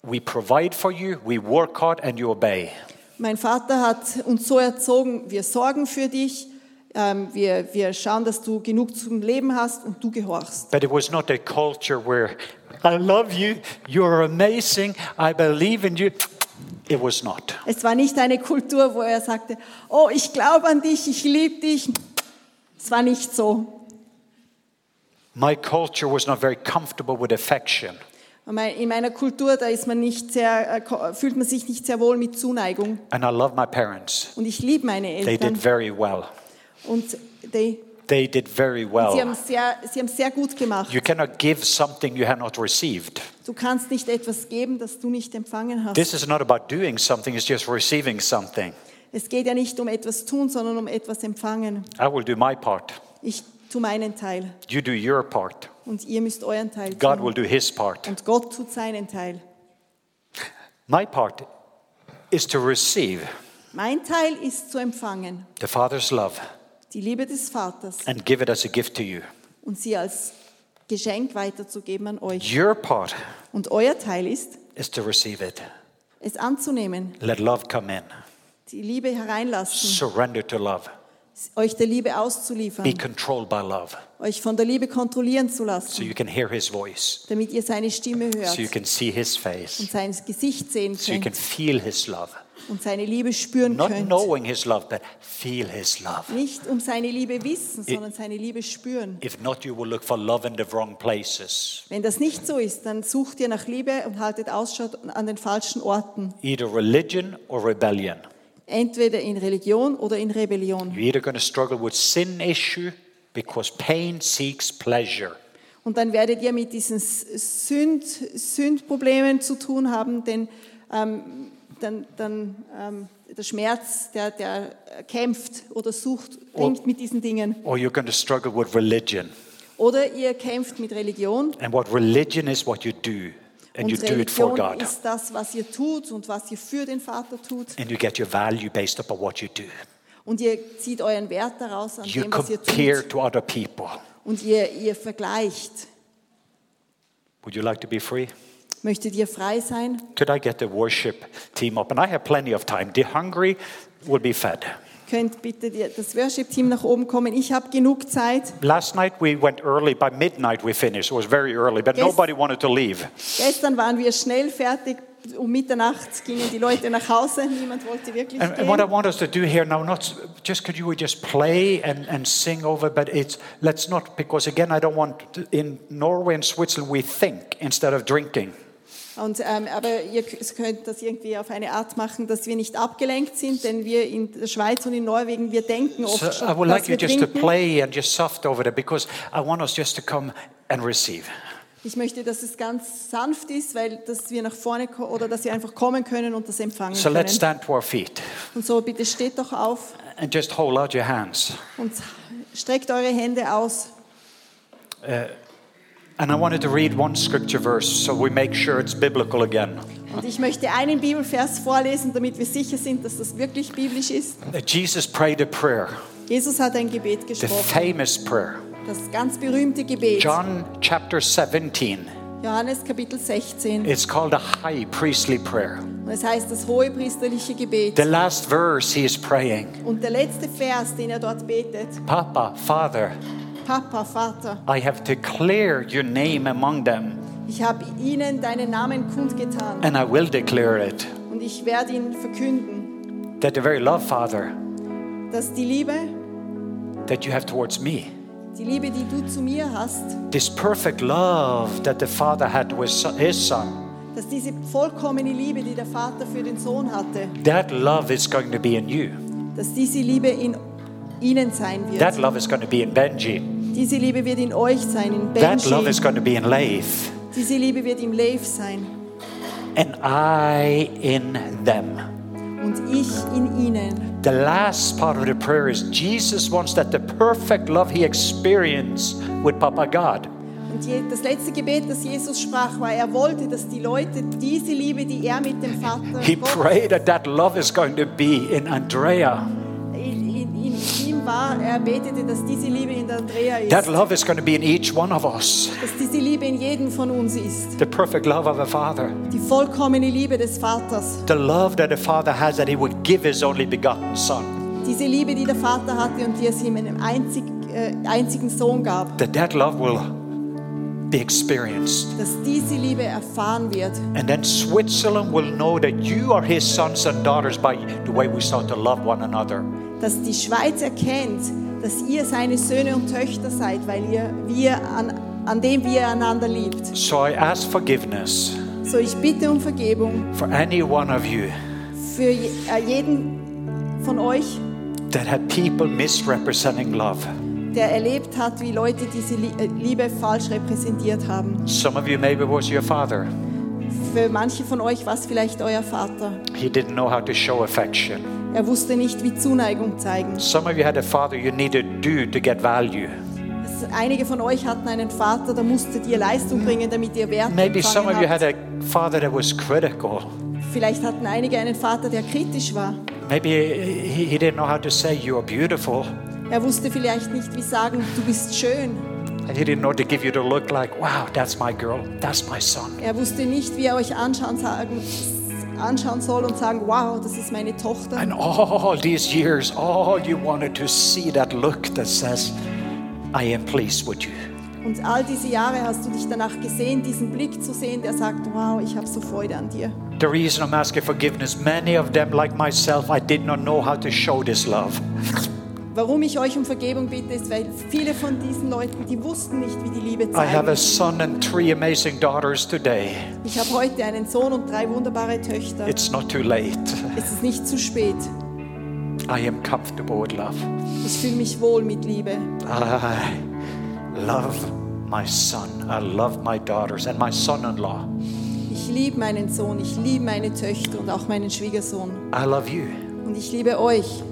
C: we provide for you, we work hard, and you obey.
D: Mein Vater hat uns so erzogen, wir sorgen für dich, ähm, wir, wir schauen, dass du genug zum Leben hast und du gehorchst.
C: But it was not a culture where, I love you, you're amazing, I believe in you. It was not.
D: Es war nicht eine Kultur, wo er sagte, oh, ich glaube an dich, ich liebe dich. Es war nicht so.
C: My culture was not very comfortable with affection.
D: Und mein- In meiner Kultur, da ist man nicht sehr, äh, ko- fühlt man sich nicht sehr wohl mit Zuneigung.
C: And I love my parents.
D: Und ich liebe meine
C: They did
D: Eltern.
C: very well.
D: Und they,
C: They did very
D: sie, haben
C: well.
D: sehr, sie haben sehr gut gemacht.
C: You cannot give something you have not received.
D: Du kannst nicht etwas geben, das du nicht empfangen hast.
C: This is not about doing something, it's just receiving something.
D: Es geht ja nicht um etwas tun, sondern um etwas empfangen.
C: I will do my part.
D: Ich tue meinen Teil
C: You do your part.
D: und ihr müsst euren Teil
C: God will
D: tun.
C: do his part.
D: Und Gott tut seinen Teil.
C: My part is to receive
D: Mein Teil ist zu empfangen,
C: the Father's love
D: die Liebe des Vaters.
C: and give it as a gift to you.
D: und sie als Geschenk weiterzugeben an euch.
C: Your part
D: Und euer Teil ist,
C: is to receive it.
D: es anzunehmen,
C: Let love come in.
D: die Liebe hereinlassen,
C: Surrender to love.
D: euch der Liebe
C: Be
D: auszuliefern,
C: controlled by love
D: euch von der Liebe kontrollieren zu
C: so
D: lassen,
C: you can hear his voice,
D: damit ihr seine Stimme hört
C: so you
D: und
C: can see his face,
D: sein Gesicht sehen
C: so you can
D: könnt
C: feel his love.
D: und seine Liebe spüren
C: Not
D: könnt.
C: knowing his love, but feel his love.
D: Nicht um seine Liebe wissen, sondern seine Liebe spüren.
C: If not, you will look for love in the wrong places,
D: Wenn das nicht so ist, dann sucht ihr nach Liebe und haltet Ausschau an den falschen Orten.
C: either religion or rebellion.
D: Entweder in Religion oder in Rebellion.
C: You're either going to struggle with sin issue because pain seeks pleasure,
D: Und dann werdet ihr mit diesen Sünd, Sündproblemen zu tun haben, denn ähm, dann, dann ähm, der Schmerz, der, der kämpft oder sucht,
C: Oh.
D: ringt mit diesen Dingen.
C: or you're going to struggle with religion.
D: Oder ihr kämpft mit Religion.
C: And what religion is what you do, and
D: Und
C: you do it for
D: Religion
C: God.
D: ist das, was ihr tut und was ihr für den Vater tut.
C: And you get your value based upon what you do.
D: Und ihr zieht euren Wert daraus an
C: You
D: dem, was ihr
C: compare
D: tut.
C: to other people.
D: Und ihr, ihr vergleicht.
C: Would you like to be free?
D: Möchtet ihr frei sein?
C: Could I get the worship team up? And I have plenty of time. The hungry will be fed.
D: Könnt bitte die- das Worship-Team nach oben kommen. Ich habe genug Zeit.
C: Last night we went early. By midnight we finished. It was very early, but
D: Yes.
C: nobody wanted to leave.
D: Gestern waren wir schnell fertig. Um Mitternacht gingen die Leute nach Hause. Niemand wollte wirklich
C: And, and what I
D: gehen.
C: want us to do here now, not s- just could you would just play and, and sing over, but it's let's not because again I don't want to- in Norway and Switzerland we think instead of drinking.
D: Und, ähm, aber ihr k- könnt das irgendwie auf eine Art machen, dass wir nicht abgelenkt sind, denn wir in der Schweiz und in Norwegen, wir denken oft,
C: So
D: schon,
C: I would like
D: dass
C: you
D: wir
C: just to
D: trinken.
C: play and just soft over there because I want us just to come and receive.
D: Ich möchte, dass es ganz sanft ist, weil dass wir nach vorne ko- oder dass wir einfach kommen können und das empfangen
C: So let's
D: können.
C: stand to our feet
D: Und so bitte steht doch auf
C: and just hold out your hands.
D: und streckt eure Hände aus.
C: And I wanted to read one scripture verse so we make sure it's biblical again.
D: Und ich möchte einen Bibelvers vorlesen, damit wir sicher sind, dass das wirklich biblisch ist.
C: That Jesus prayed a prayer,
D: Jesus hat ein Gebet
C: the
D: gesprochen,
C: famous prayer.
D: das ganz berühmte Gebet.
C: John chapter 17.
D: Johannes Kapitel 16.
C: It's called a high priestly prayer.
D: Und es heißt das hohe priesterliche Gebet.
C: The last verse he is praying
D: Und der letzte Vers, den er dort betet,
C: Papa, Father,
D: Papa, Vater,
C: I have declared your name among them,
D: ich habe ihnen deinen Namen kundgetan
C: and I will declare it.
D: und ich werde ihn verkünden,
C: That the very love, Father,
D: dass die Liebe,
C: that you have towards me,
D: die Liebe, die du zu mir hast,
C: this perfect love that the Father had with so- his Son,
D: dass diese vollkommene Liebe, die der Vater für den Sohn hatte,
C: that love is going to be in you.
D: dass diese Liebe in ihnen sein
C: That
D: wird.
C: love is going to be in Benji.
D: Diese Liebe wird in euch sein, in
C: That love is
D: Benji.
C: going to be in Leif.
D: Diese Liebe wird im Lev sein
C: And I in them.
D: und ich in ihnen.
C: The last part of the prayer is Jesus wants that the perfect love he experienced with Papa God
D: Und je, das letzte Gebet, das Jesus sprach, war, er wollte, dass die Leute diese Liebe, die er mit dem Vater
C: He
D: Gott
C: prayed that that love is going to be in Andrea.
D: in, in, in ihm war, er betete, dass diese Liebe in der Andrea ist,
C: That love is going to be in each one of us.
D: dass diese Liebe in jedem von uns ist,
C: The perfect love of a father.
D: die vollkommene Liebe des Vaters,
C: The love that a father has that he would give his only begotten son.
D: diese Liebe, die der Vater hatte und die es ihm in einem einzig, äh, einzigen Sohn gab,
C: That that love will be experienced.
D: dass diese Liebe erfahren wird.
C: And then Switzerland will know that you are his sons and daughters by the way we start to love one another.
D: dass die Schweiz erkennt, dass ihr seine Söhne und Töchter seid, weil ihr, wir an, an dem wir einander liebt.
C: So I ask forgiveness
D: So ich bitte um Vergebung
C: for any one of you
D: für je, äh, jeden von euch,
C: that had people misrepresenting love.
D: der erlebt hat, wie Leute diese Lie- äh, Liebe falsch repräsentiert haben.
C: Some of you maybe was your father.
D: Für manche von euch war es vielleicht euer Vater.
C: He didn't know how to show affection.
D: Er wusste nicht, wie Zuneigung zeigen.
C: Some of you had a father you needed do to get value.
D: Es- Einige von euch hatten einen Vater, da musstet ihr Leistung bringen, damit ihr Wert
C: Mm. Maybe some of you
D: empfangen
C: had
D: habt.
C: a father that was critical.
D: Vielleicht hatten einige einen Vater, der kritisch war.
C: Maybe he, he didn't know how to say you are beautiful.
D: Er wusste vielleicht nicht, wie sagen, du bist schön.
C: He didn't know to give you the look like, wow, that's my girl, that's my son.
D: Er wusste nicht, wie er euch anschauen, sagen, anschauen soll und sagen, wow, das ist meine Tochter.
C: And all these years, all you wanted to see that look that says, I am pleased with you.
D: Und all diese Jahre hast du dich danach gesehen, diesen Blick zu sehen, der sagt, wow, ich habe so Freude an dir.
C: The reason I'm asking forgiveness, many of them, like myself, I did not know how to show this love.
D: Warum ich euch um Vergebung bitte, ist, weil viele von diesen Leuten, die wussten nicht, wie die Liebe
C: I have a
D: zeigt.
C: son and three amazing daughters today.
D: Ich habe heute einen Sohn und drei wunderbare Töchter.
C: It's not too late.
D: Es ist nicht zu spät.
C: I am comfortable with love.
D: Ich fühle mich wohl mit Liebe.
C: I love my son. I love my daughters and my son in law.
D: Ich Ich liebe meinen Sohn, ich liebe meine Töchter und auch meinen Schwiegersohn.
C: I love you.
D: Und ich liebe euch.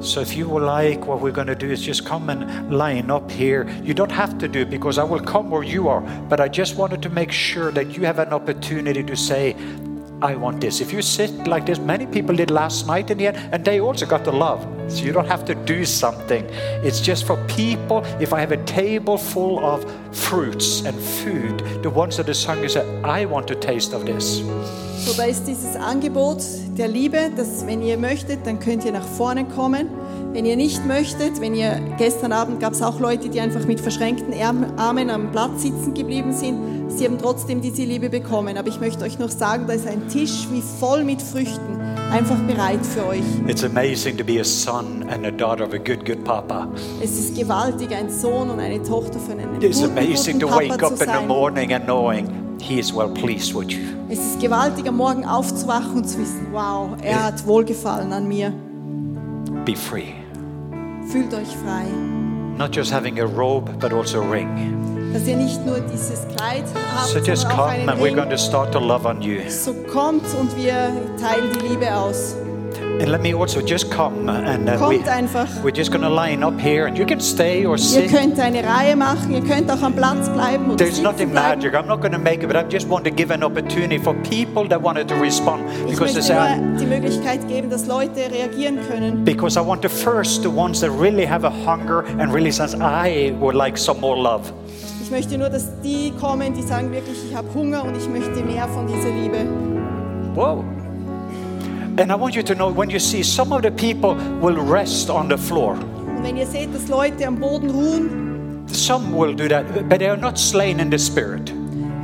C: So if you will like, what we're going to do is just come and line up here. You don't have to do it because I will come where you are. But I just wanted to make sure that you have an opportunity to say, I want this. If you sit like this, many people did last night in the end, and they also got the love. So you don't have to do something. It's just for people. If I have a table full of fruits and food, the ones that is hungry say, I want to taste of this.
D: So, da ist dieses Angebot der Liebe, dass wenn ihr möchtet, dann könnt ihr nach vorne kommen. Wenn ihr nicht möchtet, wenn ihr gestern Abend gab es auch Leute, die einfach mit verschränkten Arm- Armen am Platz sitzen geblieben sind, sie haben trotzdem diese Liebe bekommen. Aber ich möchte euch noch sagen, da ist ein Tisch wie voll mit Früchten, einfach bereit für euch.
C: It's amazing to be a son and a daughter of a good, good papa.
D: Es ist gewaltig, ein Sohn und eine Tochter von einem
C: It's
D: guten,
C: amazing
D: guten
C: to wake
D: Papa zu
C: up in the
D: sein.
C: morning and knowing He is well pleased with you.
D: Es ist gewaltig, am Morgen aufzuwachen und zu wissen, wow, er hat Wohlgefallen an mir.
C: Be free.
D: Fühlt euch frei.
C: Not just having a robe, but also a ring.
D: dass ihr nicht nur dieses Kleid habt,
C: So just
D: sondern auch
C: come
D: einen
C: and we're going
D: Ring.
C: to start to love on you.
D: So kommt und wir teilen die Liebe aus.
C: And let me also just come and uh, we,
D: Kommt einfach.
C: we're just going to line up here and you can stay or
D: Ihr
C: sit.
D: könnt eine Reihe machen, ihr könnt auch am Platz bleiben oder
C: There's
D: sitzen
C: nothing
D: bleiben.
C: magic. I'm not going to make it, but I just want to give an opportunity for people that wanted to respond
D: Ich
C: because they
D: möchte
C: say, "I-
D: nur die Möglichkeit geben, dass Leute reagieren können.
C: because I want to first the ones that really have a hunger and really says, I would like some more love.
D: Ich möchte nur, dass die kommen, die sagen wirklich, ich habe Hunger und ich möchte mehr von dieser Liebe.
C: Whoa. And I want you to know when you see some of the people will rest on the floor.
D: Und wenn ihr seht, dass Leute am Boden ruhen,
C: Some will do that, but they are not slain in the spirit.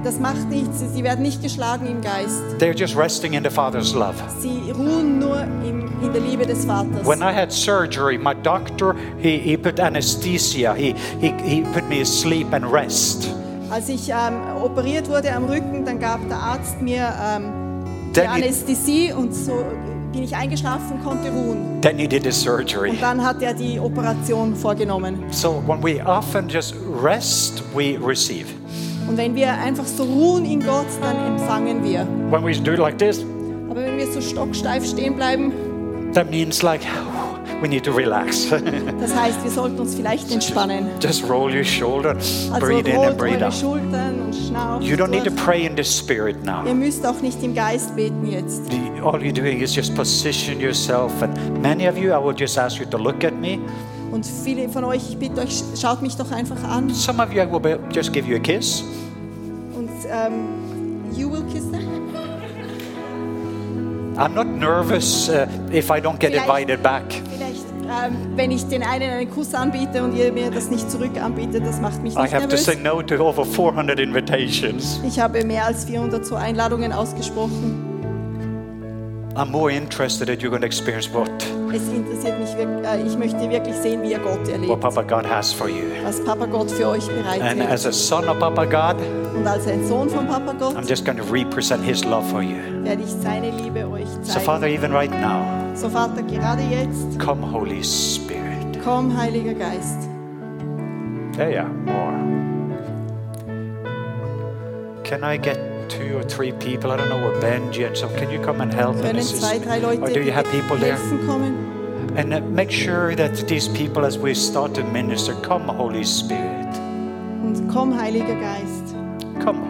D: das macht nichts, sie werden nicht geschlagen im Geist.
C: They're just resting in the Father's love.
D: Sie ruhen nur im, in der Liebe des Vaters.
C: When I had surgery, my doctor he, he put anesthesia. He, he he put me asleep and rest.
D: Als ich ähm, operiert wurde am Rücken, dann gab der Arzt mir ähm, die
C: Dann die-
D: Anästhesie und so äh, bin ich eingeschlafen, konnte ruhen.
C: Then he did the surgery.
D: Und dann hat er die Operation vorgenommen.
C: So when we often just rest, we receive.
D: Und wenn wir einfach so ruhen in Gott, dann empfangen wir.
C: When we do like this,
D: Aber wenn wir so stocksteif stehen bleiben,
C: That means like we need to relax.
D: das heißt, wir sollten uns vielleicht entspannen.
C: Just roll your shoulder,
D: Also
C: breathe in and
D: rollt
C: breathe
D: eure
C: out.
D: Schultern und schnauft.
C: You don't need to
D: durch.
C: pray in the spirit
D: Ihr
C: now.
D: müsst auch nicht im Geist beten jetzt.
C: The- All you're doing is just position yourself. And many of you, I will just ask you to look at me.
D: Und viele von euch, ich bitte euch, schaut mich doch einfach an.
C: Some of you, I will be- just give you a kiss.
D: Und ähm, you will kiss them?
C: I'm not nervous uh, if I don't get
D: Vielleicht-
C: invited back.
D: Vielleicht, ähm, wenn ich den einen einen Kuss anbiete und ihr mir das nicht zurück anbietet, das macht mich
C: I
D: nicht
C: have to
D: nervös.
C: say no to over 400 invitations.
D: Ich habe mehr als 400 so Einladungen ausgesprochen.
C: I'm more interested that you're going to experience what,
D: Es interessiert mich wirklich, äh, ich möchte wirklich sehen, wie ihr Gott
C: what
D: erlebt,
C: Papa also- God has for you.
D: was Papa Gott für euch
C: And
D: bereithält.
C: as a son of Papa God,
D: Und als ein Sohn von Papa
C: I'm
D: Gott
C: just going to represent His love for you.
D: werde ich seine Liebe euch
C: So,
D: zeigen.
C: Father, even right now,
D: So Vater, gerade jetzt,
C: come, Holy Spirit.
D: komm Heiliger Geist.
C: There you are, more. Can I get two or three people? I don't know where Benji and some. Can you come and help and
D: Können
C: assist
D: zwei,
C: me?
D: drei Leute
C: Or do you have people there?
D: helfen kommen?
C: And uh, make sure that these people, as we start to minister, come, Holy Spirit.
D: Und komm Heiliger Geist.
C: Come,